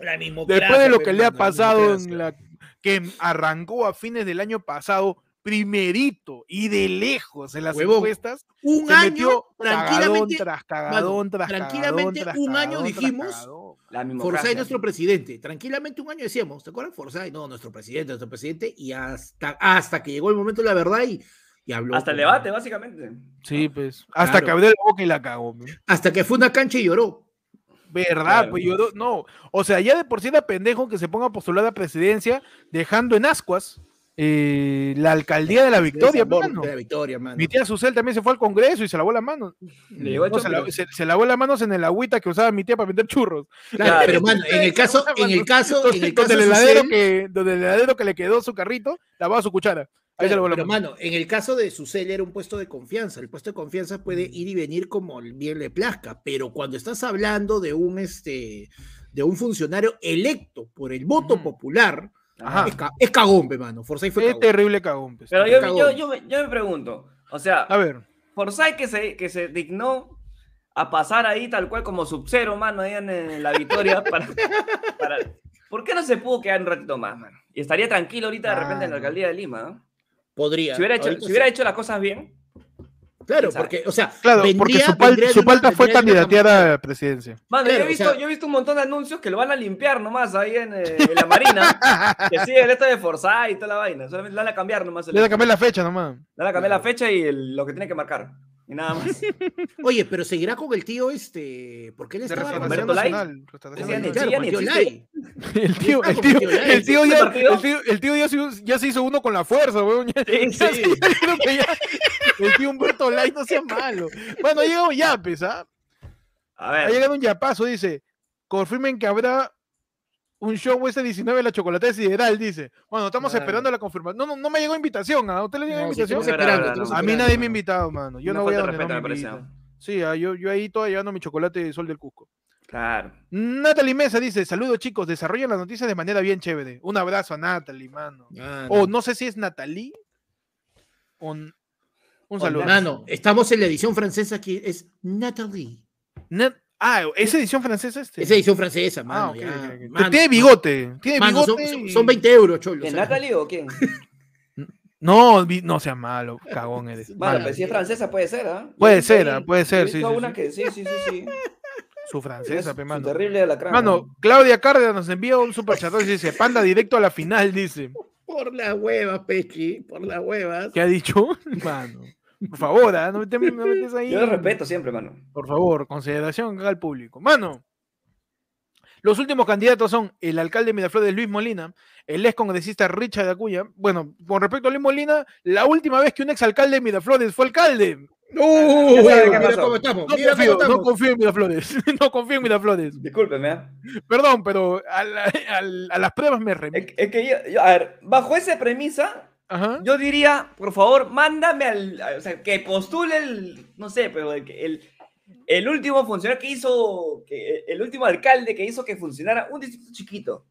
C: La mismocracia,
B: Después de lo
C: pe,
B: que le ha
C: mano, la
B: pasado en
C: mismocracia.
B: la que arrancó a fines del año pasado, primerito y de lejos en las
C: Huevón,
B: encuestas,
C: Un
B: se
C: año,
B: metió cagadón
C: tranquilamente,
B: tras cagadón tras
C: tranquilamente
B: cagadón tras
C: un año
B: cagadón tras
C: dijimos,
B: cagadón.
A: La mismocracia.
C: Forsyth nuestro presidente. Tranquilamente un año decíamos, ¿te acuerdas? Forsyth, no, nuestro presidente, nuestro presidente. Y hasta, hasta que llegó el momento de la verdad y, y habló.
A: Hasta el
C: pues, mano.
A: debate, básicamente.
B: Sí, pues. Hasta que
C: Claro.
B: abrió la boca y la cagó. pe.
C: Hasta que fue una cancha y lloró.
B: ¿Verdad?
A: Claro.
B: Pues yo no- no. O sea, ya de por sí era pendejo que se ponga a postular a presidencia dejando en ascuas eh, la alcaldía de la victoria.
C: Esa
B: pe,
C: bor-
B: mano.
C: de la victoria, mano.
B: Mi tía Susel también se fue al Congreso y se lavó las manos.
A: Le llegó el
B: No, se, la-
A: choclo.
B: se- se lavó las manos en el agüita que usaba mi tía para vender
C: <laughs>
B: churros.
C: Claro,
A: Claro.
C: pero mano, en el caso, en el caso, en el
B: Con
C: caso
B: el
C: de
B: heladero
C: Susel-
B: que, donde el heladero que le quedó su carrito, lavaba su cuchara. Ahí se
C: Claro,
B: lavó la
C: pero,
B: mano.
C: mano, en el caso de Susel era un puesto de confianza. El puesto de confianza puede ir y venir como bien le plazca, pero cuando estás hablando de un este de un funcionario electo por el voto
B: Ujú. Ah.
C: popular,
B: Ajá.
C: es, ca- es cagón, pe, mano. Forsyth fue
B: Qué
C: cagón.
B: terrible cagón. pues.
A: Pero yo,
C: Cagón.
A: yo, yo, me- yo me pregunto, o sea,
B: A ver.
A: Forsyth que se, que se dignó a pasar ahí tal cual como Sub-Zero, mano, ahí en, en la
B: <laughs>
A: victoria. para, para- ¿Por qué no se pudo quedar un ratito más, mano? Y estaría tranquilo ahorita de repente en la
B: Mano.
A: alcaldía de Lima. ¿no?
C: Podría.
A: Si hubiera hecho,
C: Ahorita
A: si
C: sí.
A: hubiera hecho las cosas bien,
C: Claro,
A: quién sabe.
C: porque, o sea,
B: Claro, porque
C: vendría-
B: su, pal-
C: vendría de
B: su
C: una-
B: palta fue
C: vendría de una campaña-
B: candidateada a la presidencia.
A: Mano, yo,
C: Claro,
A: he
C: o
A: visto,
C: sea-
A: yo he visto un montón de anuncios que lo van a limpiar nomás ahí en, eh, en la
B: <laughs>
A: Marina. que sigue el este de Forsyth y toda la vaina. Solamente le van a cambiar nomás. el-
B: Le da a cambiar la fecha nomás.
A: le van a cambiar la fecha y el- lo que tiene que marcar. Y nada más.
B: <laughs>
C: Oye, pero seguirá con el tío este, porque él
B: De
C: estaba
A: Restauración
C: con-
A: Humberto
B: Restauración
A: Lai. Decían
B: Nacional. Restauración Nacional.
A: Nietzsche,
C: claro, con el tío
A: Nietzsche.
C: Lai.
B: El tío,
C: Ah,
B: el
C: como
B: tío,
C: tío Lai.
B: el tío
A: ¿Ese
B: ya,
A: partido?
B: el tío, el tío ya, se, ya se hizo uno con la fuerza, weón. Ya-
A: Sí,
B: ya
A: sí.
B: se- ya creo que ya- el tío Humberto Lai no sea malo. Bueno, ha llegado un yapes, ¿ah?
A: A
B: Ha
A: ver.
B: llegado un yapazo, dice. Confirmen que habrá un show ese 19 de la chocolatada sideral, dice. Bueno, estamos
C: Claro.
B: esperando la confirmación. No, no, no me llegó invitación, ¿ah? ¿a usted le llegó
C: No, sí,
B: invitación?
C: estamos
A: No, no,
C: esperando,
A: no,
C: estamos
A: no.
B: a mí
C: esperando,
B: nadie me ha
C: mano.
B: invitado, mano. Yo
A: una
B: no voy a
A: falta de
B: donde
A: respeto,
B: no me
A: me parece,
B: invitan.
A: ¿no?
B: Sí, ah, yo, yo ahí todavía ando mi chocolate de sol del Cusco.
A: Claro.
B: Natalie Mesa dice, saludos chicos, desarrollan las noticias de manera bien chévere. Un abrazo a Natalie, mano.
C: Mano.
B: O no sé si es Natalie. o n- un
A: O
B: saludo.
C: Mano, estamos en la edición francesa que es Natalie.
B: Na- ah, ¿es edición francesa este?
C: Esa edición francesa,
B: Ah,
C: mano.
B: ok,
C: ya,
B: ok, ok.
C: mano.
B: Tiene bigote. Tiene
C: Mano, son,
B: bigote.
C: son-
B: y-
C: son 20 euros, cholo. o
A: ¿En
C: sea.
A: Natalie o
B: <laughs>
A: quién?
B: No, vi- no sea malo, cagón eres.
A: Bueno,
B: Malo.
C: pues
A: pero si es francesa puede ser, ¿ah? Yo he
B: pues, Puede
A: visto
B: ser,
A: ahí-
B: ah, puede
A: yo he
B: ser, sí,
A: visto
B: sí,
A: una
B: sí.
A: que sí, sí, sí,
B: <laughs>
A: sí.
B: Su francesa,
A: Es
B: pe,
A: su
B: mano.
A: Terrible de la crana.
B: Mano, Claudia Cárdenas nos envía un super chat y dice, panda directo a la final, dice.
C: Por las huevas, Pechi, por las huevas.
B: ¿Qué ha dicho? <laughs> Mano. Por favor, ah, no me tem- no me metes ahí.
A: Yo lo respeto siempre, mano.
B: Por favor, consideración acá al público. Mano, los últimos candidatos son el alcalde de Miraflores, Luis Molina, el ex congresista Richard Acuña. Bueno, con respecto a Luis Molina, la última vez que un ex alcalde de Miraflores fue alcalde.
C: ¡Uh!
A: Ya saben qué
C: mira
A: pasó.
C: cómo estamos.
B: No
C: mira cómo
B: confío, no
C: estamos.
B: confío en Miraflores. <laughs> No confío en Miraflores.
A: Discúlpeme, ¿ah?
B: Perdón, pero a, la- al- a las pruebas me
A: Es,
B: remito.
A: que- es que yo, yo- a ver, bajo esa premisa,
B: Ajá.
A: yo diría, por favor, mándame al. a- O sea, que postule el. No sé, pero el. que- el el último funcionario que hizo, que el último alcalde que hizo que funcionara un distrito chiquito.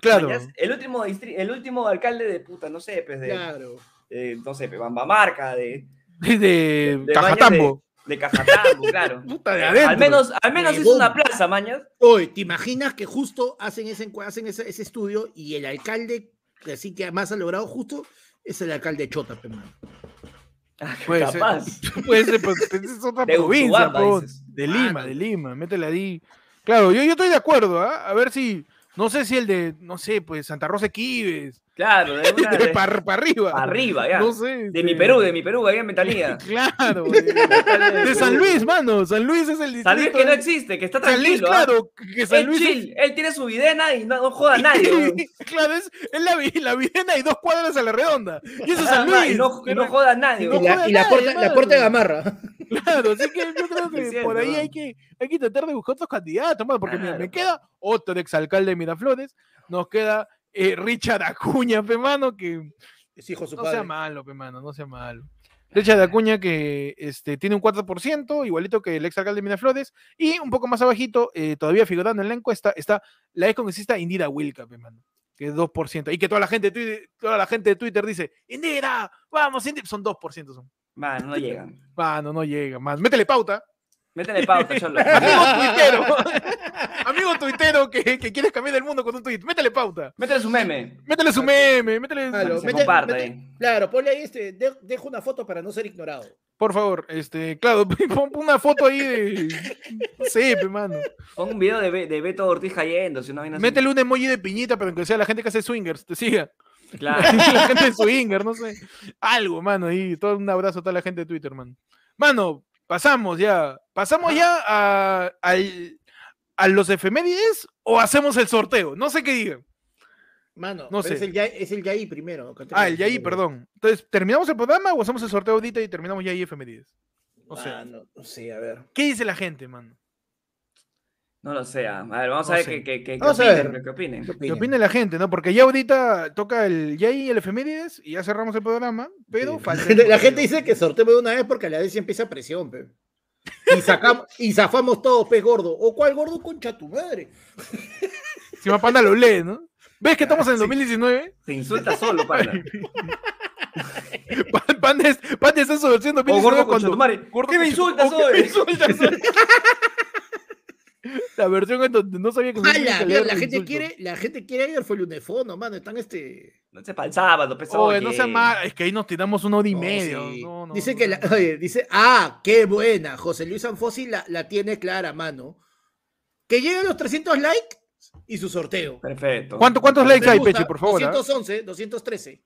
B: Claro.
A: Mañas, El último, distri- el último alcalde de puta, no sé, pues de,
C: Claro.
A: eh, no sé, pues, Bambamarca, de,
B: <laughs> De
A: de
B: Cajatambo.
A: de
B: <laughs>
A: Cajatambo, claro.
B: Puta de
A: Al
B: adentro.
A: menos, al menos hizo una
C: Huevón.
A: plaza, mañas.
C: Oye, ¿te imaginas que justo hacen ese, encu- hacen ese, ese estudio y el alcalde, que así que más ha logrado justo, es el alcalde Chota, pe, mano?
B: Puede ser.
A: Capaz.
B: <laughs> Puede ser, pues, pues, es otra
A: De
B: provincia,
A: Utubamba,
B: po,
A: dices.
B: de Lima,
C: Mano.
B: de Lima, métele ahí. Claro, yo, yo estoy de acuerdo, ¿ah? a ver si No sé si el de, no sé, pues Santa Rosa Quives,
A: <laughs> Claro,
B: <laughs>
A: de una de-
B: para arriba.
A: pa' arriba, ya.
B: No sé.
A: De
B: este,
A: mi Perú, de mi Perú, ahí en Metalía.
B: Claro, de, <laughs> de San Luis, mano. San Luis es el distrito.
A: San Luis que no existe, que está
B: San Luis,
A: tranquilo. ¿ah?
B: claro, que San
A: Él
B: Luis es-
A: chill, él tiene su videna y no, no joda a
B: <laughs>
A: nadie. weón.
B: claro, es, es la, vi- la Videna y dos cuadras a la redonda. Y eso es San
A: Nada más,
B: Luis.
A: y Ah, no, y
B: pero-
A: no joda a nadie.
B: y
A: weón.
B: no
C: Y la, y la
B: Nadie,
C: puerta, la
B: mano.
C: puerta de Gamarra. <laughs>
B: Claro, así que yo creo que
A: Es cierto,
B: por ahí
A: ¿no?
B: hay que, hay que tratar de buscar otros candidatos, mano, porque mira,
A: Claro,
B: me queda otro exalcalde de Miraflores, nos queda eh, Richard Acuña, pe mano, que
C: Es hijo de su
B: no
C: padre.
B: sea malo, pe mano, no sea malo.
A: Ah,
B: Richard Acuña que este, tiene un 4%, igualito que el exalcalde de Miraflores, y un poco más abajito, eh, todavía figurando en la encuesta, está la excongresista Indira Wilca, pe mano, que es 2%, y que toda la gente de Twitter, toda la gente de Twitter dice, Indira, vamos, Indira", son 2%, son.
A: Mano, no llegan.
B: Mano, no llega, más, métele pauta.
A: Métele pauta,
B: <laughs>
A: cholo.
B: Amigo tuitero. Amigo tuitero que, que quieres cambiar el mundo con un tuit. Métele pauta.
A: Métele su meme.
B: Métele su meme. Métele.
A: Para que
C: Claro,
A: se
C: mete-
A: comparta
C: mete-
A: ahí.
C: Claro, ponle ahí este, de- dejo una foto para no ser ignorado.
B: Por favor, este, claro, <laughs> pon pon una foto ahí de. No sé, pe, mano.
A: Pon un video de, Be- de Beto Ortiz cayendo. Si no viene
B: Métele un emoji de piñita para que sea la gente que hace swingers, te siga. <laughs>
A: Claro.
B: La gente de swingers, no sé. Algo, mano. Y todo un abrazo a toda la gente de Twitter, mano. Mano, pasamos ya. ¿Pasamos ya a, al- a los efemérides o hacemos el sorteo? No sé qué digan.
C: Mano,
B: No
C: pero
B: sé.
C: es el Yai, es el Yai primero. ¿no?
B: Ah, el Yayi, perdón. Entonces, ¿terminamos el programa o hacemos el sorteo ahorita y terminamos Yayi efemérides? O sea,
C: Mano, Ah, no sé, a ver.
B: ¿qué dice la gente, mano?
A: No lo sé. ah. A ver, vamos
B: No
A: a ver
B: sé.
A: qué, qué, qué, qué
C: Vamos a ver.
A: opinen, qué- qué opinen.
B: ¿Qué opina la gente, no? Porque ya ahorita toca el Yayi y el efemérides y ya cerramos el programa, pero
C: Sí. <laughs>
B: falta
C: La
B: el
C: gente, la
B: sorteo.
C: gente dice que sortemos de una vez porque a la vez sí empieza presión, pe. Y sacamos, y zafamos todos, pez gordo. ¿O cuál gordo concha tu madre?
B: Si más panda lo lee, ¿no? ¿Ves que estamos en el <laughs> 2019?
A: Se insulta solo, pana.
B: Pa- Panda, es, panda está en su versión
A: O
B: 2019
A: gordo con
B: cuando...
A: Chutumare.
B: gordo
A: ¿Qué me
B: concha-
A: insultas
B: o qué me
A: hoy?
B: insultas hoy? <laughs> La versión en donde no sabía que... se
C: A
B: tenía
C: Ah, la
B: que
C: mierda,
B: leer
C: la
B: los
C: gente
B: insultos.
C: quiere, la gente quiere ir al foliunefono, mano. Están este.
A: No se para el sábado, pues,
B: Oye,
A: oye.
B: no sea mal, es que ahí nos tiramos una hora y
C: No,
B: media.
C: sí.
B: no, no,
C: dice
B: no,
C: que
B: no,
C: la,
B: no.
C: oye, dice, ah, qué buena. José Luis Anfossi la, la tiene clara, mano. Que llegue a los 300 likes y su sorteo.
A: Perfecto.
B: ¿Cuánto- ¿Cuántos likes
C: Me
B: hay,
C: gusta,
B: Pechi, por favor? ah?
C: 211, 213.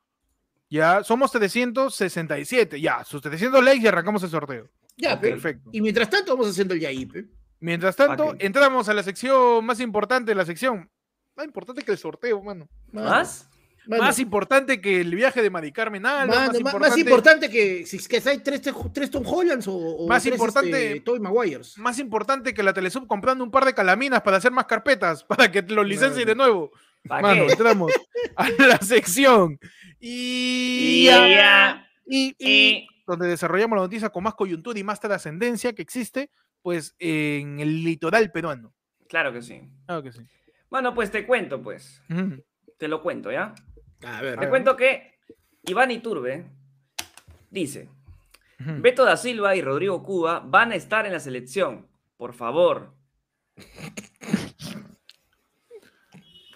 B: Ya, somos 367. Ya, sus 300 likes y arrancamos el sorteo.
C: Ya, pe.
B: Perfecto.
C: Y mientras tanto vamos haciendo el Yai, pe.
B: Mientras tanto,
A: Ok.
B: entramos a la sección más importante de la sección. Más importante que el sorteo, mano.
C: Mano,
A: ¿Más?
C: mano,
B: Más importante que el viaje de Mari Carmen Alba.
C: mano,
B: más,
C: ma-
B: importante, más,
C: que, si- que hay tres, tres Tom Hollands o, o
B: Más
C: tres,
B: importante-
C: este, Tobey Maguires.
B: importante que la Telesub comprando un par de calaminas para hacer más carpetas, <laughs> para que lo licencien de nuevo.
A: ¿Para
B: Mano,
A: qué?
B: entramos a la sección. Y...
A: Ya.
B: y- y-
A: Y-
B: donde desarrollamos la noticia con más coyuntura y más trascendencia que existe, pues en el litoral peruano.
A: Claro que sí.
B: Claro que sí.
A: Bueno, pues te cuento, pues.
B: Ujú.
A: Te lo cuento, ¿ya?
C: A ver,
A: Te cuento que Iván Iturbe dice:
B: Ujú.
A: Beto da Silva y Rodrigo Cuba van a estar en la selección. Por favor.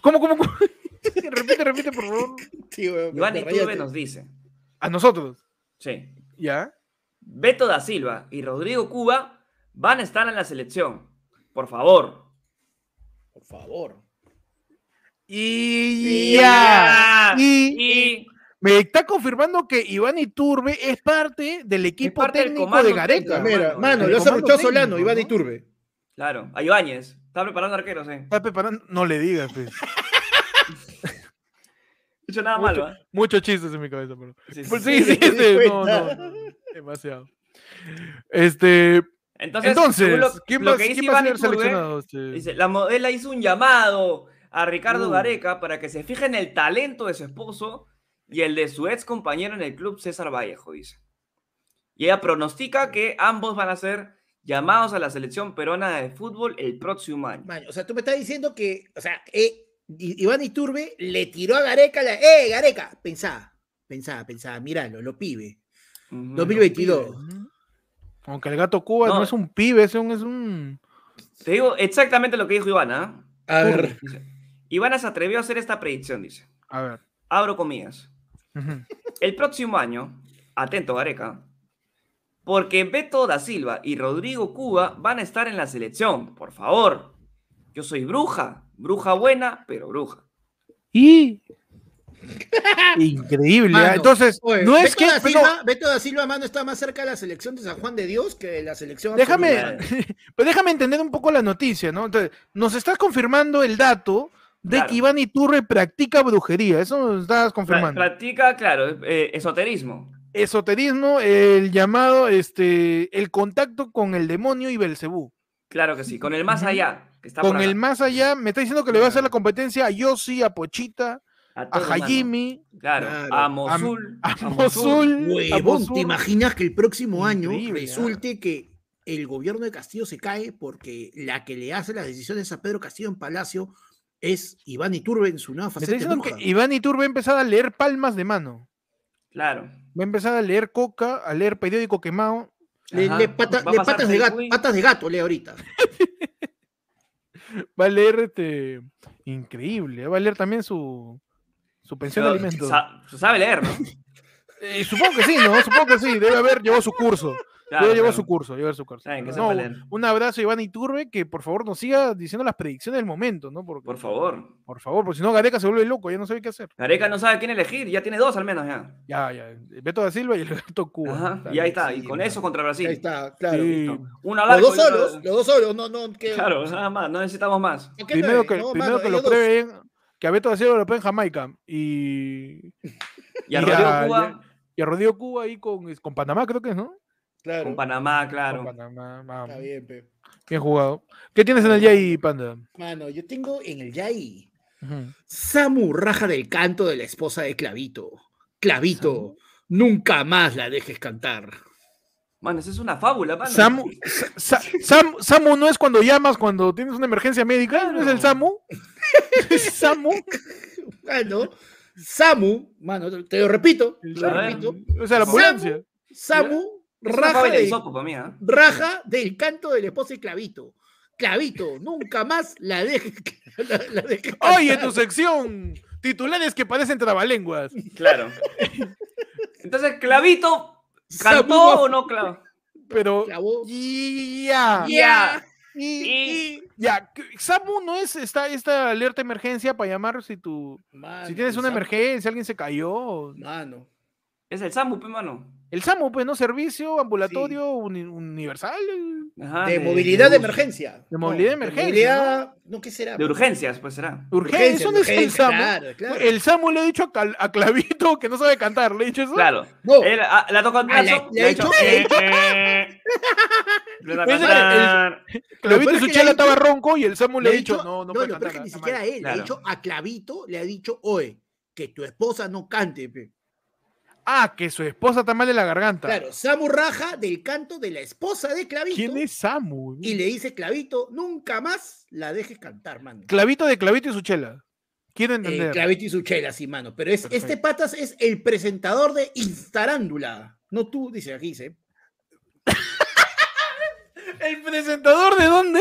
B: ¿Cómo, cómo, cómo? <laughs> repite, repite, por favor.
C: tío, weón,
A: Iván
C: me
A: Iturbe
C: rayaste.
A: nos dice:
B: A nosotros.
A: Sí.
B: ¿Ya?
A: Beto da Silva y Rodrigo Cuba van a estar en la selección. Por favor.
C: Por favor.
B: Y ya. Y
A: Y
B: me está confirmando que Iván Iturbe es parte del equipo
A: parte del
B: técnico
A: comando
B: de Gareca.
A: técnico.
C: Mira,
A: mano,
C: mano,
B: el
C: lo hace
B: comando
C: Ruchó Solano,
B: técnico,
C: Iván
B: ¿no?
C: Iturbe.
A: claro, a Ibáñez. Está preparando arqueros, ¿eh? No
B: Está preparando. No le digas, pues.
A: he hecho nada
B: Mucho-
A: malo, ¿eh?
B: Muchos chistes en mi cabeza, pero.
A: Sí, sí,
B: Pues
A: sí.
B: sí, <laughs> sí,
C: me di
B: sí, no,
C: cuenta.
B: no, no, demasiado. Este,
A: Entonces,
B: entonces,
A: según lo-
B: ¿quién
A: lo
B: va,
A: que dice
B: quién va a
A: Iván
B: ser
A: Iturbe,
B: seleccionado? este?
A: Dice, la modela hizo un llamado a Ricardo
B: Uh.
A: Gareca para que se fije en el talento de su esposo y el de su ex compañero en el club, César Vallejo, dice. Y ella pronostica que ambos van a ser llamados a la selección peruana de fútbol el próximo año.
C: Mano, o sea, tú me estás diciendo que, o sea, eh, I- Iván Iturbe le tiró a Gareca la, ¡eh, Gareca! Pensá, pensá, pensá, míralo, lo pibe.
A: Ujú.
C: 2022.
B: Ujú. Aunque el gato Cuba no,
A: No.
B: es un pibe, ese es un.
A: Te digo exactamente lo que dijo Ivana. ¿ah?
C: A ver,
A: Dice, Ivana se atrevió a hacer esta predicción, dice.
B: A ver.
A: Abro comillas. <laughs>
B: ujú.
A: El próximo año, atento Gareca, porque Beto da Silva y Rodrigo Cuba van a estar en la selección, por favor. Yo soy bruja Bruja buena, pero bruja.
B: Y. <laughs> Increíble. ¿ah?
C: Mano,
B: Entonces,
A: pues,
C: Oye,
B: no es
C: Beto
B: que.
C: Da
B: no,
C: Silva, Beto da Silva, mano, está más cerca de la selección de San Juan de Dios que de la selección.
B: déjame,
C: absoluta.
B: <laughs> pero déjame entender un poco la noticia, ¿no? Entonces, nos estás confirmando el dato de
A: Claro.
B: que Iván Iturre practica brujería. Eso nos estás
A: Pra-
B: confirmando.
A: Practica, claro, eh, esoterismo.
B: Esoterismo, el llamado, este, el contacto con el demonio y Belcebú.
A: Claro que sí, con el más
B: Ujú.
A: allá. Que está
B: Con
A: por
B: el
A: acá.
B: más allá, me está diciendo que le va a hacer la competencia a Yossi, a Pochita,
A: A
B: a
A: todo, mano.
B: Hajimi,
A: Claro,
C: Claro.
A: a
C: Am-
A: Mosul.
B: a Mosul. a
C: Huevón,
B: Mosul.
C: ¿te imaginas que el próximo año
B: Increíble, ¿ah?
C: resulte que el gobierno de Castillo se cae porque la que le hace las decisiones a Pedro Castillo en Palacio es Iván Iturbe en su
B: Me
C: nueva
B: está
C: faceta de
B: diciendo
C: bruja?
B: que Iván Iturbe va a empezar a leer palmas de mano.
A: Claro.
B: Va a empezar a leer coca, a leer periódico quemado.
C: Le,
A: Ajá.
C: le pata-
A: Va a
C: le
A: pasar
C: patas, de gato,
A: Fenway.
C: patas de gato, le ahorita.
B: Va a leer este. Increíble. Va a leer también su. Su pensión de
A: Pero
B: alimentos.
A: sa- sabe leer, ¿no?
B: Eh, supongo que sí, ¿no? Supongo que sí. Debe haber llevado su curso.
A: Claro,
B: debe llevar
A: claro.
B: su curso. Llevar su curso.
A: Saben que
B: No,
A: sepa leer.
B: un abrazo a Iván Iturbe, que por favor nos siga diciendo las predicciones del momento, ¿no? Porque-
A: Por favor.
B: Por favor, porque si no, Gareca se vuelve loco, ya no sabe qué hacer.
A: Gareca no sabe quién elegir, ya tiene dos al menos ya.
B: Ya, ya. Beto da Silva y el Beto Cuba.
A: Ajá,
B: Está
A: y ahí
B: bien,
A: está, y
B: sí,
A: con
B: mano.
A: eso contra Brasil.
C: Ahí está, claro.
B: Sí.
A: Listo. Una
C: Los
A: largo
C: dos
A: y una-
C: solos, los dos solos, no, no, que-
A: Claro, nada más, no necesitamos más.
C: ¿por qué
B: Primero
C: nueve?
B: que,
C: No,
B: primero
C: mano,
B: que lo
C: ellos dos.
B: prueben, que a Beto da Silva lo prueben en Jamaica. Y,
A: Y a
B: Y
A: Rodrigo
B: a-
A: Cuba,
B: y a Rodrigo Cuba ahí con, es- con Panamá, creo que es, ¿no?
C: Claro,
A: con Panamá,
B: Con
A: claro.
B: Panamá, vamos.
C: está bien, pe.
B: Bien jugado. ¿Qué tienes en el día ahí, Panda?
C: Mano, yo tengo en el Yai
B: Ujú.
C: Samu raja del canto de la esposa de Clavito. Clavito, nunca más la dejes cantar.
A: Mano, esa es una fábula, mano.
B: Samu, Sa- Sam- Samu no es cuando llamas, cuando tienes una emergencia médica, ¿no es el Samu? <laughs> ¿Es Samu?
C: Bueno, Samu, mano, te- te lo repito, te lo
A: A ver.
C: repito.
B: O sea, la
A: Samu.
B: ambulancia.
C: Samu
A: Es una
C: raja
A: fábula de
C: del,
A: Isopo para mí, ¿ah?
C: raja del canto de la esposa de Clavito. Clavito, nunca más la dejes. <laughs> La, la dejes
B: Hoy en
C: cantar.
B: tu sección, titulares que parecen trabalenguas.
A: Claro. <laughs> Entonces, Clavito,
C: Samu
A: ¿cantó o no clavó?
B: Pero.
C: clavó.
B: Ya.
C: Ya.
B: y- Ya. que- Samu no es esta, esta alerta de emergencia para llamar si tu.
C: Mano,
B: Si tienes una
C: Samu-
B: emergencia, alguien se cayó.
C: Mano,
A: Es el Samu, pe, mano.
B: El SAMU, pues, ¿no? Servicio ambulatorio uni- universal. el-
A: Ajá,
C: de movilidad de
A: bus.
C: emergencia.
B: de movilidad de emergencia,
C: movilidad- ¿no? ¿qué será?
A: De urgencias, pues será.
B: Urgencia, eso no es el
C: urgencia,
B: SAMU.
C: claro, claro.
B: El SAMU le ha dicho a, Cal- a Clavito que no sabe cantar, le he dicho eso.
A: Claro.
C: No.
A: Él, ah, la toca al
C: Ah, la-
A: brazo,
C: le
A: le
C: ha
A: ha hecho. <laughs>
C: hecho-
A: Le da
B: Pues, el-
A: cantar.
B: Clavito
C: Lo
B: en
C: peor
B: su
C: es que le
B: chela
C: ha
B: estaba
C: dicho-
B: ronco y el SAMU le ha
C: ha
B: dicho, no, no puede
C: lo peor
B: cantar.
C: es que ni
B: está mal".
C: siquiera él, le
A: Claro.
C: ha dicho a Clavito, le ha dicho, oye, que tu esposa no cante. pe".
B: Ah, que su esposa está mal de la garganta.
C: Claro, Samu raja del canto de la esposa de Clavito
B: ¿Quién es SAMU?
C: y le dice, Clavito, nunca más la dejes cantar, mano.
B: Clavito de Clavito y su chela. Quiero
C: Eh,
B: entender.
C: Clavito y su chela, sí, mano. Pero es, este
B: Perfecto.
C: patas es el presentador de Instarándula. No tú, dice ¿eh? aquí, dice.
B: ¿El presentador de dónde?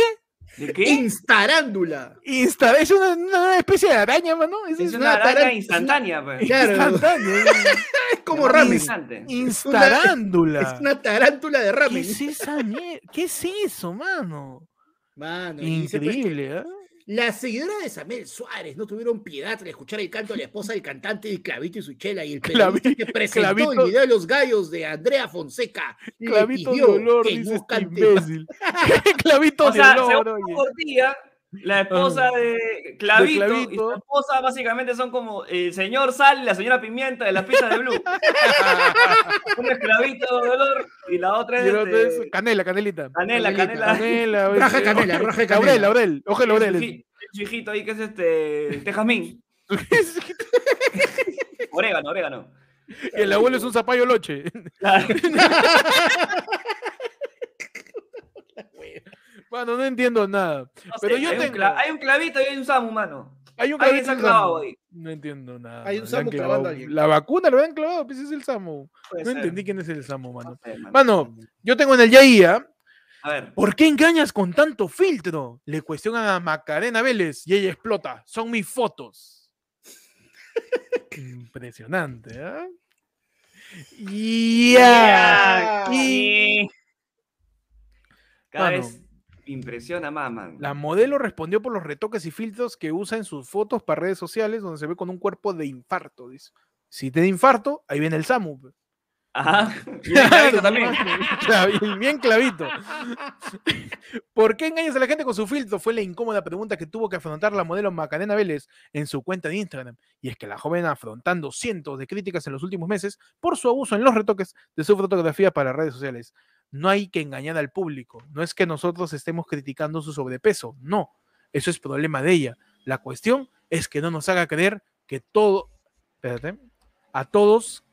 A: ¿De qué?
C: Instarándula.
B: Insta. Es una, una especie de araña, mano. Eso
A: Es
B: Es
A: una
C: una
A: araña
C: taran-
A: instantánea, pues.
C: Claro.
B: instantáneo.
C: <laughs> Es como
A: Llamada
C: ramen.
A: instante.
B: Instarándula.
C: Es una tarántula de
B: ¿Qué
C: ramen.
B: es esa mier- ¿Qué es eso, mano?
C: Mano, y dice, pues,
B: Increíble, ¿eh?
C: Las seguidoras de Samuel Suárez no tuvieron piedad al escuchar el canto de la esposa del cantante de Clavito y su chela y el periodista
B: Clavi-
C: que presentó
B: Clavito-
C: el video de los gallos de Andrea Fonseca le
B: Clavito de
C: pidió
B: olor,
C: que
B: dice
C: no
B: este
C: cante. <laughs>
B: imbécil. <laughs> Clavito
A: O
B: de
A: sea,
B: olor,
A: según
B: oye. Ah.
A: Portilla, la esposa de Clavito, y su
B: Clavito.
A: esposa básicamente son como el señor Sal y la señora Pimienta de las pizzas de Blue. <laughs> Una es Clavito de Dolor y la otra es
B: Y el otro es
A: este,
B: Canela, canelita.
A: Canela, Canela.
C: Canelita.
B: Canela, oye.
C: Raja canela, raja
B: Laurel,
C: canela.
B: laurel. Ojo,
A: Su
B: laurel.
A: hij- su hijito ahí que es este Tejamín.
B: <laughs>
A: Orégano, orégano.
B: El abuelo es un zapallo loche. <laughs> Bueno, no entiendo nada.
A: No sé,
B: Pero yo
A: hay, un
B: tengo-
A: cla- hay un clavito y hay un Samu, mano.
B: Hay un
A: Alguien
B: clavito
A: se ha
B: en
A: clavado
B: Samu.
A: ahí.
B: No entiendo nada.
C: Hay un
B: le han
C: Samu
B: clavado-
C: clavando a alguien.
B: La vacuna lo han clavado, pues es el Samu.
A: Puede
B: No
A: ser.
B: entendí quién es el Samu, mano.
A: No sé, mano.
B: Mano, yo tengo en el Yaía.
A: A ver.
B: ¿Por qué engañas con tanto filtro? Le cuestionan a Macarena Vélez y ella explota. Son mis fotos. Impresionante, ¿ah? Ya.
A: Y- Cada
B: Mano.
A: vez Impresiona más, man.
B: La modelo respondió por los retoques y filtros que usa en sus fotos para redes sociales, donde se ve con un cuerpo de infarto, dice. Si te da infarto, ahí viene el Samu. pe. <laughs>
A: Ajá. Y el carrito también.
B: Clavi- Bien clavito. ¿Por qué engañas a la gente con su filtro? Fue la incómoda pregunta que tuvo que afrontar la modelo Macarena Vélez en su cuenta de Instagram. Y es que la joven afrontando cientos de críticas en los últimos meses por su abuso en los retoques de su fotografía para redes sociales. No hay que engañar al público. No es que nosotros estemos criticando su sobrepeso. No. Eso es problema de ella. La cuestión es que no nos haga creer que todo. Espérate. A todos.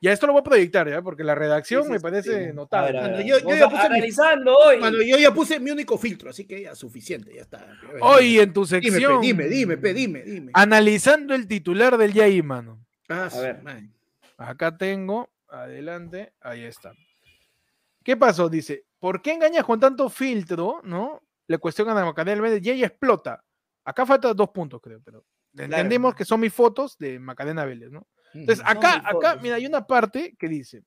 B: Ya esto lo voy a proyectar, ¿ya? Porque la redacción
A: sí,
B: me
A: sí.
B: parece
A: A ver,
B: notable.
A: a ver,
D: Bueno, yo- yo
A: vamos
D: ya puse mi-
A: analizando hoy.
D: Mano, yo ya puse mi único filtro, así que ya suficiente, ya está.
B: Hoy en tu
D: dime, pe,
B: sección.
D: dime, dime, pe, dime, dime.
B: Analizando el titular del Yay, mano.
D: Ah, su
A: ver.
D: madre.
B: Acá tengo, adelante, ahí está. ¿Qué pasó? Dice, ¿por qué engañas con tanto filtro? ¿No? Le cuestionan a Macarena Vélez y ella explota. Acá faltan dos puntos, creo, pero entendemos que son mis fotos de Macarena Vélez, ¿no? Entonces,
C: Mm.
D: Ujú.
A: Son
B: acá,
A: mis
B: acá,
A: fotos.
B: mira, hay una parte que dice,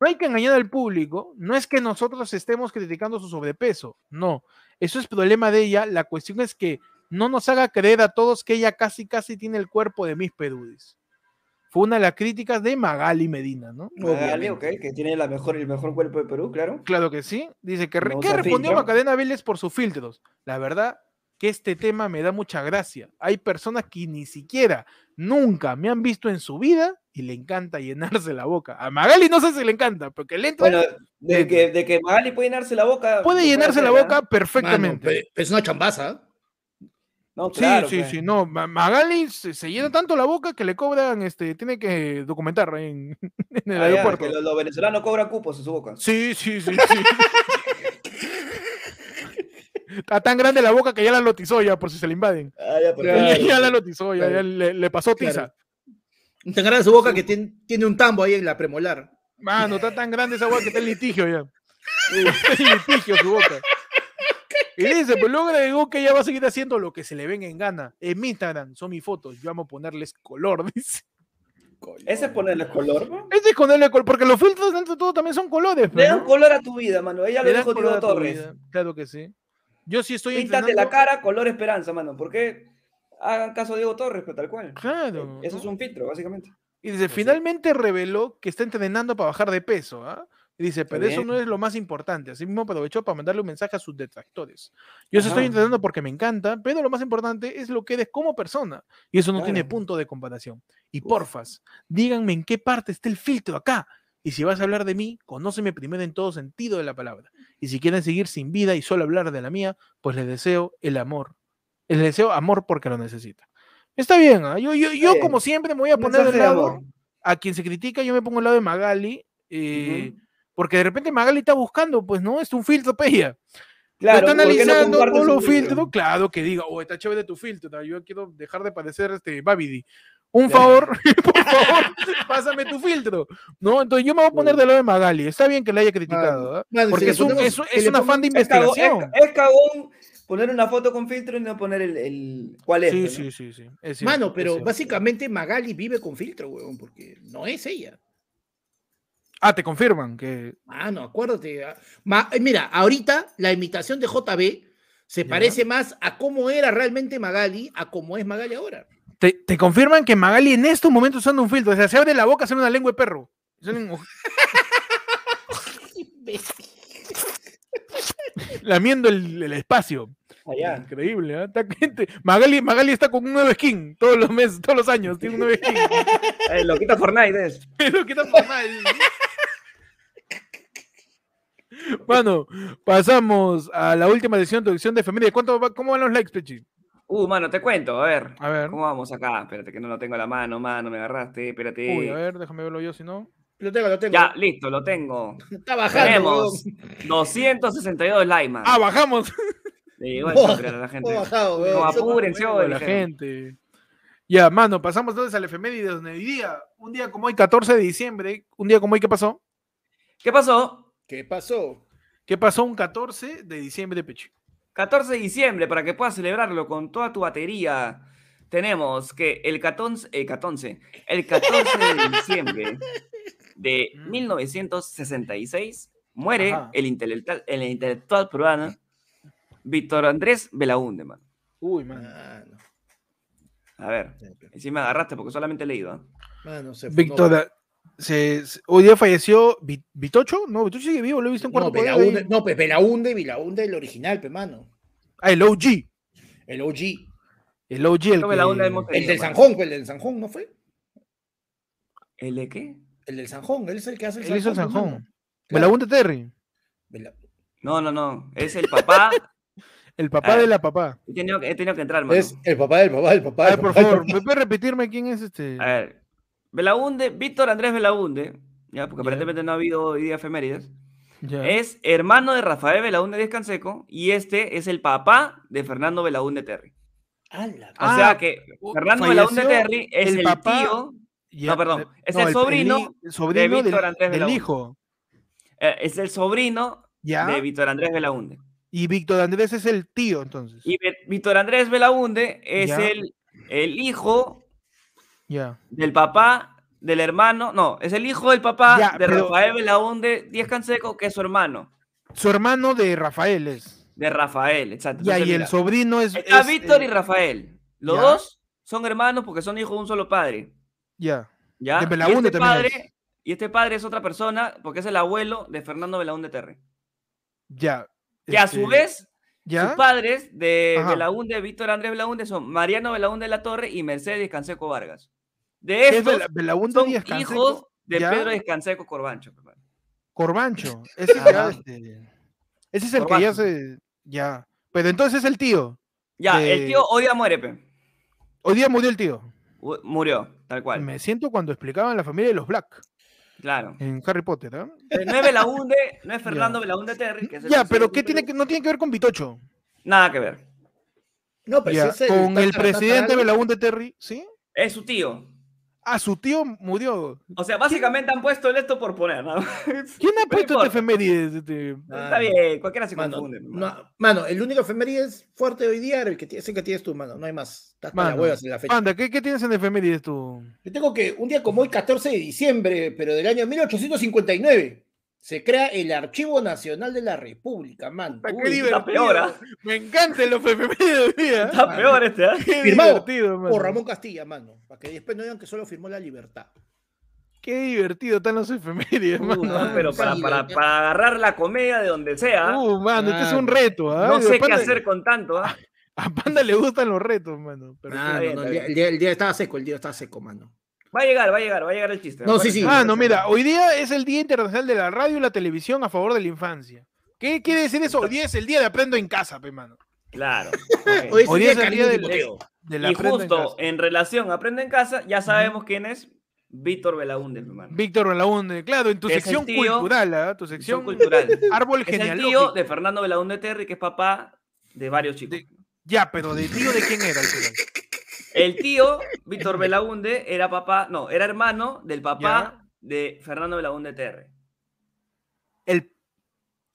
B: no hay que engañar al público, no es que nosotros estemos criticando su sobrepeso, no, eso es problema de ella, la cuestión es que no nos haga creer a todos que ella casi, casi tiene el cuerpo de mis perudis. Fue una de las críticas de Magali Medina, ¿no?
A: Dale, ok, que tiene la mejor, el mejor cuerpo de Perú, claro.
B: Claro que sí. Dice que re-
A: No
B: ¿qué
A: usa
B: respondió
A: filtro.
B: Macarena Vélez por sus filtros. La verdad que este tema me da mucha gracia. Hay personas que ni siquiera nunca me han visto en su vida y le encanta llenarse la boca. A Magali no sé si le encanta, porque le entra,
A: Bueno, de
B: Dentro.
A: que, de que Magali puede llenarse la boca.
B: eh, puede
A: lo
B: llenarse la
A: hacer, ¿ah?
B: boca
D: Mano,
B: perfectamente.
D: pe- es una
C: ¿eh?
D: chambaza.
A: No,
B: Sí,
A: claro,
B: sí,
A: pues.
B: sí, no, Ma- Magali se, se llena tanto la boca que le cobran, este, tiene que documentar en, <laughs> en el
A: Ah, ya,
B: aeropuerto.
A: que los, los venezolanos cobran cupos en su boca.
B: Sí, sí, sí, sí. Está tan grande la boca que ya la lotizó ya por si se le invaden.
A: Ah, ya,
B: Ya-
A: perfecto.
B: ya, la lotizó, ya,
D: claro.
B: ya le, le pasó tiza.
D: Claro. Te agarra su boca que tiene, tiene un tambo ahí en la premolar.
B: Mano, está tan grande esa boca que está en litigio ya. <laughs> Está en litigio su boca. Y dice, pues luego agregó que ella va a seguir haciendo lo que se le venga en gana. En mi Instagram son mis fotos, yo amo ponerles color, <laughs> dice.
A: Ese es ponerle color, ¿no?
B: Este es con el color, porque los filtros dentro de todo también son colores.
A: Le
B: pues,
A: dan
B: ¿no?
A: color a tu vida, mano. Ella
B: Le
A: lo
B: dan
A: dijo
B: color
A: Diego
B: a tu
A: Torres.
B: vida, Claro que sí. Yo sí estoy
A: Píntate la
B: entrenando-
A: cara, color esperanza, mano. ¿Por qué? Hagan caso a Diego Torres, pero tal cual. Eh,
B: Claro.
A: Eso
B: ¿no?
A: es un filtro, básicamente.
B: Y
A: Pues
B: dice, finalmente reveló que está entrenando para bajar de peso, ¿ah? Y dice, pero eso no es lo más importante. Asimismo, aprovechó para mandarle un mensaje a sus detractores. Yo eso estoy
A: Ajá.
B: entrenando porque me encanta, pero lo más importante es lo que eres como persona. Y eso no tiene
A: Claro.
B: punto de comparación. Y
A: Uf.
B: porfas, díganme en qué parte está el filtro acá. Y si vas a hablar de mí, conóceme primero en todo sentido de la palabra. Y si quieren seguir sin vida y solo hablar de la mía, pues les deseo el amor. Les deseo amor porque lo necesitan. Está bien, ¿ah? yo, yo, yo
A: bien.
B: como siempre me voy a poner
A: Mensaje
B: del
A: de
B: lado
A: amor.
B: a quien se critica, yo me pongo al lado de Magali, eh, porque de repente Magali está buscando, pues no, es un filtro, peya.
A: Claro, ¿por
B: está
A: qué no
B: analizando
A: comparte
B: todos
A: su
B: los
A: filtro?
B: filtros, claro que diga, oh, está chévere tu filtro, ¿no? yo quiero dejar de parecer este Babidi. Un favor,
A: <laughs>
B: <laughs> por favor, pásame tu filtro. No, entonces yo me voy a poner del lado de Magali. Está bien que le haya criticado, ¿ah?
D: Mano, si
B: porque
D: le
B: es, un,
D: ponemos-
B: es, un-
D: si
B: es
D: le
B: un afán de
A: Es cagón, es-
B: investigación.
A: es cagón poner una foto con filtro y no poner el, el- cuál es. pues,
B: Sí,
A: ¿no?
B: sí, sí, sí. es cierto,
D: Mano,
B: es
D: pero
B: cierto.
D: básicamente Magali vive con filtro, weón, porque no es ella.
B: Ah, te confirman que
D: Mano, acuérdate. ah. Ma- eh, mira, ahorita la imitación de JB se
B: Ya.
D: parece más a cómo era realmente Magali a cómo es Magali ahora.
B: Te, te confirman que Magali en estos momentos usando un filtro. O sea, se abre la boca, sale una lengua de perro. Sale un oj- Lamiendo el, el espacio.
A: Allá.
B: Increíble, ¿ah? Está- gente- Magali, Magali está con un nuevo skin todos los meses, todos los años. Tiene un nuevo skin.
A: Eh, lo quita Fortnite. es.
B: Pero qué tan formal. Bueno, pasamos a la última edición de edición de familia. ¿Cuánto va- ¿Cómo van los likes, Pechi?
A: Uh, mano, te cuento. A ver.
B: A ver.
A: ¿Cómo vamos acá? Espérate, que no lo tengo a la mano, mano. Me agarraste. Espérate.
B: Uy, a ver, déjame verlo yo, si no.
D: Lo tengo, lo tengo.
A: Ya, listo, lo tengo.
D: Está bajando.
A: Tenemos
D: weón.
A: 262 likes, man.
B: Ah, bajamos.
A: Sí, bueno,
B: <laughs>
D: Joder,
A: pero la gente.
D: Está bajado,
A: No,
D: weón. Son-
A: apúrense
B: Bueno,
A: hoy,
B: la
A: dijeron.
B: gente. Ya, mano, pasamos entonces al efeméride donde hoy día, un día como hoy, 14 de diciembre, un día como hoy, ¿qué pasó?
A: ¿Qué pasó?
D: ¿Qué pasó?
B: ¿Qué pasó un 14 de diciembre, Pechi?
A: 14 de diciembre, para que puedas celebrarlo con toda tu batería, tenemos que el 14, eh, 14,
C: <laughs>
A: el 14 de diciembre de
B: Mm.
A: 1966 Muere
D: Ajá.
A: el intelectual, el intelectual peruano Víctor Andrés Belaunde, mano.
B: Uy, man.
C: Mano,
A: A ver, encima agarraste porque solamente he leído. ¿ah?
C: mano, se fue-
B: Víctor.
C: no,
B: da- Se, se- hoy día falleció Vi- Vitocho. No, Vitocho sigue vivo, lo he visto en cuarto
C: No,
B: poder.
C: Belaunde,
B: ahí.
C: no, pues Belaunde, Belaunde, el original, pe, mano.
B: Ah, el OG.
C: El OG.
B: El OG, el
A: Creo que la onda
B: que-
A: hemos
C: El
A: tenido, mano.
C: del
D: pues,
C: Sanjón, pe, el del Sanjón, ¿no fue?
A: ¿El de qué?
C: El del Sanjón, él es el que hace el
B: Él hizo el
C: pe, mano.
B: Sanjón. Belaunde Terry.
C: Bela-
A: No, no, no. Es el papá. <laughs>
B: El papá
A: Ah.
B: de la papá.
A: he, tenido, que- he tenido que entrar, mano.
C: Es el papá del papá del papá.
B: Ay,
C: del
B: por
C: papá del
B: favor,
C: papá.
B: ¿me puede repetirme quién es este?
A: A ver. Belaunde, Víctor Andrés Belaunde, ya, porque aparentemente no ha habido hoy día efemérides,
B: Ya.
A: es hermano de Rafael Belaunde Díaz Canseco y este es el papá de Fernando Belaunde Terry.
C: A la-
A: O
B: Ah,
A: sea que
B: o-
A: Fernando Belaunde
B: falleció
A: Terry es
B: el
A: el,
B: papá
A: tío,
B: Ya,
A: perdón,
B: de-
A: es el sobrino
B: hi- el sobrino del-
A: Víctor Andrés
B: del
A: Belaunde.
B: hijo.
A: eh, es el sobrino
B: Ya.
A: de Víctor Andrés Belaunde.
B: Y Víctor Andrés es el tío, entonces.
A: Y Ve- Víctor Andrés Belaunde es
B: Ya.
A: el, el hijo
B: Ya.
A: del papá del hermano, no, es el hijo del papá
B: Ya,
A: de
B: pero-
A: Rafael Belaunde Díaz Canseco, que es su hermano,
B: Su hermano de Rafael es.
A: de Rafael, exacto.
B: Ya,
A: Entonces,
B: y el
A: mira,
B: sobrino es.
A: Está
B: es,
A: Víctor
B: eh,
A: y Rafael. Los
B: ya.
A: dos son hermanos porque son hijos de un solo padre.
B: Ya.
A: ¿ya?
B: De
A: Y
B: Belaúnde
A: este
B: también
A: padre, y este padre es otra persona porque es el abuelo de Fernando Belaúnde Terry.
B: Ya.
A: Que a su
B: este,
A: vez,
B: Ya.
A: sus padres de
B: Ajá.
A: Belaúnde, Víctor Andrés Belaúnde, son Mariano Belaúnde de la Torre y Mercedes Canseco Vargas. De
B: Es
A: estos
B: Bela- Belaúnde
A: son
B: Díaz Canseco,
A: hijos de
B: ya.
A: Pedro Descanseco Corbancho. pe, mano. <laughs>
B: Corbancho. Ese ya,
A: Ajá.
B: este, Ese es el que ya
A: Corbancho.
B: se. Ya. Pero entonces es el tío.
A: Ya,
B: De-
A: el tío hoy día muere, pe.
B: Hoy día murió el tío.
A: Mu- Murió, tal cual.
B: Me siento cuando explicaban la familia de los Black
A: Claro.
B: en Harry Potter. ¿ah?
A: Pero No es Belaúnde, no
B: <laughs>
A: es Fernando Belaúnde Terry. que es el
B: Ya,
A: presidente
B: pero
A: de
B: ¿qué tiene
A: Perú.
B: que, no tiene que ver con Vitocho?
A: Nada que ver.
C: No, pues
B: Ya,
C: es el
B: con el
C: tatara-
B: presidente
C: tatara-
B: Belaúnde Terry, ¿sí?
A: Es su tío.
B: Ah, su tío murió.
A: O sea, básicamente han puesto el esto por poner, ¿no? <laughs>
B: ¿Quién ha
A: No
B: puesto este
A: importa.
B: efeméride? Este?
A: Está bien, cualquiera se
C: ah, Mano,
A: confunde.
C: no-
A: mi hermano.
C: mano, el único efemérides fuerte hoy día era el que, ti- es el que tienes tú, mano. No hay más. Estás para
B: Mano,
C: huevas en la fecha.
B: Panda, ¿qué, qué tienes en efemérides tú?
C: Yo tengo que un día como hoy, 14 de diciembre, pero del año 1859, se crea el Archivo Nacional de la República, mano.
B: Pa, qué
C: Uy,
A: Está peor, ¿ah?
B: Me encantan los efemérides de día.
A: Está peor este, ¿ah?
B: Qué
C: Firmado
B: divertido, mano.
C: Por Ramón Castilla, mano. Para que después no digan que solo firmó la libertad.
B: Qué divertido están los efemérides, <laughs> mano.
A: No,
C: mano,
A: pero para,
C: sí,
A: para,
C: loco.
A: para agarrar la comedia de donde sea,
B: Uh, mano, este es un
C: Mano,
B: reto, ¿ah?
A: no
B: Y
A: sé qué
B: Panda-
A: hacer con tanto. ¿ah?
B: A Panda le gustan los retos, mano. pero-
C: Mano,
A: está bien,
C: no,
A: está
C: el, día,
A: bien.
C: el día- el día estaba seco, el día estaba seco, mano.
A: Va a llegar, va a llegar, va a llegar el chiste.
C: No,
A: acuérdate.
C: sí, sí.
B: Ah, no, mira, hoy día es el Día Internacional de la Radio y la Televisión a favor de la infancia. ¿Qué quiere decir eso? Hoy día es el día de aprendo en casa, pe, mano. <laughs>
A: Claro. ok.
C: Hoy es
B: Hoy
C: el
B: día
C: día
B: es el día
C: de Carlito
B: del-
C: Timoteo.
B: De la
A: Y justo en, relación a Aprende en Casa, ya sabemos quién es Víctor Belaunde, mi hermano.
B: Víctor Belaunde, claro, en tu
A: Es el
B: sección
A: tío-
B: cultural, ¿ah? Tu
A: Sección
B: sección
A: cultural.
B: <laughs> árbol
A: Es el
B: genealógico.
A: tío de Fernando Belaunde Terry, que es papá de varios chicos.
B: De- Ya, pero de tío de quién era al final?
A: El tío, Víctor Belaunde, era papá, no, era hermano del papá de Fernando Belaunde Terry.
B: El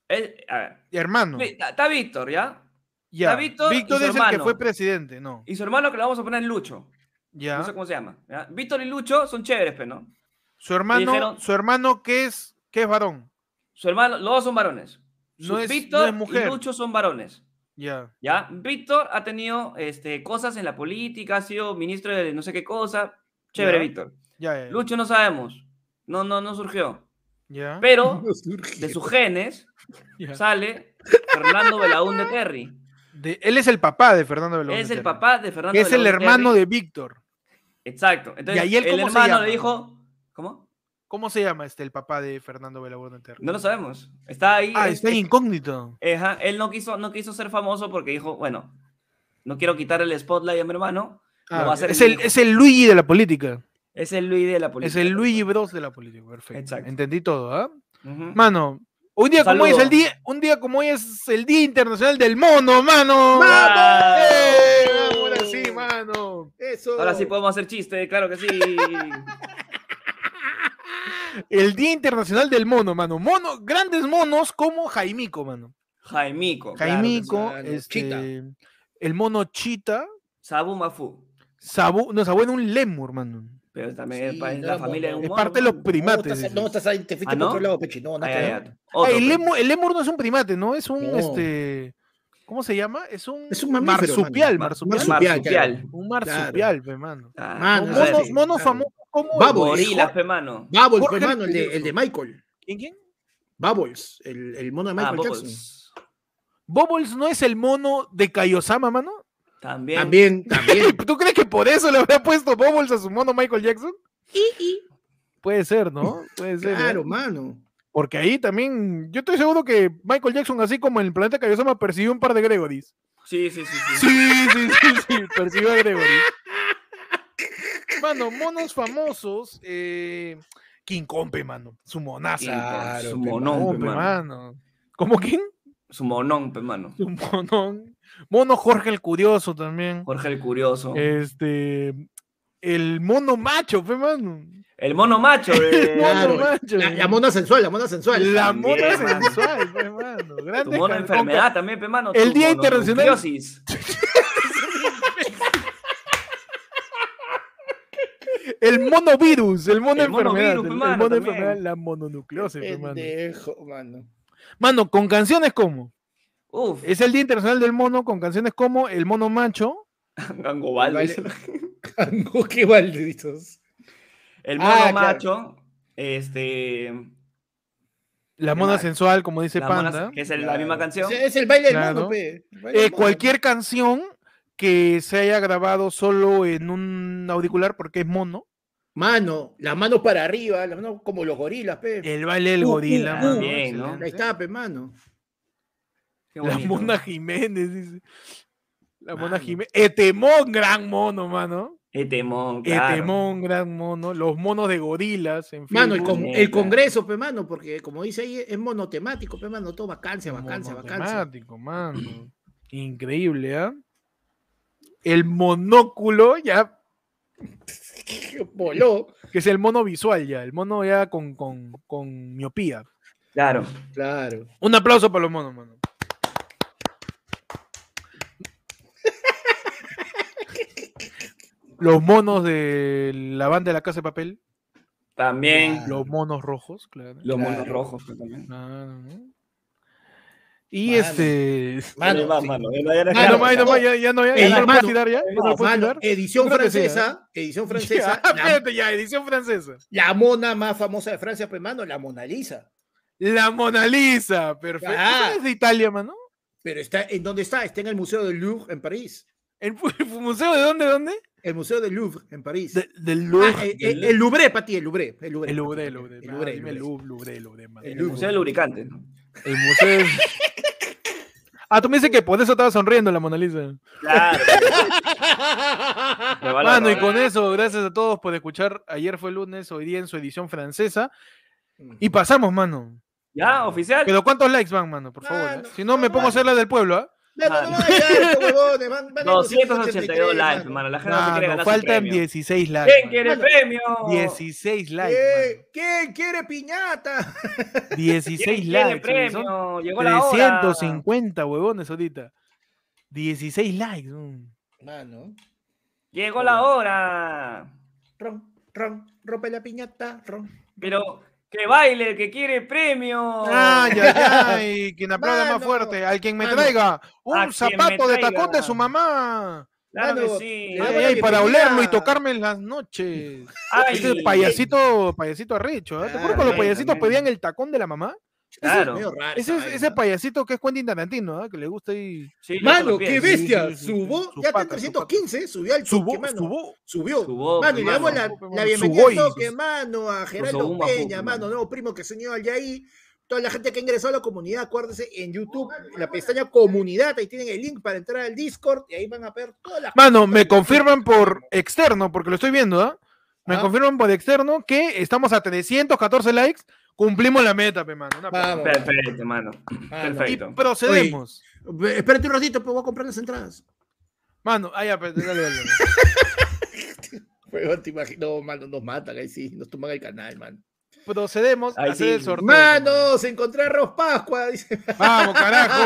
A: Él- a ver,
B: hermano.
A: vi- está está Víctor, ¿ya?
B: Ya.
A: está Víctor y
B: Víctor
A: su
B: es el que
A: hermano.
B: fue presidente, no.
A: Y su hermano, que lo vamos a poner en Lucho.
B: Ya.
A: No sé cómo se llama. ¿ya? Víctor y Lucho son chéveres, pero no.
B: Su hermano,
A: dijeron-
B: su hermano que es que es varón.
A: Su hermano, los dos son varones.
B: No
A: Su-
B: es- no
A: Víctor
B: es mujer.
A: y Lucho son varones.
B: Ya.
A: ¿Ya? Víctor ha tenido este, cosas en la política, ha sido ministro de no sé qué cosa. Chévere,
B: Ya.
A: Víctor.
B: Ya. ya, ya.
A: Lucho no sabemos. No, no, no surgió.
B: Ya. <laughs>
A: Pero
C: surge.
A: de sus genes <laughs>
B: ya.
A: sale Fernando
B: <laughs>
A: Belaúnde Terry.
B: De- él es el papá de Fernando Belaunde.
A: Es el
B: Terry,
A: papá de Fernando
B: que es el
A: Belaúnde
B: hermano
A: Terry.
B: de Víctor.
A: Exacto. Entonces,
B: ahí él
A: el
B: cómo se
A: hermano
B: llama?
A: le dijo. ¿Cómo?
B: ¿Cómo se llama este el papá de Fernando Belaunde Terry?
A: No lo sabemos. Está ahí.
B: Ah,
A: es-
B: está
A: es-
B: incógnito.
A: Ajá, él no quiso, no quiso ser famoso porque dijo, bueno, no quiero quitar el spotlight a mi hermano. Lo
B: Ah,
A: va a hacer
B: es,
A: mi
B: el,
A: hijo.
B: es el Luigi de la política.
A: Es el Luis de la política.
B: Es el Luigi Bros de la política. Perfecto.
A: Exacto.
B: Entendí todo, ¿ah?
A: Ujú.
B: Mano, un día como hoy es el
A: Saludo.
B: día, un día como hoy es el Día Internacional del Mono, mano.
A: ¡Vamos!
B: ¡Eh! Ahora sí, mano.
C: Eso.
A: Ahora sí podemos hacer chiste, claro
B: <laughs>
A: que sí.
B: El Día Internacional del Mono, mano. Mono, grandes monos como Jaimico, mano.
A: Jaimico. claro que sí.
B: Jaimico,
C: mano.
B: este,
C: Chita.
B: el mono Chita,
A: Sabu Mafu.
B: Sabu, no, Sabu era un lemur, mano.
A: Pero también
C: Sí,
A: es, pa- es
C: no
A: la
C: éramos
A: familia de
C: dos.
A: un
B: Es
A: mono.
B: parte de los
C: No,
B: primates.
C: estás-
B: dices.
C: no, estás ahí, te fuiste
A: ¿Ah,
C: por
A: no?
C: otro lado, peche. No, no,
A: Ay,
C: te-
A: ay, ay.
B: Ah,
A: Otro,
B: el,
A: pues.
B: lemur, el lemur no es un primate, ¿no? Es un,
C: No.
B: este, ¿cómo se llama? Es un,
C: Es un mamífero,
B: marsupial,
A: mano.
B: marsupial.
C: Marsupial,
B: Un marsupial, pe, mano.
A: Ah,
C: Mano,
A: no,
C: o sea,
B: monos,
A: sí.
B: monos
A: Claro.
B: famosos como
C: Babo,
B: el-
A: Gorilas, pe mano.
C: Bubbles,
B: Jorge
C: pues, mano, el de,
B: Curioso.
C: el de Michael.
B: ¿Quién, quién?
C: Bubbles, el, el mono de
A: Ah,
C: Michael Jackson.
A: Bubbles.
B: Bubbles no es el mono de Kaiosama, mano.
A: También.
C: También,
A: <laughs>
C: también.
B: ¿Tú crees que por eso le habrá puesto Bubbles a su mono Michael Jackson? Puede ser, ¿no? Puede ser. ¿eh?
C: claro, mano.
B: Porque ahí también, yo estoy seguro que Michael Jackson, así como en el planeta Kaiosama, persiguió un par de Gregorys.
A: Sí, sí, sí. sí.
B: Sí, sí, sí, sí, persiguió a Gregory. Mano, monos famosos, eh, King Compe, mano, su monaza.
A: King Kong,
C: claro,
A: su
C: pe,
A: monón, pe,
B: Compe,
A: mano.
B: mano. ¿Cómo quién?
A: Su monón, pe mano.
B: Su monón. Mono Jorge el Curioso también.
A: Jorge el Curioso.
B: Este, el mono macho, pe, mano.
A: El mono macho. eh. de-
B: <laughs>
C: Eh, Claro.
B: Mono macho.
C: La, la mona sensual, la mona sensual.
B: La
A: también,
B: mona
A: mano.
B: sensual, pe, mano.
A: Tu
B: Grande
A: mono enfermedad también, pe mano.
B: El
A: Tu
B: Día Internacional-
A: mononucleosis.
B: El monovirus, el mono
A: El monovirus,
B: enfermedad. el-
A: pe,
B: el
A: mano,
B: mono
A: también.
B: enfermedad, la mononucleosis, pe, mano.
C: Pendejo, mano. <laughs>
B: Mano, con canciones como.
A: Uf,
B: Es el Día Internacional del Mono, con canciones como El Mono Macho.
A: Gangobaldo.
C: Vale.
A: dice.
C: Cango, qué malditos.
A: El mono
C: Ah, claro.
A: macho. Este.
B: La
A: Qué
B: mona
A: mal.
B: sensual, como dice
A: la mona-
B: Panda.
A: que es el- la
C: Claro.
A: misma canción.
C: Es, es el baile del
B: Claro.
C: mono, pe. El baile
B: Eh,
C: del mono.
B: cualquier canción que se haya grabado solo en un auricular porque es mono.
C: Mano, las manos para arriba, las manos como los gorilas, pe.
A: Eh,
B: El baile del
C: Uh, uh,
B: gorila.
C: uh,
B: mano,
A: también, ¿no?
C: Ahí
B: excelente.
C: está, pe, mano.
A: Qué
B: La
A: bonito. Ah,
B: mona Jiménez, dice. La mona
A: Mano.
B: Jiménez. Etemón, gran mono, mano.
A: Etemón, claro.
B: Etemón, gran mono. Los monos de gorilas, en fin.
C: Mano, el,
A: con-
C: con-
A: Puñeta.
C: el congreso, pe, mano, porque como dice ahí, es monotemático, pe, mano, todo vacancia, vacancia, vacancia.
B: Monotemático, mano. Increíble, ¿ah? El monóculo, ya,
C: <laughs> Voló.
B: que es el mono visual, ya, el mono ya con, con, con miopía.
A: Claro.
C: Claro.
B: Un aplauso para los monos, mano. Los monos de la banda de la casa de papel,
A: También.
C: Claro.
B: los monos rojos, claro.
A: Los
C: Claro.
A: monos rojos pues, también.
B: Claro, ¿no? Y
C: Mano. <laughs>
B: este.
A: Ahí va,
C: sí.
A: mano, ahí va, ya la-
B: Ya
C: Mano,
B: no, más, ya no más, ya, ya no, ya, ya
C: Eh,
B: no lo puedes
C: mano,
B: tirar ya. ya no lo puedes
C: Mano,
B: tirar.
C: edición
B: Creo que <laughs> sí, ¿eh?
C: francesa, edición francesa,
B: Ya,
C: la,
B: espérate, ya, edición francesa.
C: la mona más famosa de Francia, pe, mano, la Mona Lisa.
B: La Mona Lisa, perfecto.
C: Ya.
B: Esa es de Italia, mano.
C: Pero está, ¿en dónde está? Está en el Museo del Louvre en París.
B: ¿El, fu- el museo de dónde? ¿Dónde?
C: El Museo del Louvre en París.
B: del
C: Ah, eh, eh, el, Louvre, Pati, el Louvre. El Louvre,
B: El Louvre, el
C: el
B: Louvre.
C: Louvre,
B: Ah,
C: el
B: dime El
C: Louvre.
B: Louvre, Louvre, Louvre, mano.
C: El
A: El Museo de Lubricantes. ¿no?
B: El museo. Ah, tú me dices que por eso estaba sonriendo la Mona Lisa.
A: Claro.
B: <laughs>
A: Me va la
B: Mano, y
A: rabia.
B: con eso, gracias a todos por escuchar. Ayer fue lunes, hoy día en su edición francesa.
C: <laughs>
B: Y pasamos, mano.
A: Ya, oficial.
B: Pero ¿cuántos likes van, mano? Por favor.
C: Mano,
B: ¿eh? Si no, me pongo a hacer la del pueblo, ¿ah?
C: No, no, este no, no, ya, estos huevones, van- van en
A: 282 likes,
C: 283, mano.
A: hermano. La gente no, se
B: No,
A: quiere
B: no,
A: ganar su
B: faltan
A: premio.
B: 16 likes.
A: ¿Quién
B: mano.
A: quiere
C: Mano,
A: premio?
B: 16 likes. mano.
C: ¿Qué? ¿Quién quiere piñata?
B: <laughs> 16
A: ¿Quién quiere
B: likes. oye,
A: premio?
B: son
A: Llegó la hora.
B: 350 huevones ahorita. 16 likes. mm.
C: Mano,
A: Llegó la hora.
C: ron, ron, rompe la piñata, ron.
A: Pero que baile el que quiere premio.
B: Ay, ay,
A: <laughs>
B: ay. Quien aplauda más
C: Mano,
B: fuerte. Al quien me
C: mano.
B: traiga
A: A
B: un
A: quien
B: zapato
A: me
B: de tacón de
A: traiga.
B: su mamá.
A: Claro que
C: Mano,
A: sí.
C: le
B: Ay,
C: damos
B: ay,
C: la
B: para
C: bienvenida.
B: olerlo y tocarme en las noches.
A: Ay,
B: Este payasito, payasito arrecho. ¿eh? ¿Te acuerdas cuando los
A: Claro,
B: payasitos
A: también.
B: pedían el tacón de la mamá?
A: Claro.
C: Medio raro
B: Ese,
C: esa
B: ese
C: vaina.
B: payasito que es Quentin Tarantino, ¿eh? que le gusta y
A: Sí, lo
C: Mano,
A: copié.
C: qué
B: ves.
C: bestia.
B: Sí, sí, sí, sí.
C: Subó,
B: Sus
C: ya está en
B: patas, sus
C: 315, subió al toque,
B: Subo,
C: mano.
B: subo.
C: Subió.
A: Subo,
C: mano, y le damos
A: mano.
C: la,
B: Subo,
C: la
B: mano.
C: bienvenida
B: Suboy.
C: al toque, mano, a Gerardo
A: Subo, bajo,
C: Peña, mano,
A: mano.
C: nuevo primo que se unió al ahí. Toda la gente que ingresó a la comunidad, acuérdense, en YouTube, en la pestaña comunidad, ahí tienen el link para entrar al Discord y ahí van a ver todas las
B: Mano, me
C: cosas.
B: confirman por externo, porque lo estoy viendo, ¿ah? Me
C: Ajá.
B: confirman por externo que estamos a 314 likes, cumplimos la meta, pe, mano. un aplauso.
C: Vamos,
A: Perfecto, mano.
C: mano.
B: Y
A: Perfecto.
B: procedemos.
C: Ve- Espérate un ratito, pues voy a comprar las entradas.
B: Mano, ah, ya, pe- dale, dale,
A: <laughs>
B: dale.
C: Pero te imagino, mano, nos matan, ahí sí, nos toman el canal, mano.
B: Procedemos a
A: Ahí
B: hacer
A: sí.
B: el sorteo. pe, mano.
C: Manos, encontré a Ros <laughs> Pascua, dice.
A: <laughs>
B: Vamos, carajo.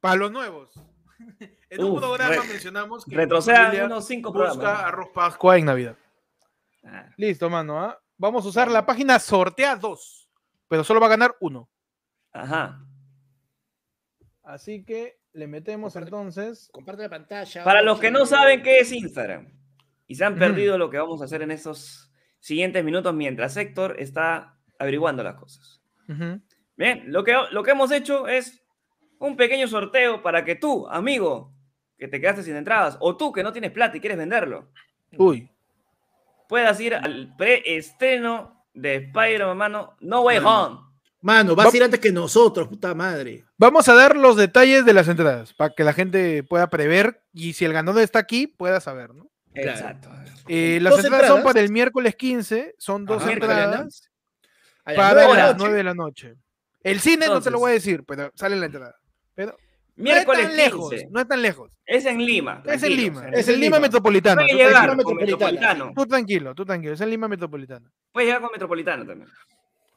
B: Para los nuevos. En un
A: Uf,
B: programa
A: re-
B: mencionamos que mi
A: Retrocedan
B: familia
A: unos cinco
B: busca
A: programas.
B: arroz Pascua en Navidad.
A: Ah,
B: Listo, mano. ¿ah? Vamos a usar la página sortea 2, pero solo va a ganar uno.
A: Ajá.
B: Así que le metemos
D: Comparte.
B: entonces.
D: Comparte la pantalla.
A: Para los que no saben
D: que
A: qué es Instagram y se han
B: Ujú.
A: perdido lo que vamos a hacer en estos siguientes minutos mientras Héctor está averiguando las cosas.
B: Ujú.
A: Bien, lo que, lo que hemos hecho es un pequeño sorteo para que tú, amigo, que te quedaste sin entradas, o tú que no tienes plata y quieres venderlo,
B: Uy.
A: puedas ir al preestreno de Spider-Man mano, No Way Home.
C: Mano, vas
B: Va-
C: a ir antes que nosotros, puta madre.
B: Vamos a dar los detalles de las entradas para que la gente pueda prever y si el ganador está aquí, pueda saber, ¿no?
C: Claro.
A: Exacto.
B: Eh, las
C: Dos
B: entradas, son
C: entradas.
B: para el miércoles 15, son dos
C: Ajá. Miércoles, ¿no?
B: entradas
C: A las
B: para
C: nueve de la
B: las
C: noche.
B: 9 de la noche. El cine no te
A: Entonces.
B: lo voy a decir, pero sale la entrada.
A: Miércoles
B: no es
A: 15.
B: tan lejos, no es tan lejos.
A: Es en Lima.
B: Es en
A: tranquilos,
B: Lima,
A: en
B: es en Lima Metropolitana.
A: Puedes
B: Tú
A: llegar
B: tranquilo,
A: con Metropolitano.
B: tú tranquilo, tú tranquilo, es en Lima Metropolitana.
A: Puedes llegar con Metropolitano también.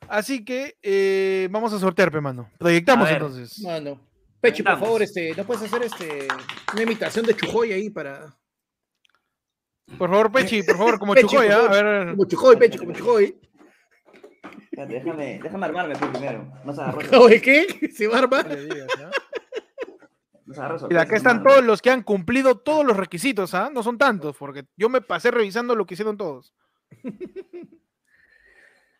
B: Así que eh, vamos a sortear, pe, mano. Proyectamos
A: A ver.
B: entonces.
C: Mano. Pechi, por
A: Estamos.
C: favor, este, ¿no puedes hacer este, una imitación de Chujoy ahí para.
B: Por favor, Pechi, por favor, como
C: Pechi, por
B: Chucoya. A
C: favor.
B: ver, <laughs>
C: Como Chujoy, Pechi, como Chujoy. <laughs>
A: Espérate, déjame, déjame armarme tú primero. No se agarró.
C: ¿Oye qué? ¿Se va a armar?
B: le digas, ¿no? Mira, acá están todos los que han cumplido todos los requisitos, ¿ah? No son tantos, porque yo me pasé revisando lo que hicieron todos.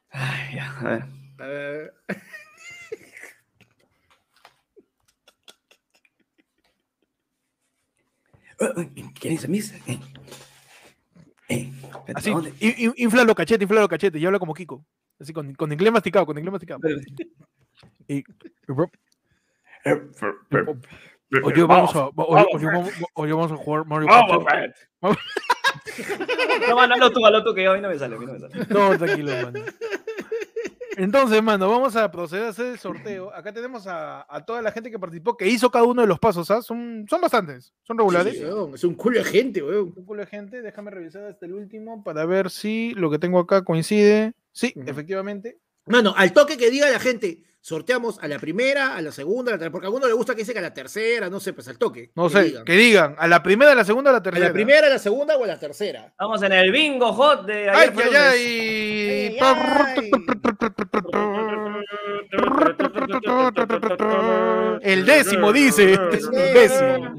A: Ay, ya, a ver.
C: A ver.
A: ¿Quién hizo misa? Eh. Eh, espérate,
B: Así,
A: ¿dónde?
B: in- in- inflalo cachete, inflalo cachete, y habla como Kiko. Así, con, con inglés masticado, con inglés masticado. Y- Oye, vamos a, oye, oye, vamos- oye, vamos a jugar Mario Kart.
A: No, mano, hazlo tú, hazlo tú, que a mí no me sale, a mí no me sale.
B: No, tranquilo, mano. Entonces, mano, vamos a proceder a hacer el sorteo. Acá tenemos a, a toda la gente que participó, que hizo cada uno de los pasos, ¿ah? Son, son bastantes, son regulares.
C: Sí, weón, es un culo de gente, weón.
B: Un culo de gente, déjame revisar hasta el último para ver si lo que tengo acá coincide. Sí,
C: Ujú.
B: efectivamente.
C: Mano, al toque que diga la gente, sorteamos a la primera, a la segunda, a la tercera, porque a alguno le gusta que dice que a la tercera, no sé, pues al toque.
B: No
C: que
B: sé,
C: digan.
B: que digan, a la primera, a la segunda, a la
C: A
B: tercera.
C: la primera, a la segunda o a la tercera.
A: Vamos en el bingo hot de
B: Ay,
A: ayer.
B: ay,
A: fue lunes.
B: ay. El décimo
C: <laughs>
B: dice, este es un décimo.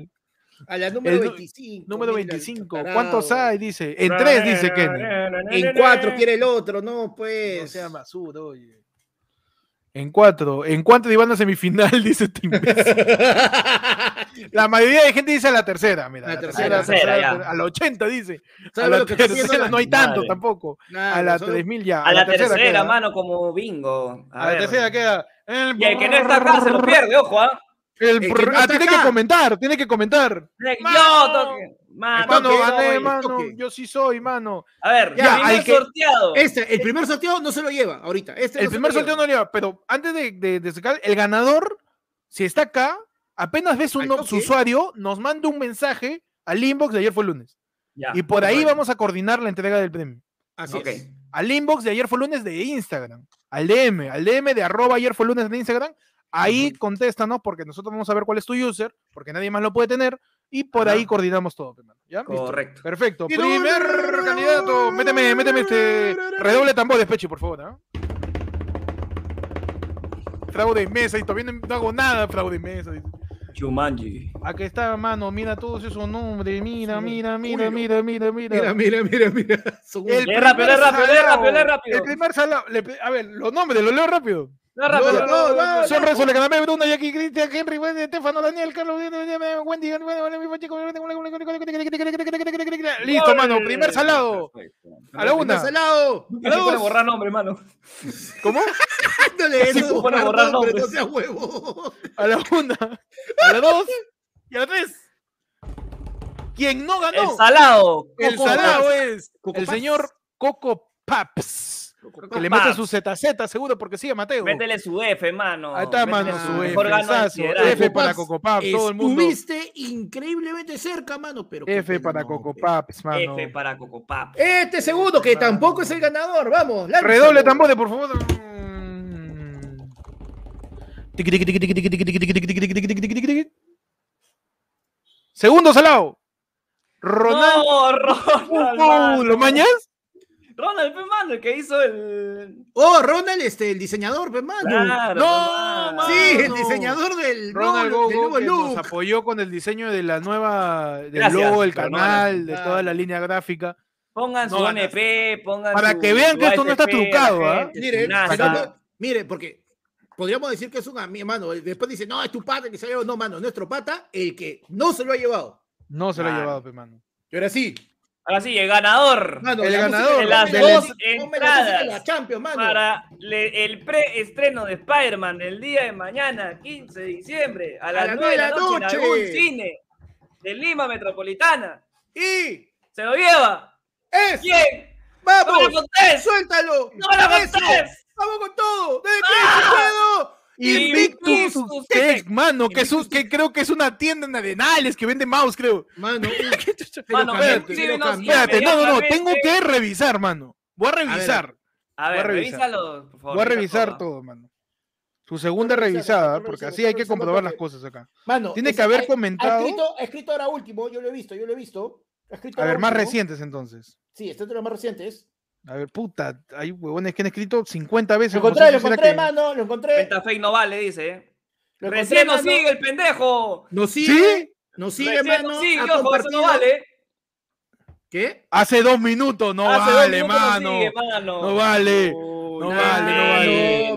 C: A la número
B: El nu-
C: 25.
B: Número
C: mira,
B: 25.
C: tarado.
B: ¿Cuántos hay? Dice. En tres, dice Kenny.
C: En cuatro quiere el otro, no,
B: No
C: pues.
B: sea
C: <laughs>
B: basura, oye. En cuatro. En cuatro iban a semifinal, <laughs> dice este
C: <laughs>
B: imbécil. La mayoría de gente dice a la tercera, mira.
C: La
B: a
C: tercera,
B: la tercera,
A: tercera,
B: a
A: ya.
B: la ter- a la 80 dice. A
C: ¿Sabes
B: la
C: lo que está haciendo
B: tercera
C: la-
B: no hay tanto
A: Madre.
B: tampoco.
C: Nada,
B: A la
C: solo-
B: 3000 ya.
A: A la tercera,
B: queda.
A: mano, como bingo.
B: A, la
A: ver.
B: tercera queda.
A: Y el que no está acá se lo pierde, ojo, ¿ah?
B: El
C: que
B: brr-
C: no
B: ah,
C: está
B: tiene que
C: acá.
B: comentar, tiene que comentar.
A: Yo
B: Mano.
A: toque. Mano,
B: Mano,
A: toque.
B: gané,
C: oye,
B: mano.
C: toque.
B: Yo sí soy, mano.
A: A ver,
B: Ya,
A: primer
B: al que-
A: sorteado.
C: Este, el primer sorteo no se lo lleva ahorita. Este
B: El
C: no se
B: primer
C: lo
B: sorteo
C: lleva.
B: no le iba, pero antes de, de, de sacar, el ganador, si está acá, apenas ves un
C: Al
B: nom-
C: toque.
B: su usuario, nos manda un mensaje al inbox de ayer fue lunes.
A: Ya,
B: y por ahí
A: Ah, bueno.
B: vamos a coordinar la entrega del premio.
C: Así
A: Ok.
C: es.
B: Al inbox de ayer fue lunes de Instagram. Al DM, al DM de arroba ayer fue lunes de Instagram. Ahí contéstanos porque nosotros vamos a ver cuál es tu user, porque nadie más lo puede tener. Y por
A: Ajá.
B: ahí coordinamos todo, pe, mano. ¿Ya? Listo.
A: Correcto.
B: Perfecto. Primer candidato. Méteme, méteme este. Redoble de tambores, Pechi, por favor. ¿ah? Fraude en mesa, y todavía no, no hago nada, fraude en mesa. dice.
A: Chumanji.
B: Aquí está, mano, mira todos esos nombres, mira,
C: Sí,
B: mira, mira,
C: Julio.
B: mira, mira, mira.
C: Mira, mira, mira, mira. Son un-
B: El
A: Lee rápido, lee
B: primer
A: rápido, lee rápido, lee
B: salao,
A: rápido.
B: El primer salao, le pe- a ver, los nombres, los leo rápido.
A: No, rápido,
C: No,
A: no,
C: no,
A: no,
C: no,
A: no.
B: Son Rezo, Lecaname, Bruno, Jackie, Cristian, Henry, Wendy, Estefano, Daniel, Carlos, Wendy, Wendy, Wendy, Pacheco, Listo, mano, primer salado.
A: Perfecto.
B: A la una.
C: Salado.
A: Nunca se puede
B: dos.
A: borrar nombre, mano.
B: ¿Cómo?
C: No le
A: Sí,
C: des
A: pues,
C: borrar
A: bueno, borrar
C: nombre,
A: nombres.
C: no seas huevo.
B: a la una, a la dos y a la tres. Quien Ah, no ganó
A: El salado.
B: el
A: Coco
B: salado es
C: Coco
B: el
C: Paps.
B: señor Coco Paps.
A: Paps.
B: Que le mete su ZZ seguro porque sigue Mateo.
A: Métele su F, mano.
B: Ahí está,
A: Métele
B: mano,
C: su
B: su F.
A: mejor gano
B: sazo,
A: de liderazgo.
B: F para
C: Coco Paps.
B: Coco Paps, todo el mundo.
C: Estuviste increíblemente cerca, mano, pero. qué
B: F
C: pena,
B: para
C: no,
B: Coco
C: pe.
B: Paps, mano. Eh,
A: F para Coco Pap.
C: Este segundo, que tampoco es el ganador. Vamos, lánzalo.
B: Redoble de tambores, por favor. Mm. Tiqui, tiqui, tiqui, tiqui, tiqui, tiqui, tiqui, tiqui, tiqui, tiqui, tiqui, tiqui, tiqui, tiqui. Segundo salado. Ronald.
A: No, Ronald.
B: Uh,
A: mano.
B: ¿Lo mañas?
A: Ronald, pe, mano, el que hizo el.
C: Oh, Ronald, este, el diseñador, pe, mano.
A: Claro,
B: No,
A: pe,
B: mano.
C: sí, el
B: mano.
C: diseñador del
B: Ronald
C: nuevo-
B: Gogo,
C: del nuevo
B: que nos
C: look.
B: apoyó con el diseño de la nueva, del
A: Gracias,
B: logo del
A: Ronald.
B: canal, de
C: Ah.
B: toda la línea gráfica.
A: Pongan
B: No
A: su
B: ganaste.
A: NP, pongan
B: Para
A: su-
B: que vean que
A: su
B: esto no está
A: AFP, la
B: trucado, ¿ah?
A: gente, su
C: Mire,
A: NASA.
C: pero no- mire, porque podríamos decir que es un amigo, mano. Después dice, no, es tu pata el que se lo llevó. No, mano, nuestro pata, el que no se lo ha llevado.
B: No se lo ha
A: Claro.
B: llevado, pe, mano.
C: Y ahora sí,
A: Ahora sí, el ganador
C: mano,
B: El
C: la música
B: ganador
C: de la-
A: de las
C: la música-
A: dos
C: ponme la música de
A: entradas
C: la Champions, mano.
A: para le- el preestreno de Spider-Man el día de mañana, 15 de diciembre, a las 9 de la noche, en algún cine de Lima Metropolitana.
C: Y
A: Se lo lleva.
C: es,
A: ¿Quién?
C: vamos,
A: ¡Dora Fontes!
C: suéltalo.
A: ¡Dora
C: Eso,
A: Fontes!
C: vamos con todo. ¡De
A: Ah. Y
B: Invictus
A: Invictus
B: Tech,
A: Tech.
B: mano, que, es un-
C: Invictus
B: que creo que es una tienda en Arenales que vende mouse, creo.
A: <laughs>
C: Mano,
A: Mano,
C: espérate,
A: escríbenos
C: pero
B: Espérate, no, no, no,
A: inmediatamente-
B: tengo que revisar, mano. Voy a revisar.
A: A
B: Voy a
A: ver,
B: revisar.
A: revísalo, por favor.
B: Voy a
A: revisa
B: revisar todo, mano. Su segunda revisada,
C: revisando,
B: porque
C: estoy
B: así hay que
C: revisando
B: comprobar las
C: porque-
B: cosas acá.
C: mano,
B: Tiene
C: es-
B: que haber
C: ha- ha
B: comentado-
C: escrito, ha escrito ahora último, yo lo he visto, yo lo he visto. Ha escrito
B: A
C: ahora
B: ver, más
C: último.
B: recientes entonces.
C: Sí, está entre los más recientes.
B: A ver, puta, hay huevones que han escrito 50 veces.
C: Lo
B: como
C: encontré,
B: si
C: lo
B: quisiera
C: encontré,
B: que-
C: mano, lo encontré.
A: Venta fake no vale, dice. ¿eh?
C: Lo encontré,
A: Recién nos
C: mano.
A: sigue el pendejo.
C: Nos sigue,
B: ¿Sí?
C: nos sigue,
A: Recién
C: mano.
A: nos sigue,
C: ha
A: ojo, eso no
C: compartido-
A: vale.
C: ¿Qué?
B: Hace dos minutos, no
A: Hace dos
B: vale,
A: minutos nos
B: mano.
A: sigue, mano.
B: No vale.
A: Uy,
B: No
A: nah,
B: vale, no vale.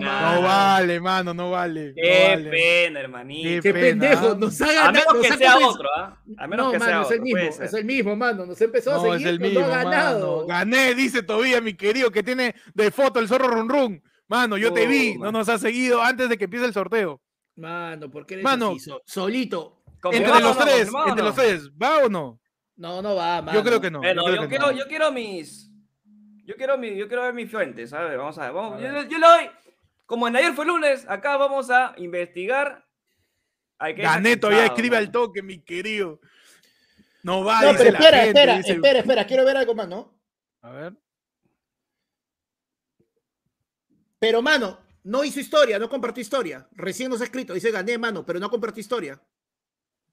A: nah, nah.
B: No vale, mano, no vale.
A: Qué
B: no vale.
A: pena, hermanito.
C: Qué
B: Pena.
C: pendejo, nos ha ganado.
A: A menos
C: nos
A: que
C: ha
A: sea
C: convencido.
A: otro, ¿ah? A menos
C: no,
A: que
C: mano,
A: sea
C: es
A: otro.
C: el mismo,
A: puede ser.
C: es el mismo, mano. Nos empezó a
B: No,
C: seguir,
B: es el
C: pero
B: mismo,
C: no ha ganado.
B: mano. Gané, dice todavía mi querido, que tiene de foto el zorro run run. Mano, yo te
A: Oh,
B: vi, no
A: mano.
B: nos has seguido antes de que empiece el sorteo.
C: Mano, ¿por qué eres
B: Mano.
C: así? So- solito.
A: ¿Confirmado
B: Entre
A: o
B: los
A: no?
B: tres,
A: ¿Confirmado o
B: entre
A: no?
B: los tres, ¿va o no?
C: No, no va, mano.
B: Yo creo que no.
A: Bueno,
B: creo
A: yo,
B: que
A: quiero,
B: no.
A: yo quiero mis. Yo quiero, mi, yo quiero ver mis fuentes. A ver, vamos a ver. vamos-
B: A
A: yo,
B: ver.
A: yo le doy. Como en ayer fue lunes, acá vamos a investigar. al que es
B: Gané todavía
A: acusado,
B: escribe al
A: mano.
B: toque, mi querido. No va,
C: No,
B: dice
C: pero
B: la
C: espera,
B: gente,
C: espera,
B: dice-
C: espera, espera, quiero ver algo más, ¿no?
B: A ver.
C: Pero, mano, no hizo historia, no compartió historia. Recién nos ha escrito, dice gané, mano, pero no compartió historia.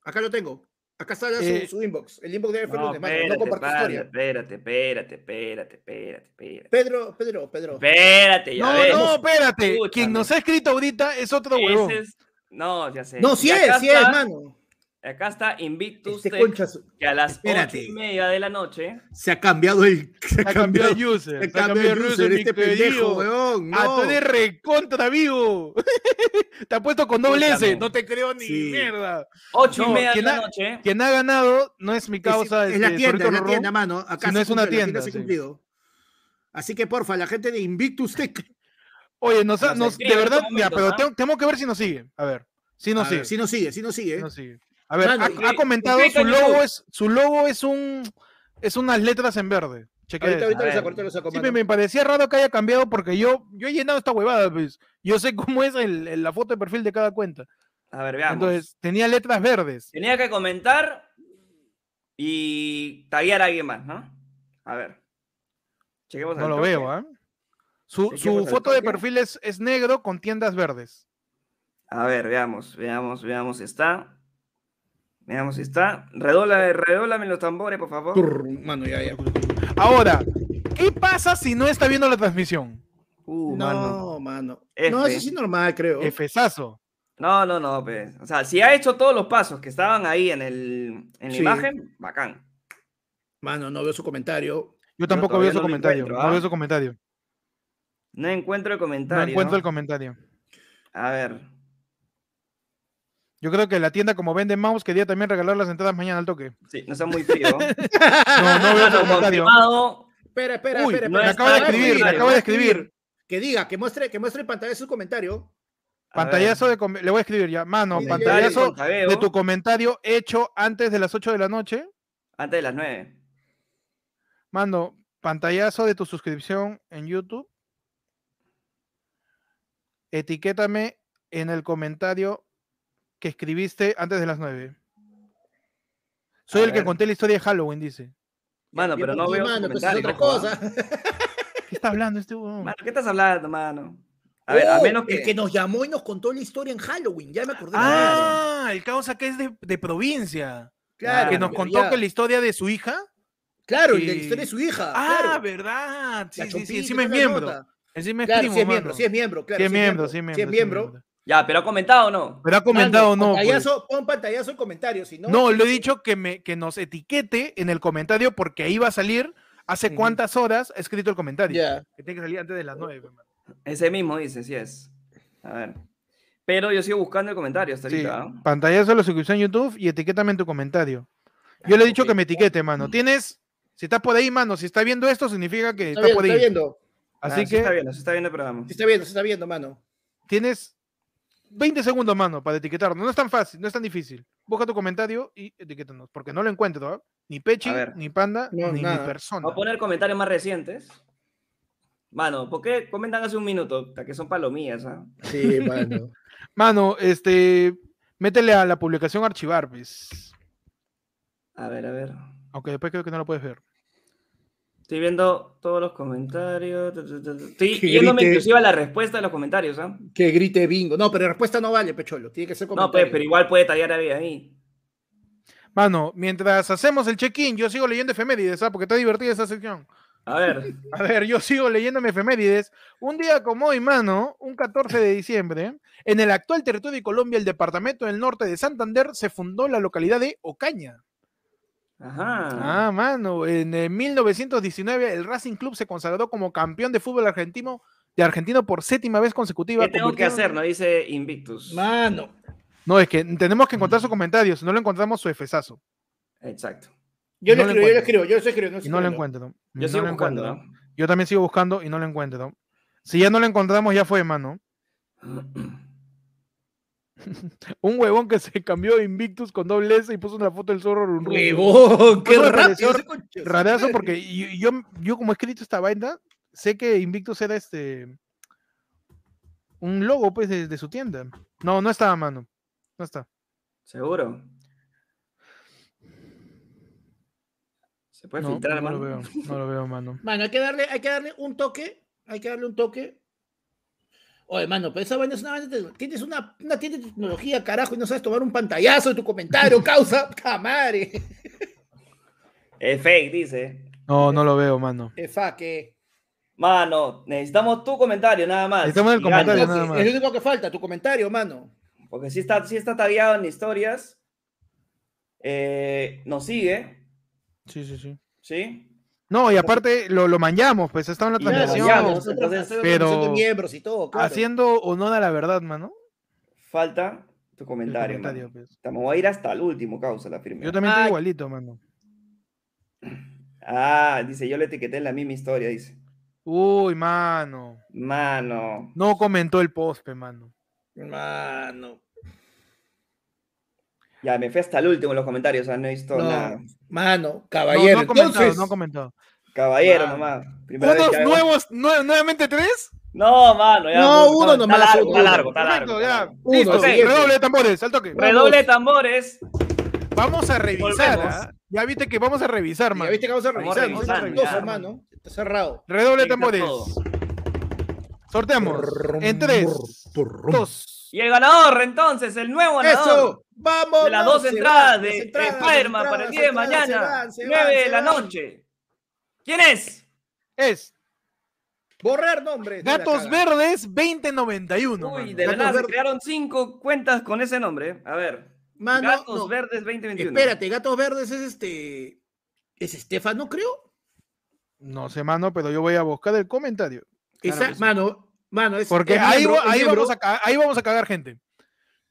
C: Acá lo tengo. Acá está su,
B: Eh,
C: su inbox. El inbox de F.
A: No,
C: Lunes, mano, no
A: espérate,
C: compartió
A: padre,
C: historia.
A: espérate, espérate, espérate, espérate, espérate.
C: Pedro, Pedro, Pedro.
A: Espérate, ya
B: No,
A: ves.
B: no, espérate.
A: Escúchame.
B: Quien nos ha escrito ahorita es otro
A: Ese
B: huevón.
A: es- No, ya sé.
C: No, sí
A: Y acá
C: es, sí es,
A: está-
C: mano.
A: Acá está Invictus
C: Este
A: Tech,
C: concha su-
A: que a las ocho
C: Espérate.
A: y media de la noche.
C: se ha cambiado el. <laughs> Se
B: Ha cambiado el user.
C: se
B: Se ha cambiado el user, mi
C: este pendejo,
B: querido.
C: weón.
B: Ah, tú
C: no.
B: eres recontra vivo. <laughs> Te ha puesto con doble S.
A: Escúchame.
B: No te creo ni
C: Sí.
B: mierda.
A: Ocho y
B: No,
A: media de
B: ¿quién
A: la
B: ha-
A: noche.
B: Quien ha ganado no es mi
C: Es-
B: causa.
C: es la
B: este,
C: tienda,
B: Zorrito
C: es la
B: Rorró.
C: tienda, mano. Acá
B: Si no
C: se
B: es una
C: cumple, la
B: tienda,
C: se ha
B: sí.
C: cumplido. Así que porfa, la gente de Invictus Tech.
B: Oye, nos, ha-
A: Nos
B: nos- de
A: escribe en
B: verdad,
A: estos
B: mira,
A: momentos,
B: pero
A: ¿ah?
B: tengo, tenemos que ver si nos sigue. A ver, si nos
C: A
B: sigue.
C: ver, ¿eh? Si no sigue, si no sigue.
B: no sigue. A ver,
C: Mano,
B: ha,
A: escribe-
B: ha comentado
A: escribe
B: su
A: en
B: logo
A: YouTube.
B: es su logo es un es unas letras en verde. Chequea
C: Ahorita,
B: eso.
C: ahorita
A: A
C: lo
A: ver.
C: saco, ahorita lo saco,
B: Sí, me,
C: mano.
B: me parecía raro que haya cambiado porque yo yo he llenado esta huevada, pues. Yo sé <laughs> cómo es el- el- la foto de perfil de cada cuenta.
A: A ver, veamos.
B: Entonces, tenía letras verdes.
A: Tenía que comentar y taguear a alguien más, ¿no? A ver. Chequemos
B: No
A: al
B: lo
A: toque.
B: veo, ¿ah? Su,
A: Sí,
B: su
A: ¿qué pasa?
B: foto de
A: ¿Qué?
B: perfil es, es negro con tiendas verdes.
A: A ver, veamos, veamos, veamos si está. Veamos si está. Redobla, eh, redóblame los tambores, por favor.
C: Turr, Mano, ya, ya.
B: Ahora, ¿qué pasa si no está viendo la transmisión?
A: Uh, mano.
C: No, mano.
A: F.
C: No, eso sí normal, creo.
B: Efesazo.
A: No, no, no, pues. O sea, si ha hecho todos los pasos que estaban ahí en, el, en la
C: Sí.
A: imagen, bacán.
C: Mano, no veo su comentario.
B: Yo tampoco
A: todavía
B: veo su
A: no lo
B: comentario.
A: encuentro,
B: No
A: ¿ah?
B: veo su comentario.
A: No encuentro el
B: No
A: comentario.
B: encuentro el comentario.
A: A ver.
B: Yo creo que la tienda como vende mouse quería también regalar las entradas mañana al toque.
A: Sí, no está muy
B: <laughs>
A: frío.
B: No,
A: <laughs>
B: no veo su
A: Mano,
B: comentario.
A: confirmado.
C: Espera, espera,
B: Uy,
C: espera.
A: no
B: me
A: está
C: espera.
B: acaba de
A: en el
B: escribir, me
A: comentario,
B: acaba de
A: ¿no?
B: escribir.
C: Que diga, que muestre, que muestre en pantalla su comentario.
A: A ver.
B: Pantallazo de... com- Le voy a escribir ya. Mano,
C: Mira,
A: Dale,
B: pantallazo
A: Contaveo,
B: de tu comentario hecho antes de las 8 de la noche.
A: Antes de las 9.
B: Mando, pantallazo de tu suscripción en YouTube. Etiquétame en el comentario que escribiste antes de las 9. Soy
A: A
B: el que
A: ver.
B: conté la historia de Halloween, dice.
A: Mano,
C: Bien
A: pero no
C: por ti,
A: veo. tu
C: Mano, pues es
A: comentario,
C: otra
A: ojo, ¿ah?
C: cosa.
B: ¿Qué está hablando este huevón?
A: Mano, ¿qué estás hablando, mano? A ver, a
C: Oh,
A: menos
C: El que
A: que.
C: nos llamó y nos contó la historia en Halloween. Ya me acordé.
B: Ah, el causa que es de, de provincia. Claro, que nos
C: ya-
B: contó
C: ya.
B: que la historia de su hija.
C: Claro, y la
B: Sí.
C: historia de su hija.
B: Ah,
C: claro.
B: verdad. Sí,
C: La
B: sí, sí,
C: Chompita,
B: Encima es
C: toda la
B: miembro.
C: nota.
B: Encima es
C: Claro,
B: primo,
C: sí es miembro,
B: mano.
C: sí es miembro, claro.
B: Sí es miembro, sí
C: Sí es miembro.
A: Ya, pero ha comentado o no.
B: ¿Pero ha comentado o
C: Mano,
B: no? pues?
C: pantallazo, Pon pantallazo el comentario, si no.
B: No, le he dicho que, me, que nos etiquete en el comentario porque ahí va a salir hace
C: Ujú.
B: cuántas horas ha escrito el comentario.
C: Ya.
B: Que tiene que salir antes de las nueve. pues, mano.
A: Ese mismo dice, sí es. A ver. Pero yo sigo buscando el comentario hasta
B: Sí,
A: ahorita. ¿ah?
B: pantallazo de la suscripción en YouTube y etiquétame en tu comentario. Yo le he dicho
C: Ah, ok. Mm.
B: que me etiquete, mano. Tienes, si estás por ahí, mano, si está viendo esto, significa que
C: Está,
B: está,
C: viendo,
B: por ahí.
C: está viendo.
B: Así
A: Ah, sí
B: que
A: está viendo, sí está viendo el programa.
C: Sí está viendo, se está viendo, mano.
B: tienes 20 segundos, mano, para etiquetarnos. No es tan fácil, no es tan difícil. Busca tu comentario y etiquétanos, porque no lo encuentro, ¿ah? Ni Pechi,
A: A ver.
B: ni Panda,
C: No,
B: ni mi
C: nada.
B: persona.
A: Voy a poner comentarios más recientes. Mano, ¿por qué comentan hace un minuto? Puta, Que son palomillas, ¿ah?
C: Sí, mano.
B: Mano, este, métele a la publicación archivar, pues.
A: A ver, a ver.
B: Aunque después creo que no lo puedes ver.
A: Estoy viendo todos los comentarios. tu, tu, tu, tu.
B: <laughs>
A: Estoy
C: Que
A: yéndome
C: grite.
A: inclusive a la respuesta de los comentarios, ¿ah?
C: <laughs> que grite bingo. No, pero la respuesta no vale, Pecholo. Tiene que ser
A: No,
C: comentario.
A: pues, pero igual puede tallar ahí. ahí.
B: Mano, mientras hacemos el check-in, yo sigo leyendo efemérides, ¿ah? Porque está divertida esa sección.
A: A ver.
B: A ver, yo sigo leyendo mi efemérides. Un día como hoy, mano, un 14 de diciembre, en el actual territorio de Colombia, el departamento del norte de Santander, se fundó la localidad de Ocaña.
A: Ajá.
B: Ah, mano, en eh, 1919 el Racing Club se consagró como campeón de fútbol argentino de argentino por séptima vez consecutiva.
A: ¿Qué tengo que
B: convirtiendo-
A: hacer? No dice Invictus.
C: Mano.
B: No, es que tenemos que encontrar sus comentarios. No lo encontramos su efesazo.
A: Exacto.
C: Yo
B: No lo
C: lo escribo, yo lo
B: encuentro.
C: escribo, yo lo estoy escribiendo.
B: Y no lo encuentro.
A: Yo
B: Mm, no
A: sigo
B: lo
A: buscando,
B: encuentro. Yo también sigo buscando y no lo encuentro. Si ya no lo encontramos, ya fue, mano.
A: ¿no? <clears throat>
B: Un huevón que se cambió de Invictus con doble S y puso una foto del zorro. Run Run.
C: Huevón, qué
B: Eso me
C: rápido.
B: pareció
C: ese concha.
B: Radazo, porque yo, yo, yo como he escrito esta vaina, sé que Invictus era este. Un logo, pues, de, de su tienda. No, no está, mano. No está.
A: Seguro. Se puede
B: No,
A: filtrar,
B: no
A: mano?
B: lo veo, no lo
A: <laughs>
B: veo, mano.
C: Mano, hay que darle, hay que darle un toque. Hay que darle un toque. Oye, mano, pero esa vaina es una vaina. de- Tienes una, una tienda de tecnología, carajo, y no sabes tomar un pantallazo de
B: <laughs>
C: tu comentario, causa. ¡Camare!
A: Es fake, dice.
B: No, no lo veo, mano.
C: Efa, que.
A: Mano, necesitamos tu comentario nada más.
B: Necesitamos el
A: Y
B: comentario,
A: ganas,
B: nada más.
C: Es lo único que falta, tu comentario, mano.
A: Porque si está, sí está tagueado en historias. Eh, nos sigue,
B: Sí, sí, sí.
A: ¿sí?
B: No, y aparte lo, lo mañamos, pues está en la
A: Y ya lo
B: transmisión.
A: mañamos,
C: nosotros
A: entonces,
C: hacemos
B: pero-
C: comisión de miembros y todo, claro.
B: Haciendo honor a la verdad, mano.
A: Falta tu
B: el
A: comentario, mano.
B: comentario, pues.
A: Puta, Me voy a ir hasta el último, causa, la
B: Yo
A: primera.
B: también estoy
C: Ay.
B: igualito, mano.
A: Ah, dice, yo le etiqueté en la misma historia, dice.
B: Uy, mano.
A: Mano.
B: No comentó el post, pe, mano.
C: Mano.
A: Ya, me fui hasta el último en los comentarios, o sea, no he visto
C: No,
A: nada.
C: mano,
B: No,
C: caballero.
B: no ha comentado,
C: Entonces,
B: no ha comentado.
A: Caballero
C: Mano.
A: nomás. Primera vez
B: ¿Unos
A: que hago-
B: nuevos, nue- nuevamente tres?
A: No, mano, ya.
C: No,
A: porque
C: uno
A: está-
C: nomás,
A: Está largo,
C: uno.
A: está largo, está largo.
B: Perfecto,
A: está
B: ya.
A: largo.
C: Uno,
B: Listo,
A: siguiente.
B: redoble de tambores, al toque.
A: Redoble de tambores.
B: Vamos a revisar.
A: Volvemos.
B: ¿ah? Ya viste que vamos a revisar,
C: ya
B: mano.
C: viste que vamos a
A: Vamos
C: revisar. ¿no?
A: revisando,
C: Entonces,
A: ya.
C: mano, está cerrado.
B: Redoble
A: Revisar
B: de tambores.
A: todo.
B: Sorteamos. En tres, dos,
A: Y el ganador, entonces, el nuevo ganador.
C: Eso, vamos.
A: De las
C: vamos,
A: dos
C: se
A: entradas
C: van,
A: de
C: las
A: eh,
C: entradas, las
A: Spider-Man para el
C: entradas,
A: día de
C: las entradas, se
A: mañana,
C: van, se van,
A: 9 de
C: se
A: la
C: van.
A: noche. ¿Quién es?
B: es
C: Borrar nombres. de la
B: Gatos
C: caga.
B: Verdes 2091.
A: Uy,
B: mano.
A: de
C: Gatos
A: verdad, se
C: Verdes.
A: crearon cinco cuentas con ese nombre. eh. A ver.
C: Mano,
A: Gatos
C: Ah, no,
A: Verdes 2021.
C: Espérate, Gatos Verdes es este. Es Estefano, creo.
B: No sé, mano, pero yo voy a buscar el comentario.
A: Claro
C: Esa,
A: que sí.
C: mano, mano, es.
B: Porque
C: es
B: Eh, ahí,
C: miembro,
B: va-
C: es
B: ahí,
C: miembro.
B: vamos a ca- ahí vamos a cagar gente.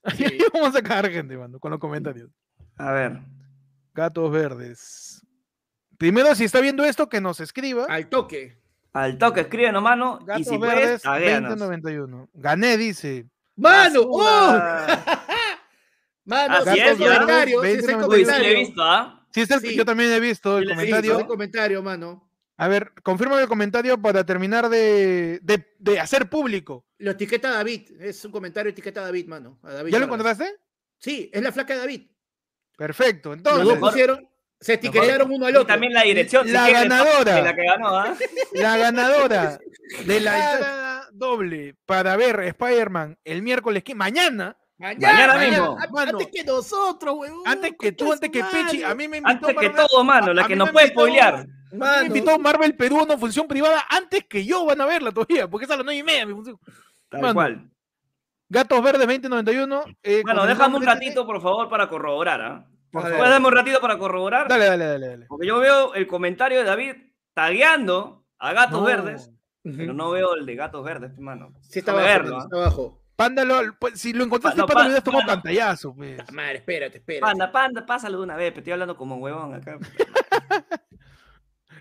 B: <laughs> Ahí
C: Sí.
B: vamos a cagar gente, mano, con los comentarios.
A: A ver.
B: Gatos Verdes. Primero, si está viendo esto, que nos escriba.
C: Al toque.
A: Al toque, escríbenos, mano. y
B: Gatos
A: si puedes, ah,
B: Verdes
A: taguéanos.
B: 2091. Gané, dice.
C: Mano, ¡oh!
A: Basura.
C: Mano,
A: Así
C: si
A: es,
C: es
A: ya.
C: comentario, si es
B: 20,
C: el
B: no me
A: Uy, sí,
C: comentario.
A: le he visto, ¿ah?
B: Sí, es el que
C: Sí.
B: yo también he visto el
A: Sí, le he
C: Sí,
B: comentario.
C: es el comentario, mano.
B: A ver, confírmame el comentario para terminar de, de- de hacer público.
C: Lo etiqueta David. Es un comentario etiqueta a David, mano. a David
B: ¿Ya lo
C: Vargas.
B: encontraste?
C: Sí, es la flaca de David.
B: Perfecto.
C: Los dos
B: Entonces,
A: mejor-
C: pusieron, se etiquetaron uno al
A: Y
C: otro.
A: también la dirección. si
B: La
A: quieren, ¿no?
B: ganadora.
A: De la que ganó,
B: <laughs>
A: ¿ah?
B: La ganadora de la entrada doble para ver Spider-Man el miércoles que mañana
A: Mañana mismo.
C: an-
B: Mano.
C: Antes que nosotros, huevón.
B: Antes que tú,
C: concha
B: antes
C: su
B: que
C: madre.
B: Pechi, a mí me invitó
A: Antes que
B: Marvel-
A: todo, mano,
B: a
A: la que
B: mí
A: nos
B: me
A: puede
B: invitó-
A: spoilear.
B: Me
C: Mano,
B: invitó Marvel Perú a una función privada antes que yo van a verla todavía, porque es a las 9 y media mi función.
A: Tal
B: Mano,
A: cual.
B: Gatos Verdes 2091. Eh,
A: Mano,
B: con el
A: déjame un
B: nombre de-
A: ratito, por favor, para corroborar. ¿ah?
B: Por
A: ¿Puedes
B: favor.
A: darme un ratito para corroborar?
B: Dale, dale, dale, dale.
A: Porque yo veo el comentario de David tagueando a Gatos
B: No.
A: Verdes, pero
C: Ujú.
A: no veo el de Gatos Verdes, hermano.
C: Sí, está
A: Déjame
C: abajo,
A: verlo,
C: mano,
A: ¿ah?
C: está abajo.
B: Pándalo, pues, si lo encontraste,
A: Pano,
B: Pándalo,
A: pa-
B: hubieras tomado
A: Pano.
B: pantallazo. pues.
C: Puta Madre, espérate, espérate.
A: Panda, panda, pásalo de una vez, pero estoy hablando como huevón acá.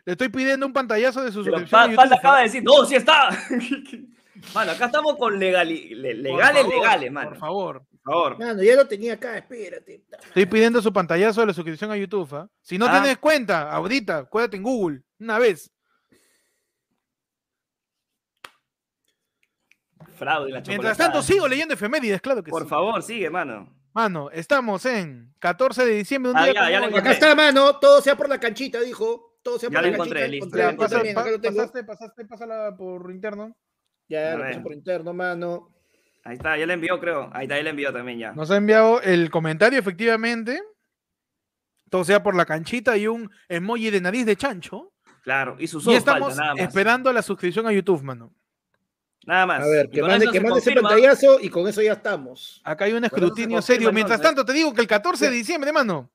B: Le estoy pidiendo un pantallazo de su
A: Pero
B: suscripción. a
A: Pa-
B: YouTube, ¿ah?
A: Panda acaba
B: ¿no?
A: de decir, no, sí está. <laughs> mano, acá estamos con legali- le-
B: Por
A: legales,
B: favor,
A: legales, mano.
B: Por favor.
A: Por favor.
C: Mano, ya lo tenía acá, espérate. puta madre.
B: Estoy pidiendo su pantallazo de la suscripción a YouTube. ¿ah? Si no
A: Ah.
B: tienes cuenta, ahorita, acuérdate en Google, una vez.
A: Fraude en la
B: Mientras
A: chocolatada.
B: tanto, sigo leyendo efemérides, claro que
A: Por
B: sí.
A: favor, sigue, mano.
B: Mano, estamos en 14 de diciembre. Un
A: Ah,
B: día
A: ya,
B: como
A: ya lo
B: hoy.
A: encontré.
C: Acá está, mano. Todo sea por la canchita, dijo. Todo sea
A: Ya
C: por
A: lo
C: la
A: encontré,
C: canchita.
A: listo,
C: encontré,
A: ya lo
B: Ya,
C: yo
A: encontré.
B: pasa-
C: también, acá
B: pa-
C: lo tengo.
B: pasaste, pasaste, pásala por interno.
A: A
C: Ya lo
A: ver.
C: puse por interno, mano.
A: Ahí está, ya le envió, creo. Ahí está, ya le envió también ya.
B: Nos ha enviado el comentario, efectivamente. Todo sea por la canchita y un emoji de nariz de chancho.
A: Claro, y sus
B: y
A: ojos
B: estamos
A: faltan, nada más.
B: esperando la suscripción a YouTube, mano.
A: Nada más.
C: A ver,
A: Y
C: que
A: con
C: mande,
A: eso
C: que
A: se
C: mande ese
A: confirma-
C: pantallazo y con eso ya estamos.
B: Acá hay un
A: eso se
B: escrutinio
A: confirma
B: serio. Mientras
A: entonces.
B: tanto, te digo que el 14 de diciembre, mano,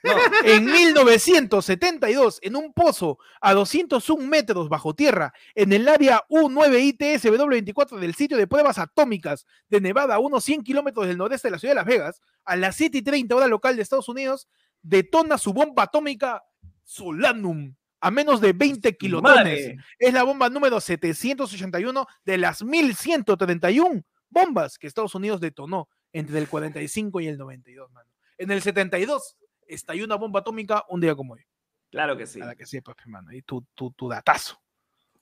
B: <laughs>
A: No,
B: en 1972, en un pozo a 201 metros bajo tierra, en el área U9ITSW24 del sitio de pruebas atómicas de Nevada, a unos 100 kilómetros del noreste de la ciudad de Las Vegas, a las 7 y 30 hora local de Estados Unidos, detona su bomba atómica Solanum a menos de 20 kilotones.
A: madre.
B: Es la bomba número 781 de las 1131 bombas que Estados Unidos detonó entre el 45 y el 92, mano. En el 72 estalló una bomba atómica un día como hoy.
A: Claro que sí.
B: Para que sepas, pe, mano. Y tu, tu, tu datazo.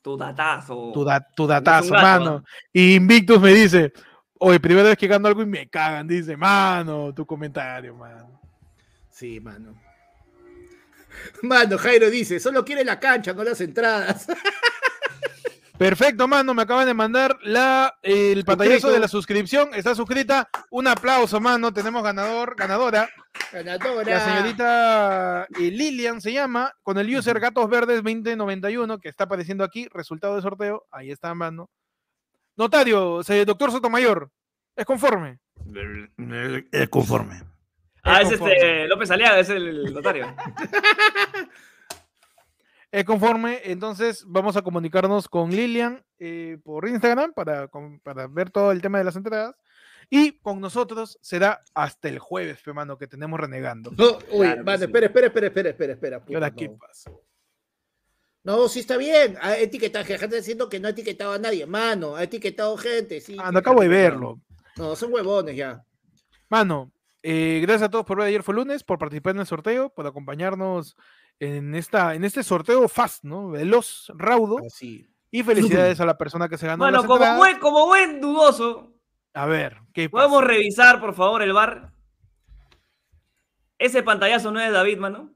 A: Tu datazo.
B: Tu, da- tu datazo,
A: gato,
B: mano. Y Invictus me dice, oye, primera vez que gano algo y me cagan. Dice, mano, tu comentario, mano.
C: Sí, mano. Mano, Jairo dice, solo quiere la cancha, no las entradas. <laughs>
B: Perfecto, mano. Me acaban de mandar la, el pantallazo de la suscripción. Está suscrita. Un aplauso, mano. Tenemos ganador, ganadora.
C: Ganadora.
B: La señorita eh, Lilian se llama, con el user Gatos Verdes 2091, que está apareciendo aquí, resultado de sorteo, ahí está, mano. Notario, se- doctor Sotomayor, ¿es conforme?
F: Es conforme.
A: Ah, es
B: conforme.
A: este López Aliaga, es el notario.
B: Es conforme, entonces vamos a comunicarnos con Lilian eh, por Instagram para, con- para ver todo el tema de las entradas. Y con nosotros será hasta el jueves, pe, mano, que tenemos renegando.
C: No, uy,
A: Claro que
C: mano,
A: sí.
C: espera, espera, espera, espera, espera, espera.
B: ¿Qué hora
C: puta,
B: aquí
C: no.
B: pasa?
C: No, sí está bien. Ha etiquetado, que gente diciendo que no ha etiquetado a nadie. Mano, ha etiquetado gente. Sí,
B: Ah, no acabo de verlo.
C: No, son huevones ya.
B: Mano, eh, gracias a todos por ver ayer fue lunes, por participar en el sorteo, por acompañarnos en, esta, en este sorteo fast, ¿no? Veloz, raudo.
C: Así.
B: Y felicidades a la persona que se ganó.
A: Bueno,
B: las
A: como
B: entradas.
A: buen, como buen dudoso,
B: A ver, ¿qué pasa?
A: podemos revisar, por favor, el bar. Ese pantallazo no es de David, mano.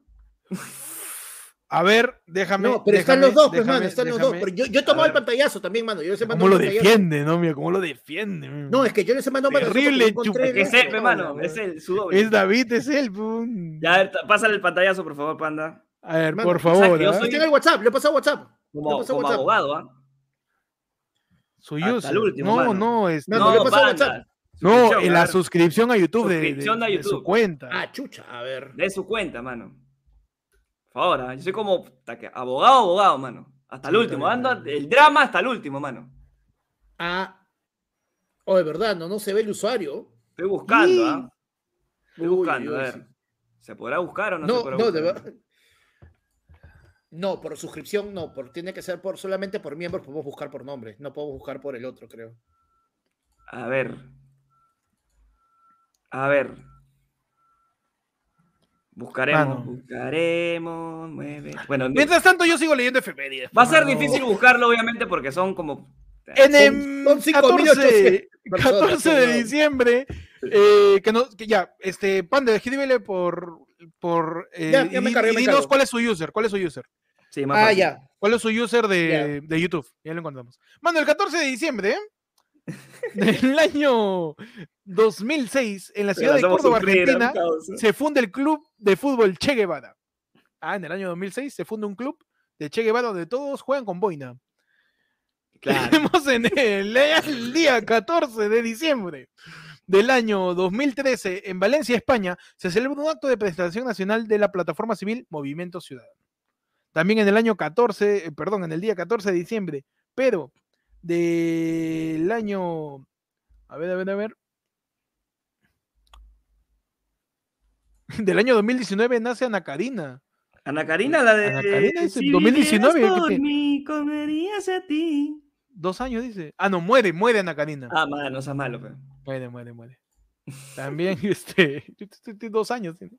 B: A ver, déjame.
C: No, pero están
B: déjame,
C: los dos, pues,
B: déjame,
C: mano, están los dos.
B: déjame.
C: Pero yo, yo he tomado
A: A
C: el
A: ver.
C: pantallazo también, mano. Yo les he
B: ¿Cómo
C: mandado
B: lo
C: un pantallazo.
B: defiende, no? Mira, ¿cómo lo defiende? mira.
C: No, es que yo les he mandado un pantallazo porque
B: Terrible,
C: yo encontré
B: chupa,
C: en
A: Que es
C: la-
A: él, pe, mano. Es el, su doble.
B: Es David, es él. pum.
A: Ya, a ver, ta- pásale el pantallazo, por favor, panda.
B: A ver,
C: Mano,
B: por
C: o sea,
B: favor.
A: que yo
B: ¿ah?
C: Lo
A: soy-
C: tiene el WhatsApp, le pasa WhatsApp.
A: Como,
C: pasó
A: como
C: WhatsApp?
A: abogado, ¿ah?
B: Su
A: hasta el
B: user.
A: último,
B: no,
A: mano.
B: no, es-
C: Mano,
B: no,
C: le pasó
A: panda.
C: WhatsApp.
B: no,
A: Suscripción,
B: en
A: a
B: la
A: ver,
B: suscripción a YouTube de, de-
A: Suscripción a
B: de su
A: YouTube.
B: cuenta.
C: Ah, chucha, a ver.
A: De su cuenta, mano. Por favor, ah, yo soy como puta, que abogado, abogado, mano. Hasta el
B: Sí,
A: último,
B: también,
A: dando
B: también.
A: el drama hasta el último, mano.
C: Ah. Oh, de verdad, no, no se ve el usuario.
A: Estoy buscando, ¿ah? Estoy
C: Uy,
A: buscando,
C: uy,
A: a
C: uy,
A: ver.
C: sí.
A: ¿Se podrá buscar o no, se
C: No,
A: podrá
C: no, de
A: buscar?
C: verdad. No, por suscripción no, por, tiene que ser por solamente por miembros podemos buscar por nombre, no podemos buscar por el otro, creo.
A: A ver. A ver. Buscaremos,
B: Mano.
A: buscaremos. Mueve. Bueno,
B: Mientras tanto, yo sigo leyendo efemérides.
A: va a ser
B: mano.
A: difícil buscarlo, obviamente, porque son como.
B: En
C: Son-
B: em,
C: son
B: 14,
C: 5.800 personas,
B: 14 de
C: ¿no?
B: diciembre, eh, que, no, que ya, este, Pande, escríbele por, por eh,
C: Ya, ya me
B: y-
C: cargué,
B: y
C: me
B: dinos
C: cargo.
B: cuál es su user, cuál es su user,
A: Sí, más
C: Ah,
A: fácil.
C: ya. <laughs>
B: cuál es su user de, de YouTube, ya lo encontramos. Mano, el 14 de diciembre, ¿eh? Del año 2006, en la ciudad de Córdoba, Argentina, se funda el club de fútbol Che Guevara. Ah, en el año 2006 se funda un club de Che Guevara donde todos juegan con boina.
A: Claro.
B: Tenemos en el, el día 14 de diciembre del año 2013 en Valencia, España, se celebra un acto de presentación nacional de la plataforma civil Movimiento Ciudadano. También en el año 14, eh, perdón, en el día 14 de diciembre, pero del año, a ver, a ver, a ver, del año 2019 nace Ana Karina.
A: Ana Karina, la de.
B: Ana Karina es en
A: vivieras
B: 2019,
A: por
B: ¿qué te-
A: mí, comerías a ti.
B: Dos años dice. Ah, no, muere, muere Ana Karina.
A: Ah, mano, no seas malo, pe.
B: Muere, muere,
C: <laughs>
B: muere. También, este, yo te- te- te- dos años. tiene.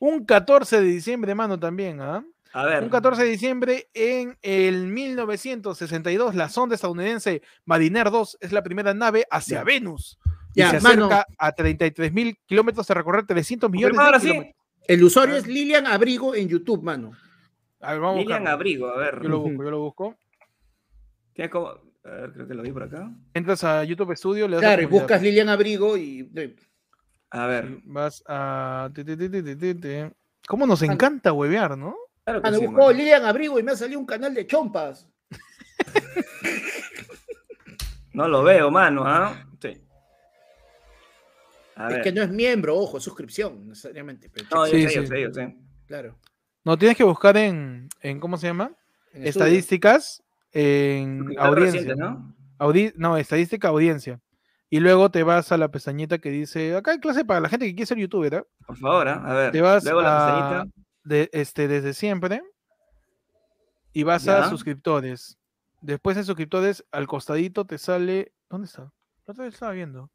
B: Un 14 de diciembre, mano, también, ¿ah?
A: A ver.
B: Un 14 de diciembre en el 1962, la sonda estadounidense Mariner 2 es la primera nave hacia
C: Ya.
B: Venus. Y
C: <laughs> Ya,
B: se
C: mano.
B: acerca a 33 mil kilómetros de recorrer 300 millones
A: Confirmado,
B: de
A: ahora sí.
B: kilómetros.
C: El usuario
A: Ah.
C: es Lilian Abrigo en YouTube, mano.
B: A ver, vamos a
A: Lilian
B: buscarlo.
A: Abrigo, a ver.
B: Yo lo busco, yo lo busco.
A: Tiene como. A ver, creo que lo vi por acá.
B: Entras a YouTube Studio, le das a
C: Claro, y
B: comunidad.
C: buscas Lilian Abrigo y.
A: A ver.
B: Vas a. ti, ti, ti, ti, ti, ti, ti. ¿Cómo nos encanta huevear, no?
A: Claro que
C: Mano,
A: sí,
C: busco
A: mano.
C: Lilian Abrigo y me ha salido un canal de chompas.
A: No lo veo, mano, ¿ah? Sí. A ver.
C: Es que no es miembro, ojo, es suscripción, necesariamente. pero
A: No, yo
B: Sí,
A: sé, yo
B: sí. Mm,
A: sé, yo sé.
C: claro.
B: No, tienes que buscar en, en ¿cómo se llama?
C: en estudio. <laughs>
B: Estadísticas, en
A: Está
B: audiencia.
A: reciente,
B: ¿no?
A: ¿no?
B: Audi- no, estadística, audiencia. Y luego te vas a la pestañita que dice, acá hay clase para la gente que quiere ser youtuber, ¿ah?
A: Por favor, ¿ah? a ver.
B: Te vas
A: Luego la
B: a-
A: pestañita.
B: de, este, desde siempre. Y vas
A: Ya.
B: a suscriptores. Después en suscriptores, al costadito te sale. ¿Dónde está? La otra vez estaba viendo.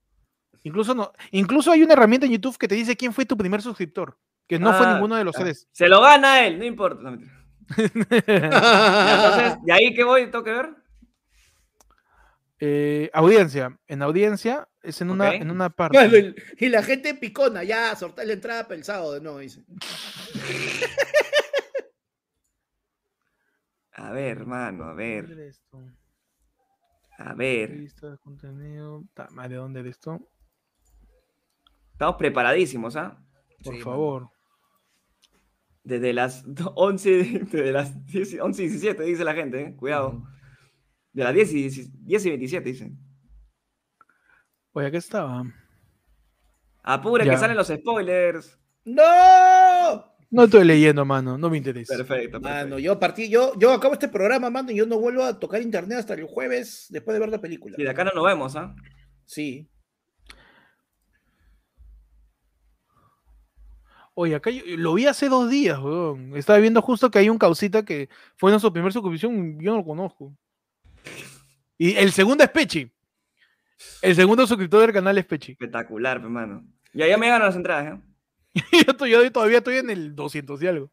B: Incluso no, incluso hay una herramienta en YouTube que te dice quién fue tu primer suscriptor. Que no fue
A: Ah,
B: ninguno de los
A: ya.
B: tres.
A: Se lo gana él, no importa. No,
C: <laughs>
A: mentira. <laughs> Ya, entonces, ¿de ahí qué voy? ¿Tengo que ver?
B: Eh, audiencia. En audiencia es en una,
A: Ok.
B: en una
C: Mano,
B: parte.
C: y- y la gente picona, ya, sortar la entrada para el sábado, no, dice.
A: A ver, hermano, a ver. A ver.
B: Listas, contenido. Ta madre, ¿dónde eres tú?
A: Estamos preparadísimos, ¿ah?
B: Por
C: Sí, mano.
B: favor.
A: Desde las 11, de- <laughs> desde las 10 11 y 17, dice la gente, ¿eh? cuidado. De las 10 y, 10 y 27, dicen.
B: Oye, acá estaba.
A: Apure, que
B: Ya.
A: salen los spoilers.
C: ¡No!
B: No estoy leyendo, mano. No me interesa.
A: Perfecto, perfecto.
C: Mano, yo partí, yo, yo acabo este programa, mano, y yo no vuelvo a tocar internet hasta el jueves después de ver la película.
A: Y de acá no nos vemos, ¿ah?
C: Sí.
B: Oye, acá yo- lo vi hace dos días, weón. Estaba viendo justo que hay un causita que fue nuestro primer suscripción, yo no lo conozco. Y el segundo es Pechi. El segundo suscriptor del canal es Pechi. <laughs>
A: Espectacular, hermano. Y allá me llegaron las entradas, ¿eh?
B: yo, estoy- yo todavía estoy en el 200 y algo.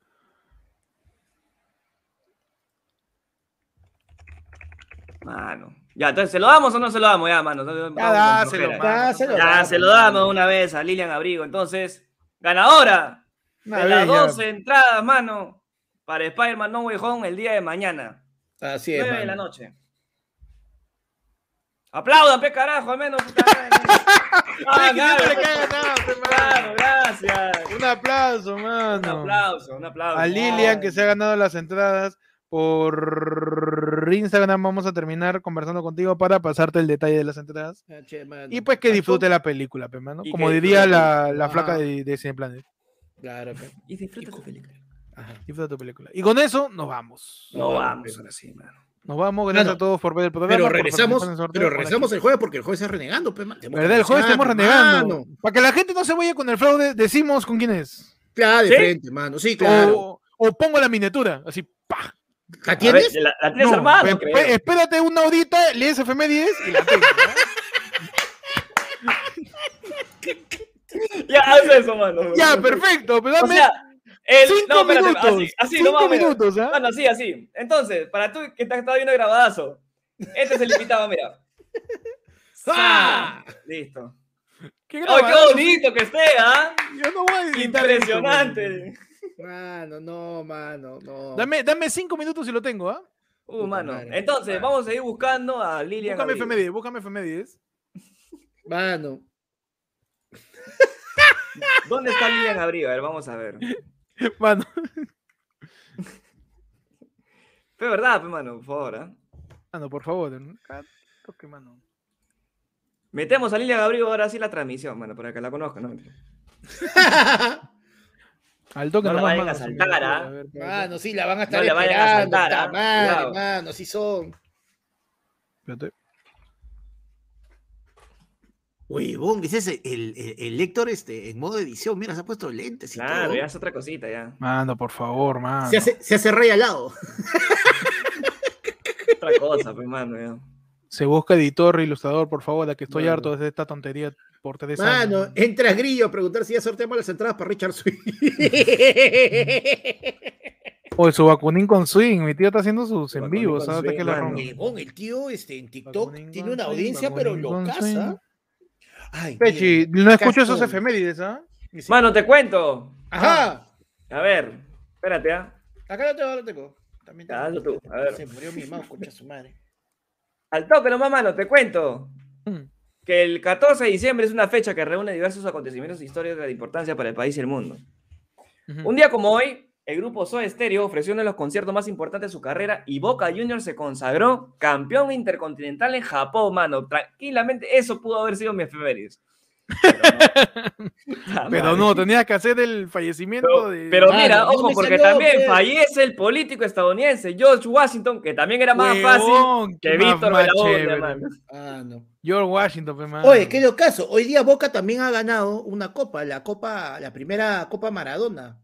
A: Mano. Ya, entonces, ¿se lo damos o no se lo damos? Ya, mano. Vamos con
B: dáselo,
A: flojera, ¿eh?
B: mano.
C: Dáselo,
A: Ya,
C: mano.
A: se lo damos una vez a Lilian Abrigo. Entonces, ganadora de
B: Una
A: las
B: vez ya.
A: 12 entradas, mano, para Spider-Man No Way Home el día de mañana.
C: Así es.
A: 9 de la
C: mano.
A: noche. Aplaudan, pe carajo, al
B: <laughs>
A: menos. puta madre. Ah,
B: Ay, que
A: claro,
B: siempre le caiga nada, pe,
A: claro,
B: mano.
A: gracias.
B: Un aplauso,
A: Un
B: mano.
A: aplauso, un aplauso.
B: A Lilian que se ha ganado las entradas. Por Instagram vamos a terminar conversando contigo para pasarte el detalle de las entradas.
C: Ah, che, mano.
B: Y pues que
C: Actu-
B: disfrute la película, pe, mano.
A: Y
B: Como
A: que
B: diría
A: disfrute la
B: la, la flaca
C: Ajá.
B: de, de Cineplanet.
C: Claro, pe.
A: Y disfruta tu película.
C: Ajá.
B: Disfruta tu película. Y con eso nos vamos.
A: No vamos, ahora sí, mano.
B: Nos vamos. Gracias
C: Mano,
B: a todos por ver el programa.
C: Pero
B: por
C: regresamos,
B: participar en el sorteo,
C: pero
B: por la-
C: regresamos el jueves porque el jueves es renegando, pe, mano. Tenemos que
B: ¿Verdad? El jueves estamos
C: regresar,
B: renegando.
C: mano.
B: Para que la gente no se vaya con el fraude, decimos con quién es.
C: Claro, de
A: ¿Sí?
C: frente, mano.
B: Oh.
C: Sí, claro.
B: O, o pongo la miniatura. Así, pa.
C: ¿La
A: A ver,
C: tienes?
A: ¿La, la tienes
B: No,
A: armada?
B: pe-
A: No
B: pe-
A: creo.
B: espérate una horita, lees FM10 y
A: <laughs>
B: la tengo. ¿ya?
A: Ya, haz eso, mano.
B: eh, ya, perfecto. Pero
A: O
B: dame
A: sea, el,
B: cinco
A: no, espérate,
B: minutos.
A: así, así,
B: cinco
A: nomás, mira.
B: minutos, ¿ah?
A: Mano, así, así. Entonces, para tú que estás estás viendo grabadazo, este es el invitado, mira.
C: ¡Ah!
A: Listo.
B: Qué
A: ¡Oh, qué
B: grabadazo.
A: bonito que esté, ¿ah?
B: Yo no voy a editar esto, mano.
A: Impresionante.
C: Mano, no, mano, no.
B: Dame, dame cinco minutos y lo tengo, ¿ah?
A: Uh, mano.
C: madre,
A: Entonces,
C: puta
A: vamos a ir buscando a Lilian.
B: Búscame
A: Gabriel.
B: efemérides, búscame efemérides.
C: Mano,
A: ¿Dónde está Lilian Abril? A ver, vamos a ver.
B: <laughs> Mano,
A: Fue verdad, pe, mano, por favor. ¿ah?
B: mano, por favor. ¿no? Cada toque, mano.
A: Metemos a Lilian Gabriel ahora sí la transmisión, mano, para que la conozcan. ¿no?
B: Al toque
A: No la
B: nomás,
A: vayan a
B: mano,
A: saltar,
B: señor.
A: ¿ah?
B: A ver, espérate.
C: mano, sí, la van a estar
A: le vayan a
C: esperando.
A: saltar,
C: puta
A: ah,
C: madre,
A: cuidado.
C: mano, sí son.
B: Espérate.
D: Huevón, ese es el, el, el Héctor este, en modo edición. Mira, se ha puesto lentes y
A: Claro,
D: todo.
A: ya es otra cosita,
B: <laughs>
A: ya.
B: Mano, por favor, mano.
C: Se hace, se hace rey al lado.
A: Otra cosa, pe, mano, ya.
B: Se busca editor, ilustrador, por favor, de que estoy
A: Mano.
B: harto de esta tontería por tres años.
C: Mano, entras grillo a preguntar si ya sorteamos las entradas para Richard Swing.
B: Oye, su vacunín con swing, mi tío está haciendo sus en
A: Vacunín
B: vivo,
A: con
B: ¿sabes?
A: swing,
B: que la
A: mano.
B: rompe.
C: Huevón, el tío este, en TikTok
B: Vacunín
C: tiene
B: con
C: una
B: swing,
C: audiencia, pero
B: vacunín
C: lo
B: con swing.
C: casa. Ay,
B: Pechi,
C: mierda.
B: no escucho esos
C: Castor.
B: efemérides, ¿ah?
A: Mano, te cuento.
C: Ajá.
A: A ver, espérate, ¿ah?
C: Acá lo tengo, lo tengo. También
A: Ya, hazlo tú, a ver.
C: Se murió mi mamá, escucha su madre.
A: Al toque nomás, mano, te cuento.
B: Mm.
A: Que el 14 de diciembre es una fecha que reúne diversos acontecimientos históricos de importancia para el país y el mundo.
B: Ujú.
A: Un día como hoy, el grupo Soda Stereo ofreció uno de los conciertos más importantes de su carrera y Boca Juniors se consagró campeón intercontinental en Japón, mano. Tranquilamente, eso pudo haber sido mi efemérides. Pero no.
B: Pero no, tenías que hacer el fallecimiento de.
A: Pero
C: Mano,
A: mira,
C: no
A: ojo,
C: me
A: porque
C: salió,
A: también
C: pues.
A: fallece el político estadounidense George Washington, que también era más fácil
B: Huevón,
A: que
B: más-
A: Víctor
B: más
A: Belaúnde,
B: chévere.
A: mano.
C: Ah, no.
B: George Washington, pe, mano.
C: Oye, qué caso. Hoy día Boca también ha ganado una copa, la copa, la primera Copa Maradona.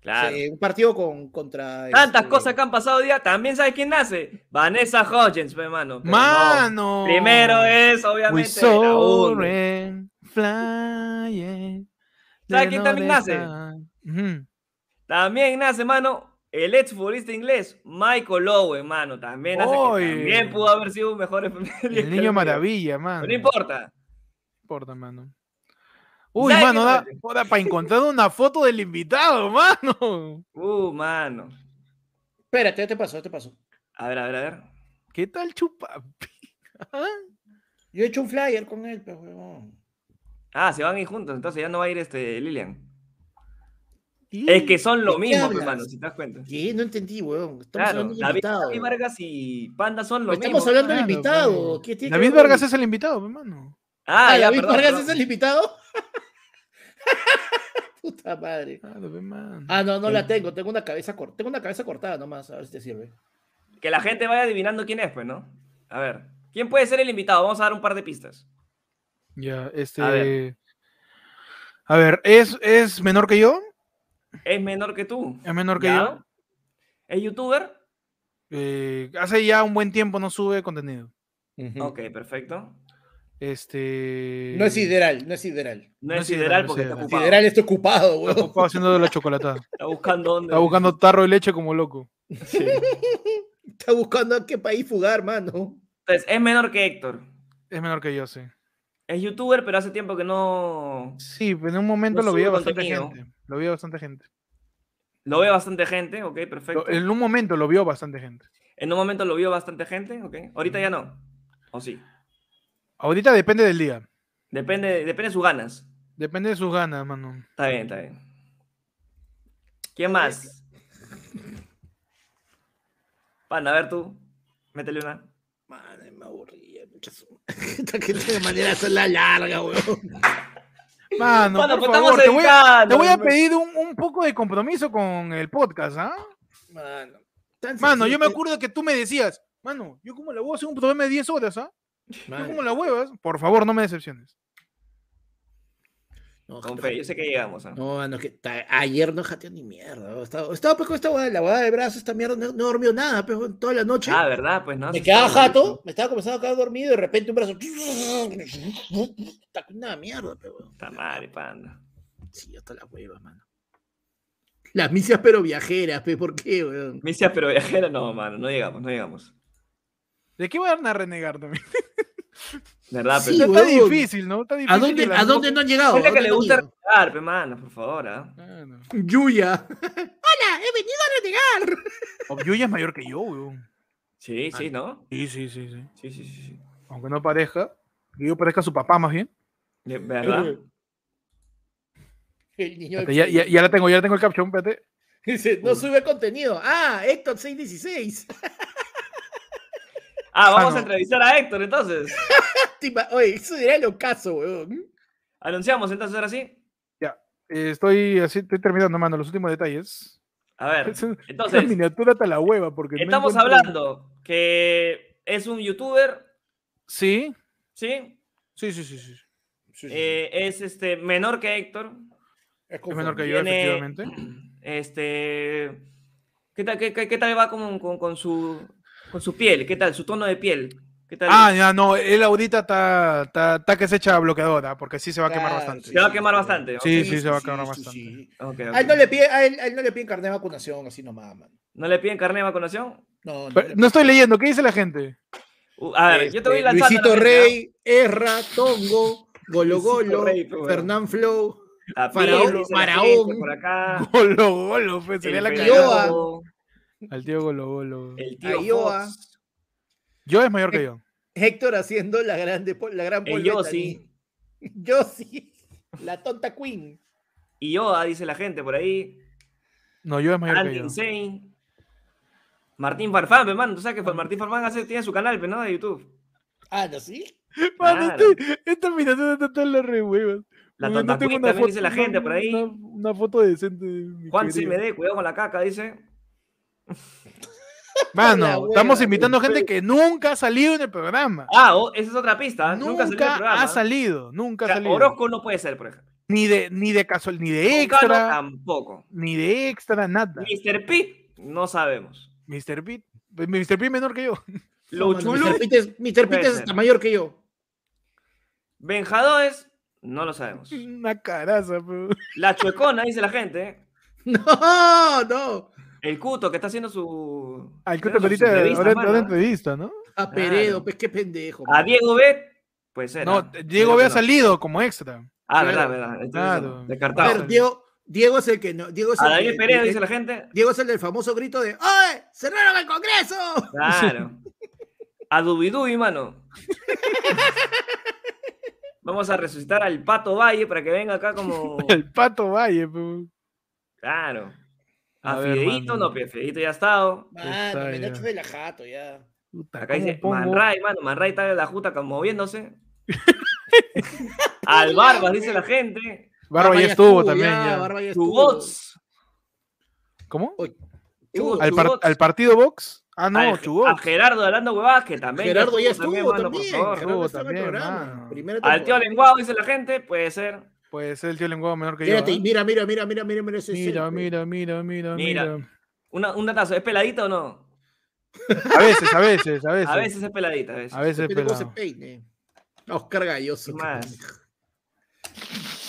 A: Claro.
C: Sí, un partido con, contra.
A: Tantas
C: este,
A: cosas que han pasado día, también sabes quién nace. Vanessa Hodgins, mi hermano. Pero no.
B: ¡Mano!
A: Primero es,
B: We
A: obviamente, la UNE.
B: soaring, flying.
A: ¿Sabes quién
B: the
A: también
B: northern
A: nace?
B: star.
A: <laughs>
B: Ujú.
A: También nace, mano, el ex futbolista inglés, Michael Owen, mano. También nace. que
B: Oye.
A: también pudo haber sido un mejor efeméride que
B: El niño
A: mío.
B: maravilla,
A: Pero
B: mano.
A: No importa.
B: importa, mano. Uy,
A: ¿Sabes
B: mano,
A: qué
B: da, <laughs>
A: pasa?
B: para encontrar una foto del invitado, mano.
A: Uh, mano.
C: Espérate, ya te pasó, ya te pasó.
A: A ver, a ver, a ver.
B: ¿Qué tal chupa? <laughs> Ah,
C: Yo he hecho un flyer con él, pero huevón.
A: Ah, se van a ir juntos, entonces ya no va a ir este Lilian.
B: y-
A: Es que son lo
C: ¿De qué
A: mismo,
C: hablas?
A: hermano, si te das cuenta.
C: ¿Qué? No entendí, huevón. Estamos
A: Claro,
C: hablando del
A: David,
C: invitado.
A: David Vargas y Panda son lo
C: Pero
A: mismo.
C: Pues
A: pues,
C: Estamos hablando del
B: Claro,
C: invitado.
B: mano.
C: ¿Qué tiene que
B: David
C: ver?
B: Vargas es el invitado, hermano.
A: Ah,
C: Ah,
A: ya,
C: David
A: perdón,
C: Vargas
A: perdón.
C: es el invitado. <laughs> Puta madre.
B: Claro, pe, mano.
C: Ah, no, no la
B: Sí.
C: tengo. Tengo una cabeza cortada. Tengo una cabeza cortada nomás. A ver si te sirve.
A: Que la gente vaya adivinando quién es, pues, ¿no? A ver, ¿quién puede ser el invitado? Vamos a dar un par de pistas.
B: Ya, este. A ver,
A: ver.
B: ¿es, ¿es menor que yo?
A: ¿Es menor que tú?
B: ¿Es menor que
A: ¿Ya?
B: yo?
A: ¿Es youtuber?
B: Eh, hace ya un buen tiempo no sube contenido.
A: Ok, perfecto.
B: Este.
C: No es sideral, no es sideral.
A: No,
B: No
A: es
B: es Sideral,
A: sideral
B: no
A: porque
B: es
A: está
B: Sideral.
A: ocupado.
C: Sideral está ocupado,
B: Está
C: huevón.
B: ocupado haciendo de la
C: <laughs>
B: chocolatada.
A: Está buscando dónde.
B: Está buscando tarro de leche como loco.
C: Está buscando a qué país fugar, mano.
A: Entonces, es menor que Héctor.
B: Es menor que yo, sí.
A: Es youtuber, pero hace tiempo que no...
B: Sí, pero en un momento
A: No
B: lo veía
A: sube
B: bastante
A: contenido.
B: gente. Lo veía bastante gente.
A: Lo ve bastante gente, ok, perfecto.
B: Lo- en un momento lo vio bastante gente.
A: En un momento lo vio bastante gente, ok. Ahorita ya no. O sí.
B: Ahorita depende del día.
A: Depende, depende de sus ganas.
B: Depende de sus ganas,
C: <laughs>
B: mano.
A: Está bien, está bien. ¿Quién más? Panda, a ver tú. Métele una.
C: Madre, me aburría. <laughs> Esta gente de manera de hacerla larga, huevón.
B: Mano,
A: Mano,
B: por
A: pues estamos
B: favor, te voy, a, te
A: editando,
B: voy a
A: hombre.
B: pedir un, un poco de compromiso con el podcast, ¿ah?
C: Mano. tan
B: Mano, yo me
C: sencillo
B: acuerdo que tú me decías, mano, yo como la voy a hacer un programa de 10 horas, ¿ah?
C: que-
B: Yo
C: Mano,
B: como la huevas, por favor, no me decepciones.
C: no,
A: Con
C: gente,
A: fe, yo sé que llegamos. ¿ah?
C: No, mano, que ta- ayer no jateo ni mierda. huevón. Estaba, estaba pues con esta hueá, la hueá de brazo, esta mierda, no, no dormió nada, pues, huevón, toda la noche.
A: Ah, ¿verdad? Pues no.
C: me
A: sí
C: quedaba
A: estaba
C: jato,
A: bonito.
C: me estaba comenzando a quedar dormido y de repente un brazo. Está con una mierda, pues, huevón.
A: Está madre, panda.
C: Sí, hasta las huevas, mano. Las misias pero viajeras, pues, ¿por qué, weón?
A: Misias pero viajera, no, mano. No llegamos, no llegamos.
B: ¿De qué van a renegar también?
A: ¿Verdad?
C: Sí,
A: pero...
B: <laughs> Está
C: huevón.
B: difícil, ¿no? Está difícil.
C: ¿A
B: que
C: dónde,
B: las
C: ¿a dónde no han llegado?
A: Gente
C: ¿A
A: que
C: dónde
A: le
C: no han
A: gusta
C: llegado?
A: renegar, pe, mano, por favor. ¿ah?
B: Mano.
C: Yuya. <laughs> Hola, he venido a renegar.
B: Obvio ya es mayor que yo, weón.
A: Sí, sí, ¿no?
B: Sí, sí, sí, sí.
A: Sí, sí, sí. sí.
B: Aunque no parezca. Que yo parezca a su papá más bien.
A: De verdad.
C: <laughs> El niño
B: Espérate, Ya, ya, ya la tengo, ya la tengo el caption, espérate.
C: dice, no sube contenido. Ah, Héctor <laughs> 616.
A: Ah, vamos
B: no.
A: a entrevistar a Héctor entonces.
C: Tima- Oye, eso sería el ocaso, weón.
A: Anunciamos entonces ahora sí.
B: Eh, estoy así, estoy terminando, mano, los últimos detalles.
A: A
B: <laughs>
A: ver.
B: Es una
A: Entonces,
B: miniatura hasta la hueva, porque no
A: estamos
B: encuentro-
A: hablando que es un youtuber,
B: Sí,
A: ¿sí?
B: sí, sí, sí, sí. sí.
A: Eh, es este menor que Héctor.
C: Es
B: Es
C: conforme.
B: menor que yo,
A: Viene-
B: efectivamente.
A: Este. ¿Qué tal, qué, qué- qué tal va con, con- con su, con su piel? ¿Qué tal? ¿Su tono de piel? ¿Qué tal?
B: Ah, ya, no, él ahorita está, está, está que se echa bloqueadora, porque sí se va a quemar
C: Claro,
B: bastante.
A: se va a quemar bastante.
B: Sí,
A: ok,
B: sí, se va a quemar bastante.
A: ok,
C: A
A: ok.
C: él no le piden, a él, a él no le piden carnet de vacunación, así nomás, mano.
A: ¿No le piden carne de vacunación?
C: No, no.
B: Pero no estoy leyendo, ¿qué dice la gente?
A: Uh, a ver, yo te voy
C: Este,
A: lanzando.
C: Luisito
A: la gente,
C: Rey, Erra, Tongo, Golo
A: Luisito
C: Golo,
A: Rey, pues, weón.
C: Fernán Flow,
A: ¿ah? La
C: Faraón,
A: piel, dice la
C: Faraón.
A: gente por
C: <laughs>
A: acá.
B: <laughs> Golo, golo, fe, sería
A: El
B: la
C: pelado.
B: cagada.
A: Faraón,
B: Al tío Golo, golo.
A: El tío
C: Ayoa.
A: Fox,
B: Yo es mayor que yo.
C: Héctor haciendo la, grande, pol- la gran
A: El
C: polveta,
A: Yossi.
C: ni- <laughs> Yossi, la tonta Queen.
A: Y Yoda, dice la gente por ahí.
B: No, yo es mayor que
A: Andy
B: yo.
A: Insane. Martín Farfán, pe, mano. Tú sabes que Martín Farfán hace- tiene su canal, pero no de YouTube.
C: Ah, ¿no sí?
B: Mano,
A: Claro.
B: este- esta miniatura está tan la re hueva.
A: La
B: Mano,
A: Tonta
B: tengo
A: Queen
B: una
A: también dice la
B: una-
A: gente por ahí.
B: Una, una foto decente. de mi
A: Juan
B: querido.
A: CMD, cuidado con la caca, dice.
C: la
B: Mano,
C: hueva,
B: estamos
C: güey,
B: invitando a gente que nunca ha salido en el programa.
A: Ah, oh, esa es otra pista. ¿eh? Nunca,
B: Nunca,
A: salió del programa.
B: ha salido, nunca
A: O
B: ha
A: sea,
B: salido.
A: Orozco no puede ser, por ejemplo.
B: Ni de, ni de casual, ni de
A: Moncano
B: extra,
A: tampoco.
B: ni de extra, nada.
A: Mr. Pete, no sabemos.
B: Mr. Pete, Mr. Pete pues, menor que yo. <laughs>
A: Lo
C: Mano,
A: chulo,
C: Mr. Pete es- Mr.
A: Puede
C: Pete es
A: ser.
C: hasta mayor que yo. <laughs>
A: Benjadores, no lo
B: <laughs>
A: sabemos.
B: Una caraza, pero.
A: La chuecona, dice la gente. ¿eh?
C: No, no.
A: El cuto que está haciendo su.
B: Al que
A: haciendo sus
B: ahorita
A: entrevistas,
B: ahora,
A: mano,
B: ahora
A: ¿eh?
B: entrevista, ¿no?
C: A Peredo,
A: Claro.
C: pues qué pendejo.
B: Ah,
A: A
C: mano.
A: Diego Bet, puede ser.
B: No,
A: ¿ah?
B: Diego
A: Creo
B: había
A: que no.
B: salido como extra.
A: Ah,
C: Claro.
A: verdad, verdad. Entonces,
B: Claro.
C: A
A: Descartado.
C: ver, Diego, Diego es el que no. Diego es
A: A
C: el
A: David
C: que-
A: Pereira,
C: el-
A: dice la
C: <laughs>
A: gente.
C: Diego es el del famoso grito de ¡Oye! ¡Cerraron el Congreso!
A: Claro. A Dubidubi, mano. Vamos a resucitar al Pato Valle para que venga acá como.
B: El pato Valle, pero.
A: Claro. A,
B: A ver,
A: Fideito,
B: mano.
A: no, pe, Fideito ya ha estado.
C: Mano,
B: Puta,
C: Menacho
B: ya.
C: es de la jato ya.
B: Puta,
A: Acá
B: ¿cómo
A: dice
B: pongo?
A: Manray, mano. Manray está en la juta como moviéndose. Al Barbas, dice la gente.
B: Barba ya estuvo también. ya.
C: Barba ya
A: Tu
C: estuvo.
A: bots.
B: ¿Cómo?
C: Chugots.
B: ¿Al, par-
A: Chugots.
B: al partido Box? Ah, no,
A: al-
B: Chugó.
A: A Gerardo hablando huevadas, que también.
C: Gerardo ya estuvo
A: también,
C: también.
A: mano, por favor.
C: Gerardo
B: Estuvo
C: estaba en el
B: también,
C: programa.
B: mano.
C: Primera
A: Al tío
C: temporada.
A: lenguado, dice la gente, puede ser.
B: Pues el tío lenguado menor que yo.
C: Espérate, y
B: ¿eh?
C: mira, mira, mira, mira, mira, mira ese
B: Mira,
C: selfie.
B: mira, mira, mira,
A: Mira.
B: mira.
A: Una, un datazo, ¿es peladita o no?
B: A veces, a veces, a
A: <laughs>
B: veces.
A: A veces es peladita, a veces.
B: A veces,
C: Depende cómo Este se
B: pelado.
C: peine. Oscar Galloso.
A: ¿Qué más?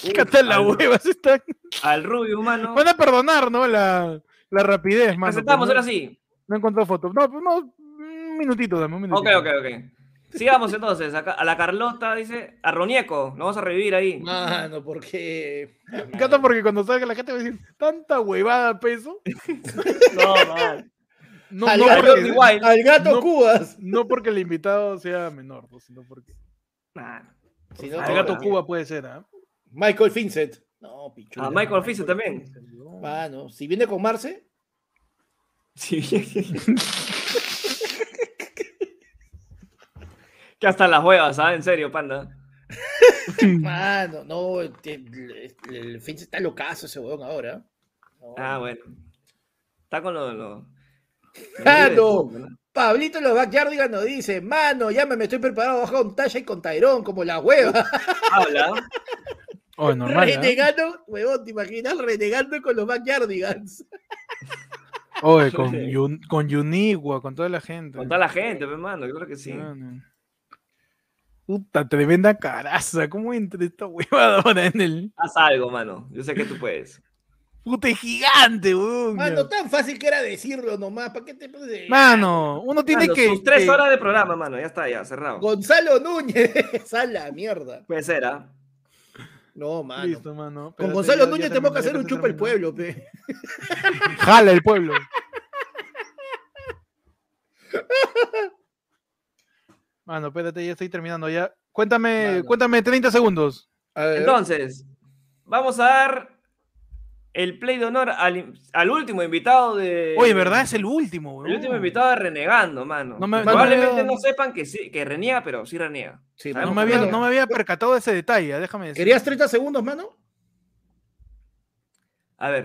A: Uf,
B: ¿Qué tal la
A: al-
B: hueva? Se está-
A: Al rubio humano.
B: Van a perdonar, ¿no? La, la rapidez, mano.
A: Presentamos
B: pues,
A: ahora
B: no,
A: sí.
B: No he encontrado fotos. No, pues no. Un minutito, dame un minutito.
A: Ok, ok, ok. Sigamos entonces. Acá, a la Carlota dice, a Ronieco, lo vamos a revivir
C: <laughs>
A: ahí.
C: Mano, porque.
B: Me encanta porque cuando salga la gente va a decir, tanta huevada peso.
A: No, man.
B: No,
C: Al
B: no,
C: gato
B: porque,
A: igual. Guay.
C: Al gato
B: No.
C: Cubas.
B: no porque el invitado sea menor, pues, sino porque.
A: Man.
C: Si no,
A: Al
B: El
C: no,
B: gato
A: Ahora.
C: porque-
B: Cuba puede ser, ¿ah?
C: Michael Vincent. No, pichula.
A: A Ah, Michael Fisher también.
C: Mano, si viene con Marce.
A: Sí. que hasta las huevas, ¿sabes? En serio, panda.
C: Mano, no. el- El el Vincent está locazo ese weón ahora. No.
A: Ah, bueno. Está con lo. lo...
C: Ah, no.
A: lo- lo-
C: Pablito en los Backyardigans nos dice, mano, ya me, me estoy preparando bajo un talla y con Tairón, como la hueva.
A: Habla.
B: Oh, es normal. ¿ah?
C: renegando, huevón, ¿te imaginas? Renegando con los
B: <laughs>
C: Backyardigans.
A: <laughs>
B: Oye, con, Yun- con Yunigua, con toda la gente.
A: Con toda la gente, hermano, yo creo que sí.
B: Ah, no. Puta, tremenda caraza. ¿Cómo entra esta huevada ahora en el.
A: Haz algo, mano. Yo sé que tú puedes.
B: Puta, es gigante, weón.
C: Mano, tan fácil que era decirlo nomás, ¿para qué te pones?
B: Mano, uno tiene
A: Mano,
B: que.
A: Sus tres
B: que-
A: horas de programa, mano. Ya está, ya, cerrado.
C: Gonzalo Núñez, <laughs> a la mierda.
A: Puede ser, ¿ah?
C: No, mano.
B: Listo, mano.
C: Con
B: Espérate,
C: Gonzalo
B: ya- ya
C: Núñez
B: terminé,
C: tenemos que hacer
B: ya
C: un
B: te
C: chupa el
B: terminé.
C: pueblo, pe.
A: <laughs>
B: Jala el pueblo. Mano, espérate, ya estoy terminando ya. Cuéntame, cuéntame 30 segundos.
D: A ver.
A: Entonces, vamos a dar el play de honor al, al último invitado de.
B: Oye, ¿verdad? Es el último,
A: Eh, El
B: weón.
A: último invitado de Renegando, mano.
B: No me-
A: Probablemente
B: no-
A: no sepan que, sí, que reniega, pero sí reniega.
D: Sí,
C: Ah,
A: Sabemos
B: No me,
A: que
B: había,
A: reniega.
B: no me había percatado de ese detalle, ah, déjame decir.
D: ¿Querías 30 segundos, mano?
A: A ver.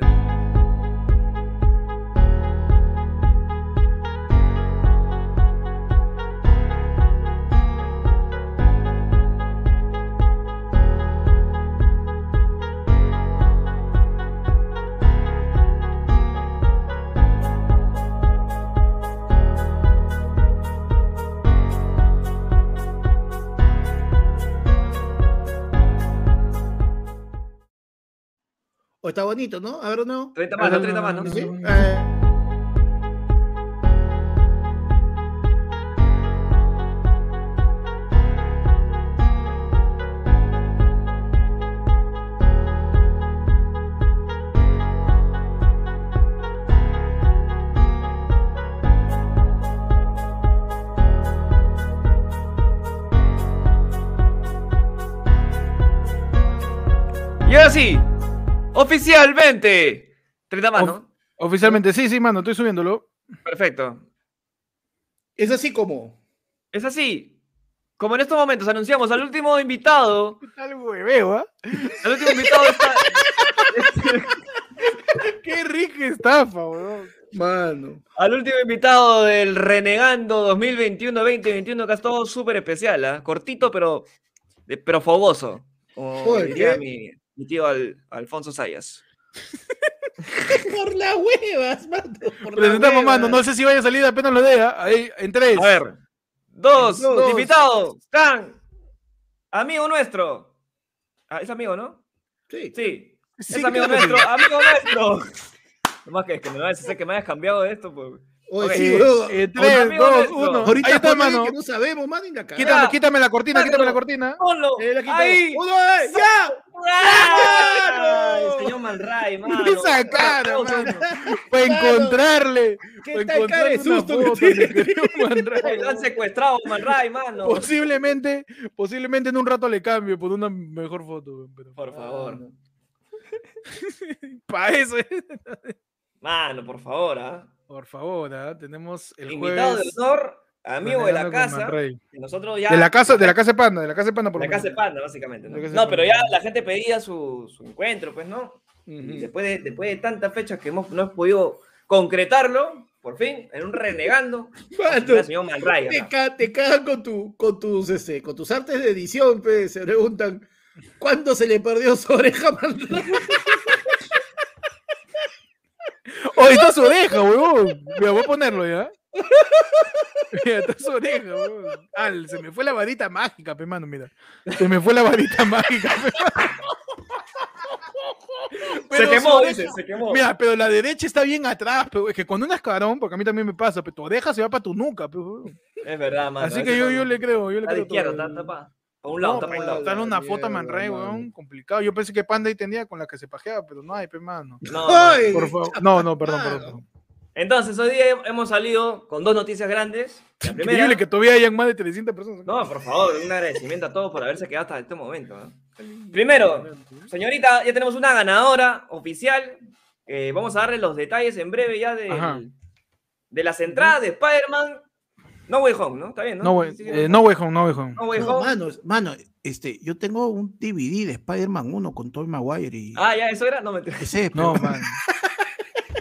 D: O está bonito, ¿no? A ver, no.
A: 30 más, no, 30 más, ¿no?
D: ¿Sí? eh,
A: Y ahora sí, oficialmente. 30 más, ¿no?
B: Oficialmente, sí, sí, mano, estoy subiéndolo.
A: Perfecto.
D: Es así como.
A: Es así. Como en estos momentos anunciamos al último invitado. Al último invitado
B: <laughs>
A: está.
B: Qué rica estafa, weón.
D: Mano.
A: Al último invitado del Renegando 2021-2021, que ha estado súper especial, ¿ah? cortito pero, de- pero fogoso. Como
D: ¿Por
A: diría
D: qué?
A: mi, mi tío Al- Alfonso Sayas.
D: Por las huevas, mano. Por las
B: Presentamos,
D: huevas.
B: mano,
C: eh.
B: no sé si vaya a salir apenas lo dé, ¿ah? ahí, en tres.
A: A ver, dos,
D: Dos.
A: dos invitados, Can, amigo nuestro. Ah, es amigo, ¿no?
D: Sí.
A: Sí,
B: Sí,
A: es amigo
B: claro.
A: nuestro, amigo nuestro. <laughs> No más que, que me vas a decir que me hayas cambiado de esto, pues.
D: Oye,
A: Ok.
D: sí,
B: Eh,
D: huevón.
B: eh, tres,
A: amigo
B: dos,
A: nuestro.
B: uno.
D: Ahorita
B: Ahí está,
D: ponele
B: mano.
D: que no sabemos, mano, y la cagada.
B: Quítame, quítame la cortina, quítame la
A: Mano.
B: cortina.
A: ¡Ponlo!
D: Eh, la quitamos.
A: ¡Ahí!
D: Uno, eh, ¡Ya!
A: ¡Ay, señor Manray, mano!
B: <laughs> Esa cara,
A: Aplausos.
B: mano. Para encontrarle.
D: ¿Qué
B: para
D: tal cara de
B: encontrarle una
D: susto que
B: foto
D: tiene?
B: donde escribió Man Ray,
A: Lo han
B: weón.
A: secuestrado, Manray, mano.
B: Posiblemente, posiblemente en un rato le cambie por una mejor foto. weón, Pero
A: Por favor.
B: para eso, es.
A: Mano, por favor, ¿ah?
B: por favor, ¿ah? tenemos el
A: Invitado de
B: jueves.
A: honor, amigo de la
B: Renegando
A: casa.
B: con Man Ray.
A: que Nosotros ya.
B: De la casa, de la casa de panda, de la casa de panda por
A: la
B: lo
A: casa de
B: menos.
A: panda, básicamente. ¿no?
B: La casa de
A: No, pero ya
B: Panda.
A: la gente pedía su, su encuentro, pues, ¿no? Y
D: Ujú.
A: después de, después de tantas fechas que hemos, no hemos podido concretarlo, por fin, en un renegando,
D: Mano,
A: el señor Manray.
D: te,
A: acá.
D: ca- te cagan con, tu, con, tus, este, con tus artes de edición, pe, se preguntan cuándo se le perdió su oreja man?
B: Oh, está su oreja, huevón. Mira, voy a ponerlo
A: <laughs>
B: ya. Mira, está su oreja, huevón. Al, se me fue la varita mágica, pe mano, mira. Se me fue la varita <laughs> mágica, pe mano.
A: Se
B: Pero su
A: quemó,
B: oreja-
A: dice, se quemó.
B: Mira, pero la derecha está bien atrás, pero es que cuando un escarón, porque a mí también me pasa, pero tu oreja se va para tu nuca, pe, huevón.
A: Es verdad, mano.
B: Así
A: ese
B: que yo,
A: mano
B: yo le creo, yo le
A: Está de
B: creo.
A: izquierda,
B: todo.
A: está tapada. A un lado,
B: No,
A: está para
B: para
A: un lado.
B: adaptarle una
D: la
B: foto a Man
D: mierda,
B: Ray,
D: mano.
B: weón, complicado. Yo pensé que Panda ahí tenía con la que se pajeaba, pero no hay,
A: <laughs>
B: pe mano.
A: No,
D: <laughs>
A: no.
D: Ay,
B: Por favor. No, no, perdón,
D: Claro.
B: perdón. perdón.
A: Entonces, hoy día hemos salido con dos noticias grandes. La primera,
B: Increíble que todavía hayan más de 300 personas.
A: No, por favor, un agradecimiento a todos por haberse quedado hasta este momento. ¿no? Primero, señorita, ya tenemos una ganadora oficial. Eh, vamos a darle los detalles en breve ya del-
B: Ajá.
A: de, las entradas de Spider-Man. No Way Home, ¿no? Está bien, ¿no?
B: No, güey,
A: Sí, sí,
B: eh, no, güey, home, no, güey, home.
A: No Way
C: No,
A: Home.
C: mano, mano, este, yo tengo un DVD de Spider-Man 1 con Tobey Maguire y.
A: Ah, ya, eso era. No,
C: <laughs>
A: mentira.
C: Ese es,
B: No,
C: pero-
A: <laughs>
B: man.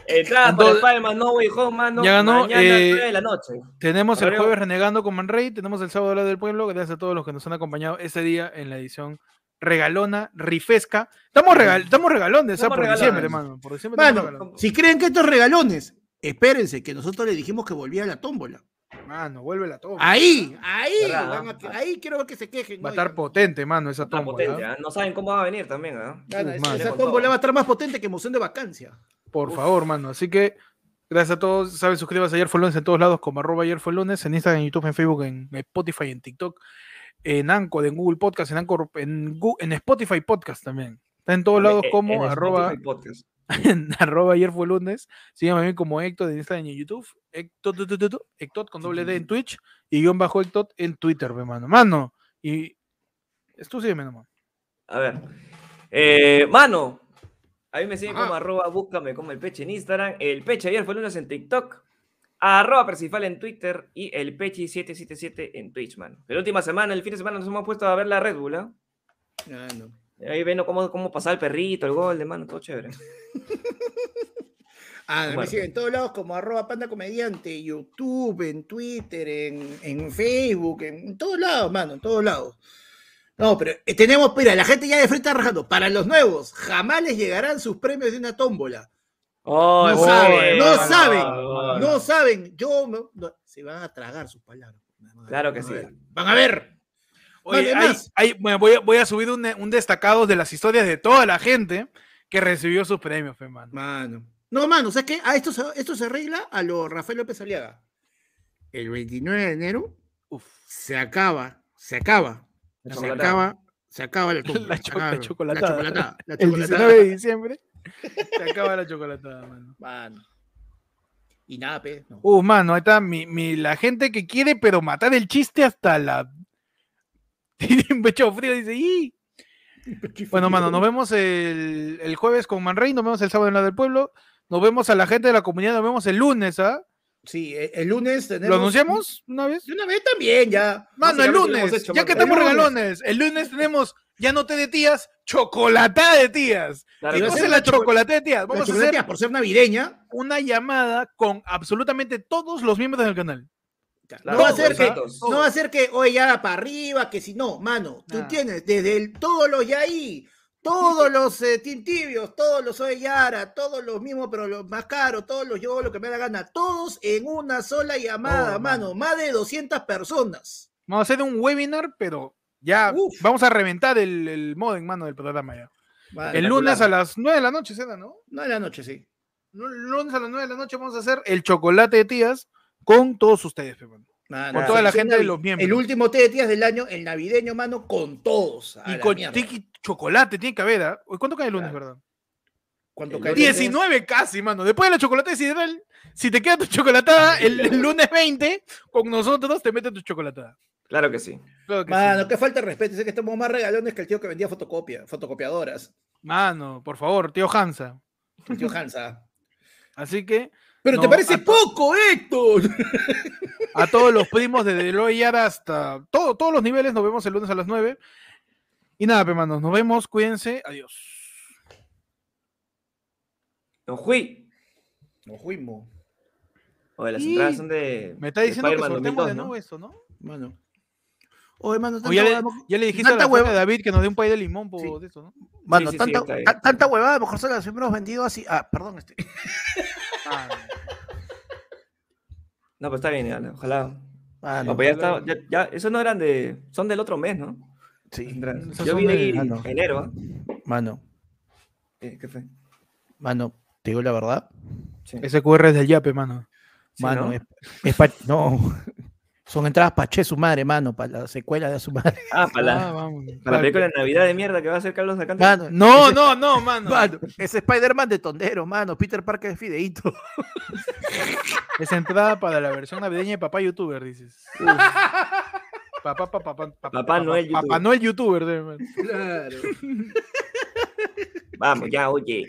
A: Entradas para
B: Entonces-
A: Spider-Man No Way Home, mano.
B: Ya ganó,
A: Mañana,
B: eh,
A: 9 de la noche.
B: Tenemos el
A: Rodrigo.
B: jueves renegando con Manrey, tenemos el sábado la del pueblo, gracias a todos los que nos han acompañado ese día en la edición regalona, rifesca. Estamos, regal, estamos regalones,
A: Estamos
B: ¿sabes?
A: regalones.
B: Por diciembre, mano. Por diciembre
C: Mano,
B: estamos regalones.
C: Si creen que estos regalones, espérense, que nosotros les dijimos que volvía a la tómbola.
B: Mano, vuélvela todo. Va
C: Ahí, ahí,
A: ¿Verdad?
C: van a que- ahí quiero que se quejen.
B: a
C: ¿no?
B: estar potente, mano, esa
A: Está
B: tómbola.
A: potente,
B: ¿ah?
A: ¿ah? No saben cómo va a venir también, ¿ah?
D: Mano,
B: Uh,
D: esa-
B: mano.
D: esa
A: Con
D: tómbola
A: todo.
D: va a estar más potente que emoción de vacancia.
B: Por favor, mano. Así que, gracias a todos. Saben, suscríbase a ayer fue lunes en todos lados, como arroba ayer fue lunes, en Instagram, en YouTube, en Facebook, en Spotify, en TikTok, en Anchor, en Google Podcast, en Anchor, en, Gu- en Spotify Podcast también. Está en todos lados
A: Eh,
B: como
A: en Spotify
B: arroba
A: Podcast.
B: <laughs> arroba ayer fue lunes. Síganme a mí como Ectot en Instagram y en YouTube. Ectot, tu, tu, tu, tu, Ectot con doble D en Twitch y guión bajo Ectot en Twitter, mi mano. Mano, y esto sígueme nomás.
A: A ver. Eh, mano, a mí me siguen
B: Ajá.
A: como arroba, búscame como el peche en Instagram. El peche ayer fue lunes en TikTok. Arroba Percifal en Twitter y el peche 777 en Twitch, mano. La última semana, el fin de semana, nos hemos puesto a ver la Red Bull, ¿ah?
C: Ah, no.
A: Ahí ven cómo, cómo pasaba el perrito, el gol de mano, todo chévere.
C: Ah, me
A: Bueno.
C: siguen en todos lados como arroba panda comediante, YouTube, en Twitter, en, en Facebook, en, en todos lados, mano, en todos lados. No, pero eh, tenemos, mira, la gente ya de frente está rajando. Para los nuevos, jamás les llegarán sus premios de una tómbola.
A: Oh,
C: No
A: muy
C: saben,
A: bien,
C: no
A: mano,
C: saben,
A: mano.
C: No saben, yo me- no, se van a tragar sus palabras. Van a-
A: Claro que
C: van a
A: sí.
C: ver, Van a ver.
B: Oye,
C: Vale,
B: ahí-
C: más.
B: ahí, bueno, voy, a, voy a subir un, un destacado de las historias de toda la gente que recibió sus premios, pe, mano.
C: Mano. No, mano, ¿sabes qué? Ah, esto, se- esto se arregla a lo Rafael López Aliaga. El 29 de enero
B: Uf.
C: se acaba, se acaba,
A: La
C: se
A: chocolatada.
C: acaba, se acaba la, tumba,
B: La
C: se
B: cho- la
C: acaba
B: chocolatada.
C: La chocolatada. la
B: El
C: chocolatada,
B: 19 de diciembre <laughs> se acaba la chocolatada, mano.
C: mano. Y nada, pe. no.
B: Uh, mano, ahí está mi, mi- la gente que quiere, pero matar el chiste hasta la. <laughs> Tiene un pecho frío, dice. "Ih". Bueno, mano, nos vemos el, el jueves con Manrey, nos vemos el sábado en la del pueblo, nos vemos a la gente de la comunidad, nos vemos el lunes, ¿ah?
C: Sí, e, el, el lunes tenemos.
B: ¿Lo anunciamos una vez?
C: De una vez también, ya.
B: Mano, el
A: Básicamente lo
B: lunes,
A: hemos hecho,
B: ya
A: mano.
B: que estamos
C: El lunes.
B: regalones, el lunes tenemos, ya no te de tías, chocolatada de tías.
A: Claro
C: Y
B: ¿Qué
A: que
C: va
A: sí.
C: a
B: cosa
C: ser
B: es la
C: la choco-
B: chocolatada de tías?
C: Vamos
B: Vamos a hacer
C: por ser navideña.
B: una llamada con absolutamente todos los miembros del canal.
A: Claro,
C: no va a
A: todos,
C: ser que,
A: todos.
C: no va a ser que hoy ya para arriba, que si no, mano, tú
B: Nah.
C: tienes desde el, todos los Yaí, todos los eh, Tintibios, todos los Oyara, todos los mismos, pero los más caros, todos los yo, lo que me da la gana, todos en una sola llamada,
B: Oh,
C: mano, más de 200 personas.
B: Vamos a hacer un webinar, pero ya
C: Uf.
B: vamos a reventar el, el modem, mano, del programa ya.
C: Mano,
B: El lunes a las 9 de la noche, será, ¿no?
C: No de la noche, sí.
B: No, El lunes a las 9 de la noche vamos a hacer el chocolate de tías con todos ustedes, pe, mano.
C: Mano,
B: Con toda la
C: sección
B: gente de
C: navi-
B: los miembros.
C: El último té de tías del año, el navideño, mano, con todos. a
B: Y
C: la
B: con
C: mierda.
B: tiki chocolate, tiene que haber, ¿ah? Uy, ¿Cuánto cae el lunes,
A: Claro.
B: verdad?
C: Cuando
A: el
C: caiga el té-
B: 19 casi, mano. Después de la chocolatada sideral, si te queda tu chocolatada el, el lunes 20, con nosotros te mete tu chocolatada.
A: Claro que sí.
B: Claro que sí.
C: Mano, qué falta de respeto, sé que estamos más regalones que el tío que vendía fotocopia, fotocopiadoras,
B: Mano, por favor, tío Hansa.
C: el tío Hansa.
B: Así que
C: Pero
B: No,
C: te parece
B: hasta-
C: poco, Héctor.
A: <laughs>
B: a todos los primos desde Eloy Yara hasta todo, todos los niveles, nos vemos el lunes a las 9. Y nada, pe, manos, nos vemos, cuídense, adiós.
A: Don Jui.
C: No fuimos.
A: Oye, las
B: Y-
A: entradas son de.
B: Me está
A: de
B: diciendo que
A: Spider-Man
B: sorteemos de
A: 2002, ¿no?
B: nuevo eso, ¿no?
C: Mano. Oye, mano,
B: O
C: tanta
B: ya, le,
C: huevada,
B: ya le dijiste a
C: tanta
B: la hueva
C: hueva.
B: de David que nos dé un pay de limón por
C: Sí.
B: de eso, ¿no?
A: sí,
C: mano,
A: sí,
C: tanta,
A: está bien.
C: ta- tanta huevada, mejor son los primeros vendidos así. Ah, perdón, este.
B: Ah,
A: No, pero está bien, ya, ojalá.
C: Mano,
A: No, pues ya está. Ya, ya, esos no eran de. Son del otro mes, ¿no?
C: sí,
A: Entradas.
B: Esos
A: Yo
B: son
A: vi
B: de-
A: ahí
C: ah, no.
A: enero, ¿ah?
C: mano,
A: Eh, ¿Qué fue?
C: mano, te digo la verdad.
A: Sí. eh.
B: ese QR es del Yape, mano.
A: Sí,
C: mano,
A: ¿no?
C: es, es pa- no. <laughs> Son entradas para Che su madre, mano, para la secuela de su madre.
A: Ah, para la,
B: Ah, vamos.
A: para la película de Navidad de mierda que va a hacer Carlos Alcántara.
C: Mano,
B: No,
C: ese-
B: no, no, mano.
C: Mano, <laughs> es Spider-Man de Tondero, mano. Peter Parker de Fideito.
B: Es entrada para la versión navideña de Papá YouTuber, dices. Papá, papá, papá, papá,
A: Papá Noel
B: Papá
A: YouTuber.
B: Noel YouTuber, de-
C: Claro.
A: Vamos, ya, oye.